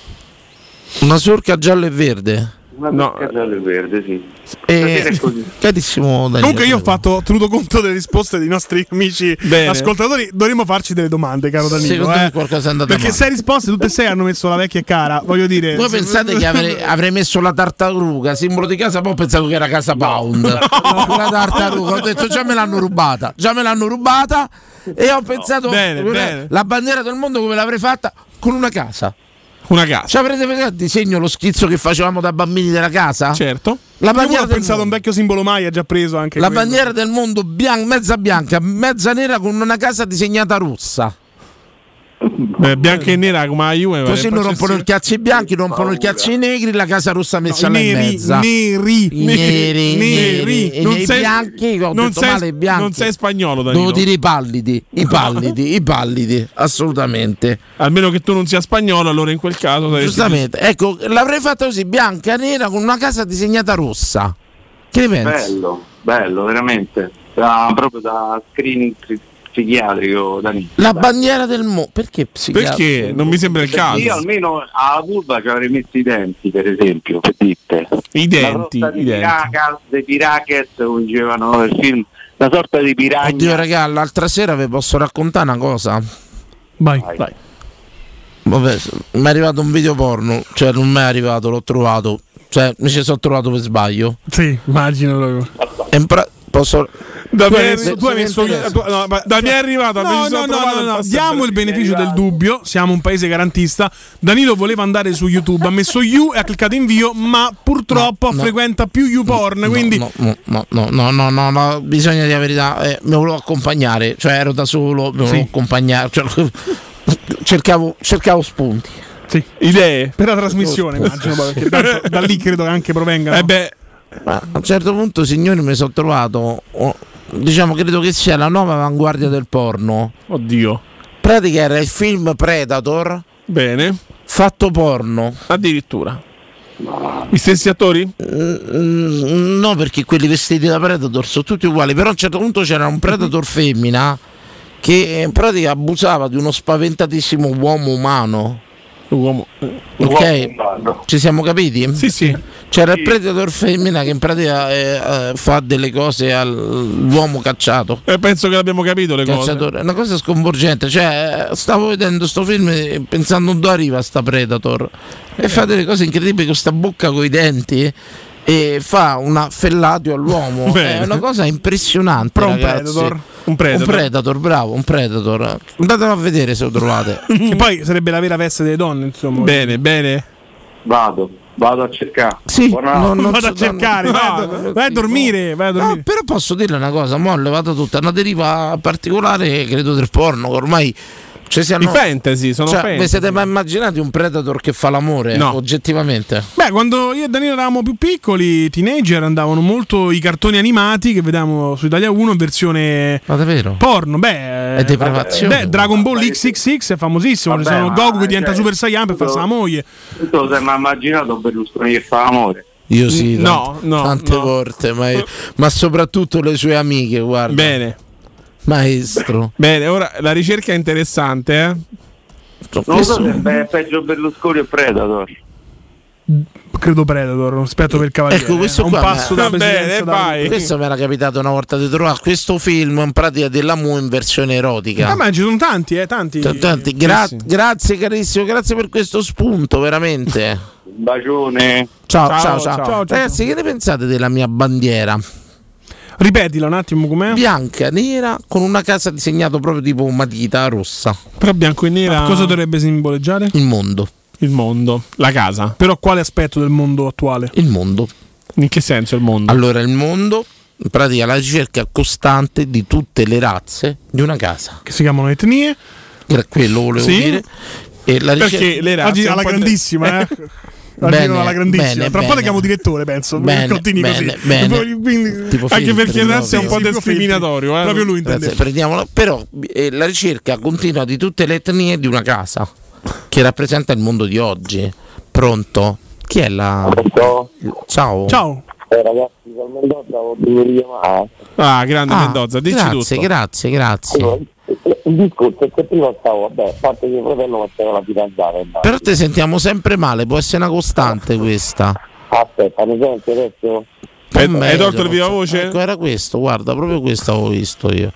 Una sorca giallo e verde.
Una
eh.
no. del verde, sì.
Eh, carissimo Daniele.
Comunque io ho fatto, ho tenuto conto delle risposte dei nostri amici
Bene.
ascoltatori, dovremmo farci delle domande, caro Danilo.
Secondo
eh.
me qualcosa è andato
Perché
male.
sei risposte, tutte e sei hanno messo la vecchia e cara, voglio dire.
Voi pensate che avrei, avrei messo la tartaruga, simbolo di casa, poi ho pensato che era
<laughs>
casa Pound. La tartaruga, ho detto già me l'hanno rubata, già me l'hanno rubata e ho pensato
Bene,
quella-
bene.
la bandiera del mondo come l'avrei fatta con una casa.
Una casa.
Ci avrete pensato al disegno lo schizzo che facevamo da bambini della casa?
Certo.
La
Io
bandiera
ho
del
pensato a un vecchio simbolo Maya già preso anche
la
quello.
bandiera del mondo bian- mezza bianca, mezza nera con una casa disegnata rossa.
Eh, bianca e nera come la Juve.
Così
vabbè,
non rompono il cazzo i bianchi, rompono il cazzo i negri, la casa rossa messa
No,
là
i
in
neri,
mezza.
neri,
I
neri,
neri, neri, e
non
i
sei-
bianchi, ho
non
detto
sei-
male, i bianchi.
non sei spagnolo, Danilo.
Devo dire i pallidi, i pallidi, i pallidi, assolutamente.
Almeno che tu non sia spagnolo, allora in quel caso. saresti-
Giustamente, ecco, l'avrei fatta così, bianca, nera, con una casa disegnata rossa. Che ne pensi?
Bello, bello, veramente. Da- proprio da screening psi- psichiatrico, Danilo.
La bandiera del mo... Perché psichiatra?
Perché? Non mi sembra il
Perché
caso.
Cioè, Io almeno alla vulva ci avrei messo i denti, per esempio, per dirte.
I
denti, i denti. Dei piracket, come dicevano nel film, una sorta di piragna.
Oddio raga, l'altra sera vi posso raccontare una cosa?
Vai,
vai.
Vabbè, s- mi è arrivato un video porno, cioè non mi è arrivato, l'ho trovato, cioè mi ci sono trovato per sbaglio.
Sì, immagino proprio.
E in pra- posso...
Da
Tu hai
me-
messo-
tu hai messo- tu- no, ma-
Da me è arrivato,
No,
mi ci
no,
sono
no,
trovato
no,
il
no,
passaggio.
diamo il beneficio del dubbio. Siamo un paese garantista. Danilo voleva andare su YouTube, ha messo You e ha cliccato invio, ma purtroppo
No, no.
frequenta più YouPorn. quindi
No, no, no, no, no, no, no, no, bisogna dire la verità, eh, mi volevo accompagnare, cioè ero da solo, mi volevo accompagnare, cioè, <laughs> cercavo, cercavo spunti.
Idee
per la trasmissione, immagino. poi, Perché
<laughs>
tanto da lì credo che anche provenga.
Eh beh,
Ma a un certo punto, signori, mi sono trovato, oh, diciamo, credo che sia la nuova avanguardia del porno.
Oddio.
Pratica era il film Predator.
Bene.
Fatto porno.
Addirittura. I stessi attori?
Mm, no, perché quelli vestiti da Predator sono tutti uguali, però a un certo punto c'era un Predator femmina che in pratica abusava di uno spaventatissimo uomo umano. Uomo. Ok, ci siamo capiti?
Sì, sì.
C'era il predator femmina che in pratica eh, eh, fa delle cose all'uomo cacciato.
E penso che l'abbiamo capito le
Cacciatore. È una cosa sconvolgente. Cioè, eh, stavo vedendo sto film e pensando dove arriva sta Predator. E fa delle cose incredibili con sta bocca coi denti. E fa un fellatio
<laughs>
all'uomo.
Bene.
È una cosa impressionante.
Però un
ragazzi.
Predator? Un Predator.
Un Predator, bravo, un Predator. Andatelo a vedere se lo trovate.
cose. Che poi sarebbe la vera veste delle donne, insomma.
Bene, bene.
Vado, vado a cercare.
no, non
vado a
so-
cercare,
no,
vai, a- vai a dormire, vai a dormire.
No, però posso dirle una cosa, mo ho levato tutta, è una deriva particolare credo del porno, che ormai ci siano...
I fantasy, sono
cioè,
fantasy.
Vi siete mai immaginati un predator che fa l'amore?
No.
Oggettivamente.
Beh, quando io e Danilo eravamo più piccoli, teenager, andavano molto i cartoni animati che vedevamo su Italia 1 in versione porno. Beh,
È depravazione.
Beh, Dragon Ball XXX è famosissimo. Ci
Vabbè,
sono
ma-
Goku che diventa
cioè,
Super Saiyan per farsi la moglie.
Tu te lo sei mai immaginato Berlusconi che fa amore?
Io sì,
Mm, no,
tante, tante volte, ma, ma soprattutto le sue amiche, guarda.
Bene.
Maestro.
Bene, ora la ricerca è interessante, eh?
Non lo so se è pe- peggio Berlusconi o Predator.
Credo Predator, rispetto per il cavaliere.
Ecco, questo
è un
qua
passo
mi-
da
eh,
presidenza da-
Questo mi era capitato una volta di trovare questo film in pratica dell'amu in versione erotica.
Ah, ma ci sono tanti, eh, tanti.
T- tanti. Gra-
Sì, sì.
Grazie carissimo, grazie per questo spunto, veramente.
Un bacione.
Ciao, ciao, ciao. Ragazzi, che ne pensate della mia bandiera?
Ripetila un attimo com'è?
Bianca, nera, con una casa disegnata proprio tipo una matita rossa.
Però bianco e nera.
Cosa dovrebbe simboleggiare?
Il mondo.
Il mondo, la casa.
Però quale aspetto del mondo attuale?
Il mondo.
In che senso il mondo?
Allora, il mondo, in pratica, la ricerca costante di tutte le razze di una casa.
Che si chiamano etnie.
Gra- Quello volevo
Sì.
dire. E la
Perché
ricerca-
le razze Oggi un alla po' di- grandissima,
<laughs>
eh. Oggi
Bene,
non alla grandissima. Tra
bene,
un po'
bene.
le chiamo direttore, penso.
Bene,
Esatto, <laughs> Continui
bene,
così.
bene.
Poi, quindi-
Tipo
anche
filtri,
perché
no?
Nanzi è un po'
Sì, tipo
discriminatorio.
filtri.
eh. Proprio lui
Grazie,
intendeva.
prendiamola. Però eh, la ricerca continua di tutte le etnie di una casa che rappresenta il mondo di oggi. Pronto? Chi è la. Ciao.
Ciao.
Eh, ragazzi, con Mendoza ho dovuto richiamare.
Ah, grande
Ah,
Mendoza, dici
grazie,
tutto.
grazie, grazie.
Il discorso è che prima stavo, vabbè, a parte mio fratello, ma c'era la fidanzata. immagino.
Però te sentiamo sempre male, può essere una costante questa.
Aspetta, mi senti adesso?
Eh,
Hai,
hai tolto il viva voce?
Ecco, era questo, guarda, proprio questo avevo visto io.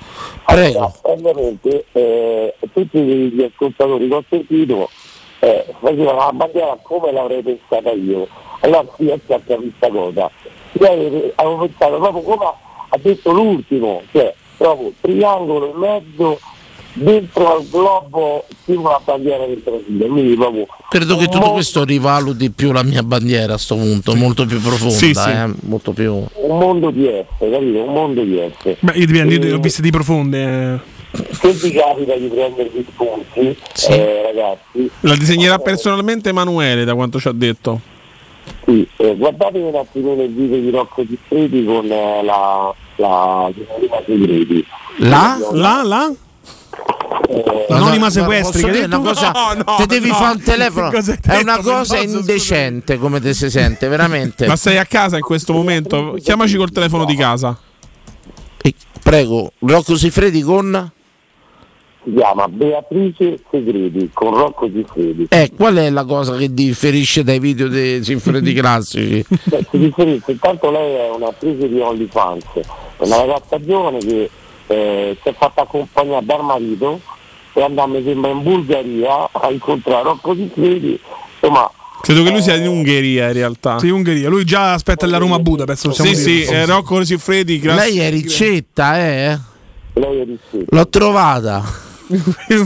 Prego.
Ovviamente eh, tutti gli ascoltatori che ho sentito eh, facevano la bandiera come l'avrei pensata io. Allora qui ho cercato questa cosa. Io avevo- avevo pensato proprio come ha detto l'ultimo, cioè proprio triangolo in mezzo dentro al globo sino alla bandiera del Brasile. Quindi proprio
Credo che tutto questo rivaluti più la mia bandiera a sto punto, molto più profonda,
Sì, sì.
eh, molto più.
un mondo di essere, capito? Un mondo di essere.
Beh, io dipende,
Eh.
io le ho viste di profonde. eh.
Se ti capita di prendervi spunti,
Sì.
eh, ragazzi,
La disegnerà personalmente Emanuele, da quanto ci ha detto.
Sì, eh, guardatevi un attimino il video di Rocco Siffredi con eh, la la l'anonima segreti.
La?
La? La?
Eh,
Anonima
Ma-
sequestri,
posso
che
dire
hai detto?
una cosa,
No, no,
te devi
no.
fare il telefono,
<laughs> Cosa hai
è
detto,
una cosa
Mendoza,
indecente come te si sente, veramente.
Ma sei a casa in questo momento? Chiamaci col telefono di casa.
<laughs> Prego, Rocco Siffredi con...
si chiama Beatrice Segreti con Rocco Siffredi.
Eh, qual è la cosa che differisce dai video dei <laughs> Siffredi classici?
Beh, si riferisce, intanto lei è un'attrice di OnlyFans, è una ragazza giovane che eh, si è fatta accompagnare dal marito e andava mi sembra in Bulgaria a incontrare Rocco Siffredi, insomma
Credo che lui sia di Ungheria in realtà.
Sì, Ungheria. Lui già aspetta la Roma a Budapest. possiamo
Sì,
dire.
sì, eh, Rocco Siffredi. grazie.
Lei è ricetta, eh?
lei è di sì.
L'ho trovata,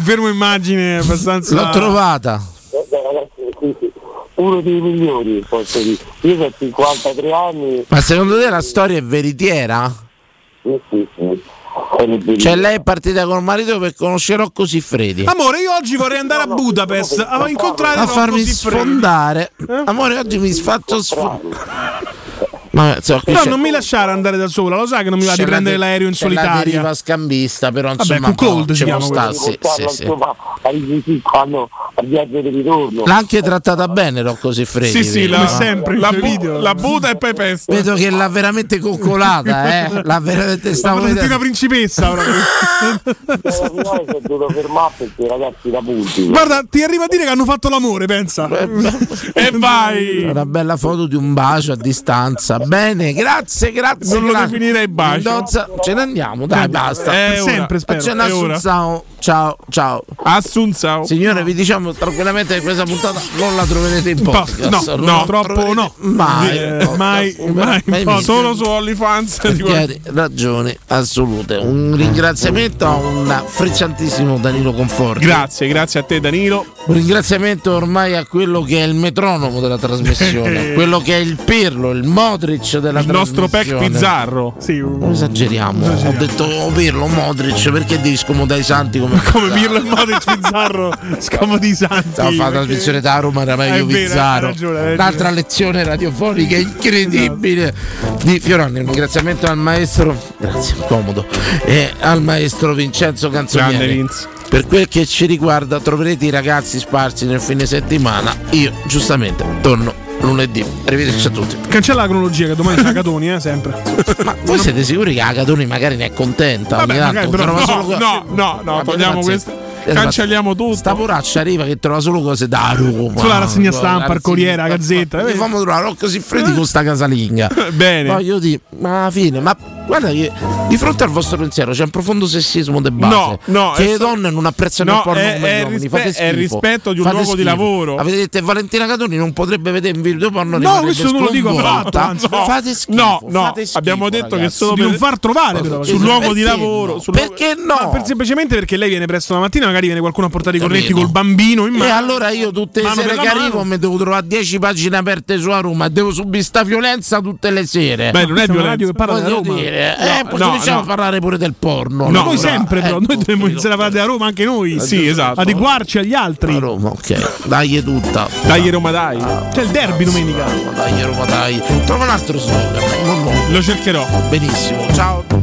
Fermo immagine abbastanza.
l'ho trovata.
Guarda, ragazzi, sì, sì, uno dei migliori posso dire. Io ho 53 anni
Ma secondo te la storia è veritiera?
Sì, eh sì, sì.
Cioè lei è partita col marito per conoscere Rocco Siffredi.
Amore, io oggi vorrei andare a Budapest a incontrare Eh?
a
Rocco
farmi
Siffredi.
sfondare. Amore, oggi mi faccio sfondare. Ma insomma, qui
Però
c'è-
non mi lasciare andare da sola, lo sa che non mi va di
c'è la
prendere
de-
l'aereo in
c'è La
solitaria.
deriva scambista, però
Vabbè, con
insomma,
Cold
no,
si
ci può
chiama
sta,
quello.
sì, sì, sì.
insomma arrivi qui quando al viaggio di ritorno
L'ha anche trattata bene Rocco Siffredi.
Sì, sì,
vedo,
come
no?
sempre, in
La,
quei
bu-
video.
la
Buda e poi pesta.
<laughs> Vedo che l'ha veramente coccolata, eh. L'ha veramente stavo
Sembra più
vedendo.
<laughs> una principessa.
<laughs>
proprio.
sono dovuto fermare perché ragazzi la punti
Guarda, ti arriva a dire che hanno fatto l'amore, pensa.
e
vai!
Una bella foto di un bacio a distanza. Bene, grazie, grazie.
Non lo
grazie.
definirei bacio.
Mendonza, ce ne andiamo, dai,
Eh,
basta.
è Per ora. sempre, spero,
Ce
è ora.
ciao, ciao, ciao.
Assunzao.
Signore, vi diciamo tranquillamente che questa puntata non la troverete in podcast.
no,
Non
no,
la
troppo
troverete
no.
Mai.
Eh,
in podcast.
mai, mai,
mai
no,
visto.
solo su OnlyFans. di quello-
Chiari, ragione assolute.
Eh.
Un ringraziamento a un frizzantissimo Danilo Conforti.
Grazie, grazie a te Danilo.
Un ringraziamento ormai a quello che è il metronomo della
<laughs>
trasmissione, quello che è il Pirlo, il Modric della
Il
trasmissione.
nostro Peck Pizzarro.
Non esageriamo, ho detto oh, Pirlo, Modric, perché devi scomodare i santi come
<laughs> Come Pirlo e Modric
<laughs>
Pizzarro, scomodi i santi.
Stavo a fare la trasmissione da Roma, era meglio
È vero, hai
Pizzarro.
ragione, hai ragione.
Un'altra lezione radiofonica incredibile
Esatto.
di Fiorani. Un ringraziamento al maestro, grazie, comodo, e al maestro Vincenzo
Grande
Canzonieri. Per quel che ci riguarda, troverete i ragazzi sparsi nel fine settimana. Io, giustamente, torno lunedì. Arrivederci a tutti.
Cancella la cronologia che domani c'è Catoni, eh, sempre.
Ma voi siete sicuri che Agatoni magari ne è contenta?
Vabbè,
Ogni tanto
magari, però
trova
no,
solo co-
no, no, no,
Vabbè,
togliamo
pazienza.
questo.
Eh,
Cancelliamo tutto.
Sta poraccia arriva che trova solo cose da Roma.
Sulla rassegna stampa,
Guarda,
il Corriere, la Gazzetta. eh.
Facciamo trovare Rocco Siffredi con
<laughs>
sta casalinga.
Bene.
Voglio dire, ma alla fine, ma guarda che di fronte al vostro pensiero c'è un profondo sessismo de base.
No, no,
che
è
le
so-
donne non apprezzano
No,
il porno
è-
come
è
gli uomini.
rispe-
Fate
è
schifo.
rispetto di un
Fate
luogo di
schifo.
lavoro.
Avete detto Valentina Catoni non potrebbe vedere un video porno
No,
rimarrebbe
questo non lo dico affatto.
sconvolta.
anzi, no.
Fate schifo.
No, no,
fate schifo,
abbiamo detto che
ragazzi.
solo per... far trovare
però,
sul
perché
luogo di
no?
lavoro. sul luogo-
Perché no?
Ma per- semplicemente perché lei viene presto la mattina, magari viene qualcuno a portare i cornetti
Capito.
col bambino in mano.
E allora io tutte le
Mano
sere
per la
che
mano.
arrivo mi devo trovare 10 pagine aperte su a Roma e devo subire sta violenza tutte le sere.
Beh, non è Questa è una violenza. radio che parla
Voglio
della Roma.
dire,
No,
eh,
no,
possiamo
no.
parlare pure del porno.
No,
allora.
noi sempre, però,
Eh,
noi dovremmo iniziare a parlare a Roma anche noi.
Sì, esatto.
Adeguarci agli altri.
A Roma, ok. Dai tutta.
Dai Roma dai. Cioè,
C'è il derby domenica.
Dai Roma dai. Trova un altro slogan. non nuovo.
Lo cercherò.
Benissimo. Ciao.